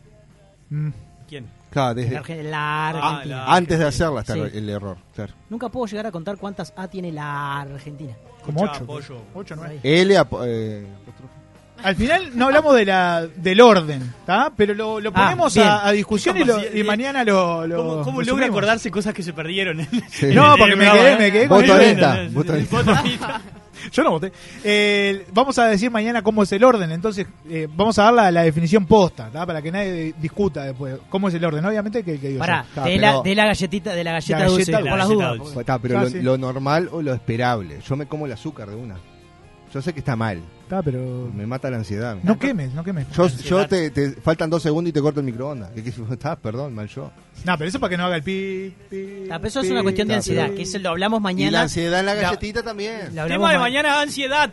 [SPEAKER 8] Mm,
[SPEAKER 28] ¿Quién?
[SPEAKER 1] Claro, desde-
[SPEAKER 9] Tener gen- larga
[SPEAKER 1] Ah,
[SPEAKER 9] Argentina.
[SPEAKER 1] la- antes de hacerla está
[SPEAKER 9] Sí.
[SPEAKER 1] el error. claro.
[SPEAKER 9] Nunca puedo llegar a contar cuántas A tiene la Argentina.
[SPEAKER 8] Como Escuchá, ocho, pollo.
[SPEAKER 9] Ocho,
[SPEAKER 8] nueve.
[SPEAKER 1] L, ap- eh,
[SPEAKER 8] Al final no hablamos de la, del orden, ¿tá? Pero lo, lo
[SPEAKER 4] Ah,
[SPEAKER 8] ponemos
[SPEAKER 4] bien.
[SPEAKER 8] a, a discusión y, lo-
[SPEAKER 4] Capacidad-
[SPEAKER 8] y mañana lo. lo
[SPEAKER 4] ¿Cómo, cómo
[SPEAKER 8] lo
[SPEAKER 4] logra
[SPEAKER 8] subimos.
[SPEAKER 4] acordarse cosas que se perdieron? en-
[SPEAKER 8] Sí.
[SPEAKER 4] en
[SPEAKER 8] Pues No,
[SPEAKER 4] el
[SPEAKER 8] porque me
[SPEAKER 4] programa,
[SPEAKER 8] quedé,
[SPEAKER 4] eh?
[SPEAKER 8] me quedé con
[SPEAKER 1] Votorita,
[SPEAKER 8] el-
[SPEAKER 1] votorita.
[SPEAKER 4] Votorita.
[SPEAKER 8] Yo no voté. Eh, vamos a decir mañana cómo es el orden, entonces eh, vamos a dar la, la definición posta, ¿tá? para que nadie discuta después. ¿Cómo es el orden? Obviamente que el que digo
[SPEAKER 9] Pará,
[SPEAKER 8] yo. Tá,
[SPEAKER 9] de,
[SPEAKER 8] pero-
[SPEAKER 9] la, de la galletita, de la galleta, dulce, por las dudas. porque-
[SPEAKER 1] Pues Está, pero
[SPEAKER 8] Ah,
[SPEAKER 1] lo,
[SPEAKER 8] sí.
[SPEAKER 1] lo normal o lo esperable. Yo me como el azúcar de una. Yo sé que está mal.
[SPEAKER 8] Está, pero.
[SPEAKER 1] Me mata la ansiedad.
[SPEAKER 8] No quemes, no quemes.
[SPEAKER 1] Yo, yo te, te- faltan dos segundos y te corto el microondas. ¿Qué- qué- Está, perdón, mal yo.
[SPEAKER 8] No, pero eso para que no haga el pi.
[SPEAKER 9] Ah, pero eso es una cuestión de
[SPEAKER 1] Está,
[SPEAKER 9] ansiedad,
[SPEAKER 1] pero-
[SPEAKER 9] que eso lo hablamos mañana.
[SPEAKER 1] Y la ansiedad en la galletita también.
[SPEAKER 9] La
[SPEAKER 4] Tema de
[SPEAKER 9] ma-
[SPEAKER 4] mañana, ansiedad.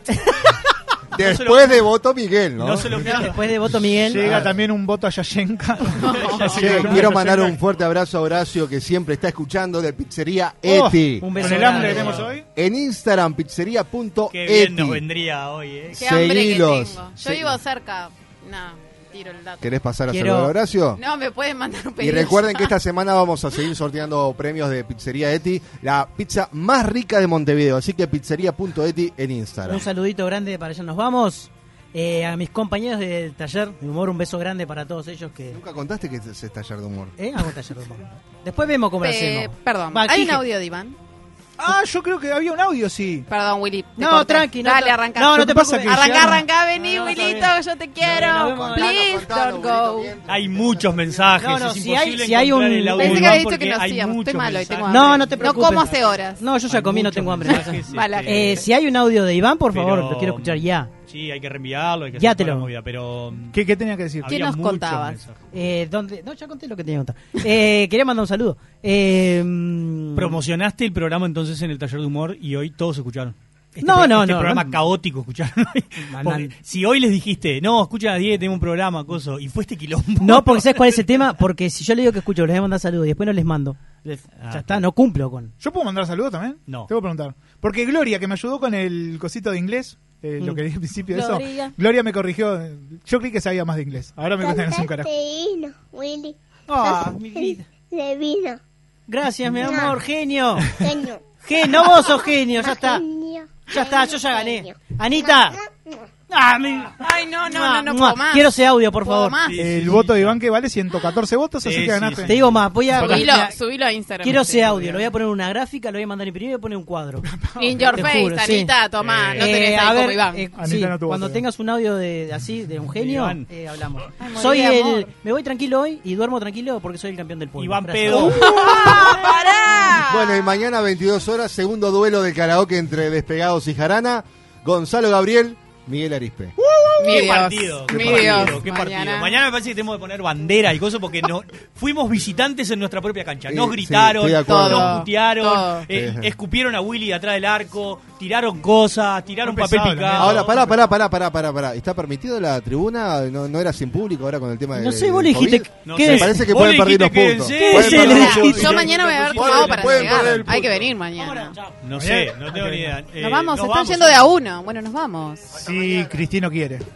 [SPEAKER 1] Después de voto Miguel, ¿no?
[SPEAKER 9] Después de voto Miguel.
[SPEAKER 8] Llega
[SPEAKER 1] Ah.
[SPEAKER 8] también un voto a Yashenka.
[SPEAKER 1] Che, quiero mandar un fuerte abrazo a Horacio que siempre está escuchando de Pizzería
[SPEAKER 8] Oh,
[SPEAKER 1] Eti.
[SPEAKER 8] un beso Con el hambre que grande. tenemos hoy.
[SPEAKER 1] En Instagram, pizzería.eti.
[SPEAKER 4] Qué bien nos vendría hoy, ¿eh?
[SPEAKER 5] Qué hambre que tengo.
[SPEAKER 1] Seguilos.
[SPEAKER 5] Yo
[SPEAKER 1] Sí.
[SPEAKER 5] vivo cerca. No, tiro el dato.
[SPEAKER 1] ¿Querés pasar a
[SPEAKER 5] Quiero-
[SPEAKER 1] saludar a Horacio?
[SPEAKER 5] No, me pueden mandar un
[SPEAKER 1] Y
[SPEAKER 5] pedido.
[SPEAKER 1] recuerden que esta semana vamos a seguir sorteando premios de Pizzería Eti, la pizza más rica de Montevideo. Así que pizzería.eti en Instagram.
[SPEAKER 9] Un saludito grande para allá. Nos vamos. Eh, a mis compañeros del taller de humor, un beso grande para todos ellos que.
[SPEAKER 1] Nunca contaste que es taller de humor.
[SPEAKER 9] ¿Eh? Hago taller de humor. Después vemos cómo lo
[SPEAKER 5] Pe-
[SPEAKER 9] hacemos.
[SPEAKER 5] Perdón,
[SPEAKER 9] Va,
[SPEAKER 5] hay un
[SPEAKER 9] Kike.
[SPEAKER 5] audio de Iván.
[SPEAKER 8] Ah, yo creo que había un audio, sí.
[SPEAKER 5] Perdón, Willy. te
[SPEAKER 9] No,
[SPEAKER 5] corté.
[SPEAKER 9] tranqui, no
[SPEAKER 5] Dale,
[SPEAKER 9] te-
[SPEAKER 5] arranca.
[SPEAKER 9] no, no te
[SPEAKER 5] pasa
[SPEAKER 9] preocupes.
[SPEAKER 5] Arranca,
[SPEAKER 9] Llegamos.
[SPEAKER 5] arranca, vení,
[SPEAKER 9] No, no, está
[SPEAKER 5] Wilito, yo te quiero. Please don't go.
[SPEAKER 4] Hay muchos mensajes.
[SPEAKER 9] No, no,
[SPEAKER 4] es
[SPEAKER 9] si
[SPEAKER 4] imposible
[SPEAKER 9] hay- si hay
[SPEAKER 4] encontrar
[SPEAKER 9] un-
[SPEAKER 4] el audio
[SPEAKER 5] Pensé
[SPEAKER 4] de
[SPEAKER 5] que había
[SPEAKER 4] Iván
[SPEAKER 5] dicho que
[SPEAKER 4] porque
[SPEAKER 5] nos
[SPEAKER 4] hay
[SPEAKER 5] íbamos. Estoy
[SPEAKER 4] muchos
[SPEAKER 5] malo, hoy tengo
[SPEAKER 4] mensajes.
[SPEAKER 5] hambre.
[SPEAKER 9] No, no te preocupes.
[SPEAKER 5] No como hace horas.
[SPEAKER 9] No, yo ya comí, no tengo hambre.
[SPEAKER 5] Vale.
[SPEAKER 9] Eh, si hay un audio de Iván, por favor,
[SPEAKER 4] Pero-
[SPEAKER 9] lo quiero escuchar ya.
[SPEAKER 4] Sí, hay que reenviarlo, hay que
[SPEAKER 9] Ya
[SPEAKER 4] hacer
[SPEAKER 9] te
[SPEAKER 4] toda
[SPEAKER 9] lo-
[SPEAKER 4] la movida, pero... mm,
[SPEAKER 8] ¿Qué, qué tenía que decir?
[SPEAKER 4] había muchos mensajes.
[SPEAKER 9] Eh, ¿dónde? No, ya conté lo que tenía que contar. Eh, quería mandar un saludo. Eh, mm,
[SPEAKER 4] Promocionaste el programa entonces en el taller de humor y hoy todos escucharon. Este
[SPEAKER 9] No,
[SPEAKER 4] pro-
[SPEAKER 9] no,
[SPEAKER 4] este
[SPEAKER 9] no,
[SPEAKER 4] programa
[SPEAKER 9] no.
[SPEAKER 4] caótico escucharon hoy.
[SPEAKER 9] Mal,
[SPEAKER 4] Porque
[SPEAKER 9] mal.
[SPEAKER 4] Si hoy les dijiste, no, escucha a las 10, tengo un programa, coso, y fue este quilombo.
[SPEAKER 9] No, porque ¿sabes cuál es el tema? Porque si yo le digo que escucho, les voy a mandar saludos y después no les mando. Les- ya está, no cumplo con.
[SPEAKER 8] ¿Yo puedo mandar saludos también?
[SPEAKER 4] No.
[SPEAKER 8] Te voy a preguntar. Porque Gloria, que me ayudó con el cosito de inglés, eh, lo
[SPEAKER 9] Mm.
[SPEAKER 8] que dije al principio de
[SPEAKER 31] Gloria.
[SPEAKER 8] eso, Gloria me corrigió. Yo creí que sabía más de inglés. Ahora me cuentan que no es un carajo.
[SPEAKER 31] vino, Willy.
[SPEAKER 9] Ah,
[SPEAKER 31] Sos
[SPEAKER 9] mi vida.
[SPEAKER 31] De vino.
[SPEAKER 9] Gracias, mi
[SPEAKER 31] No.
[SPEAKER 9] amor, genio.
[SPEAKER 31] Genio.
[SPEAKER 9] Gen- no vos sos genio, ya está.
[SPEAKER 31] Genio.
[SPEAKER 9] Ya está, yo ya gané. Anita. Ah, mi-
[SPEAKER 5] Ay, no, no,
[SPEAKER 9] mua,
[SPEAKER 5] no, no
[SPEAKER 9] mua.
[SPEAKER 5] puedo más.
[SPEAKER 9] Quiero ese audio, por
[SPEAKER 5] Puedo
[SPEAKER 9] favor.
[SPEAKER 5] más.
[SPEAKER 8] El voto de Iván que vale 114 votos,
[SPEAKER 9] Sí,
[SPEAKER 8] así que
[SPEAKER 9] sí,
[SPEAKER 8] ganaste.
[SPEAKER 9] sí. Te digo más, voy a-
[SPEAKER 5] Subilo,
[SPEAKER 9] Mira,
[SPEAKER 5] subilo a Instagram.
[SPEAKER 9] Quiero ese
[SPEAKER 5] Sí,
[SPEAKER 9] audio, lo voy a poner en una gráfica, lo voy a mandar imprimir y voy a poner un cuadro.
[SPEAKER 5] In your
[SPEAKER 9] Te
[SPEAKER 5] face,
[SPEAKER 9] juro, sí.
[SPEAKER 5] Anita, tomá. No tenés
[SPEAKER 9] Eh,
[SPEAKER 5] ahí
[SPEAKER 9] a ver,
[SPEAKER 5] como Iván.
[SPEAKER 9] eh, sí, cuando tengas un audio de así de un genio,
[SPEAKER 4] Iván.
[SPEAKER 9] eh, hablamos.
[SPEAKER 5] morí
[SPEAKER 9] soy
[SPEAKER 5] de amor.
[SPEAKER 9] el, me voy tranquilo hoy y duermo tranquilo porque soy el campeón del pueblo.
[SPEAKER 4] Iván
[SPEAKER 9] Gracias.
[SPEAKER 4] Pedo.
[SPEAKER 1] Bueno, y mañana 22 horas, segundo duelo de karaoke entre Despegados y Jarana. Gonzalo Gabriel, Miguel Arispe.
[SPEAKER 4] Uh, Qué
[SPEAKER 5] Dios,
[SPEAKER 4] partido, qué
[SPEAKER 5] mi
[SPEAKER 4] partido,
[SPEAKER 5] Dios,
[SPEAKER 4] qué
[SPEAKER 5] mañana.
[SPEAKER 4] partido. Mañana me parece que tenemos que poner bandera y cosas porque no, fuimos visitantes en nuestra propia cancha. Nos
[SPEAKER 1] Sí,
[SPEAKER 4] gritaron,
[SPEAKER 1] sí, estoy de acuerdo.
[SPEAKER 4] nos
[SPEAKER 1] Todo,
[SPEAKER 4] putearon, eh,
[SPEAKER 1] Sí.
[SPEAKER 4] escupieron a Willy de atrás del arco, tiraron cosas, tiraron
[SPEAKER 8] Muy
[SPEAKER 4] papel
[SPEAKER 8] pesado,
[SPEAKER 4] picado.
[SPEAKER 1] Ahora, pará, pará, pará, pará, pará, pará. ¿Está permitido la tribuna? ¿No, no era sin público ahora con el tema de
[SPEAKER 9] No sé, vos
[SPEAKER 1] del
[SPEAKER 9] le
[SPEAKER 1] COVID?
[SPEAKER 9] dijiste que-
[SPEAKER 1] Me
[SPEAKER 9] quédense.
[SPEAKER 1] parece que
[SPEAKER 9] Vos
[SPEAKER 1] pueden
[SPEAKER 9] le
[SPEAKER 1] perder los
[SPEAKER 9] dijiste
[SPEAKER 1] puntos.
[SPEAKER 9] quédense.
[SPEAKER 1] Pueden
[SPEAKER 9] Quédense,
[SPEAKER 1] perder
[SPEAKER 9] le
[SPEAKER 1] los puntos.
[SPEAKER 5] Yo mañana me voy a haber tomado para llegar. Hay que venir mañana.
[SPEAKER 4] No sé, no tengo ni idea. Eh,
[SPEAKER 5] Nos vamos, se están
[SPEAKER 4] vamos.
[SPEAKER 5] yendo de a uno. Bueno, nos vamos.
[SPEAKER 8] Sí, Cristino quiere.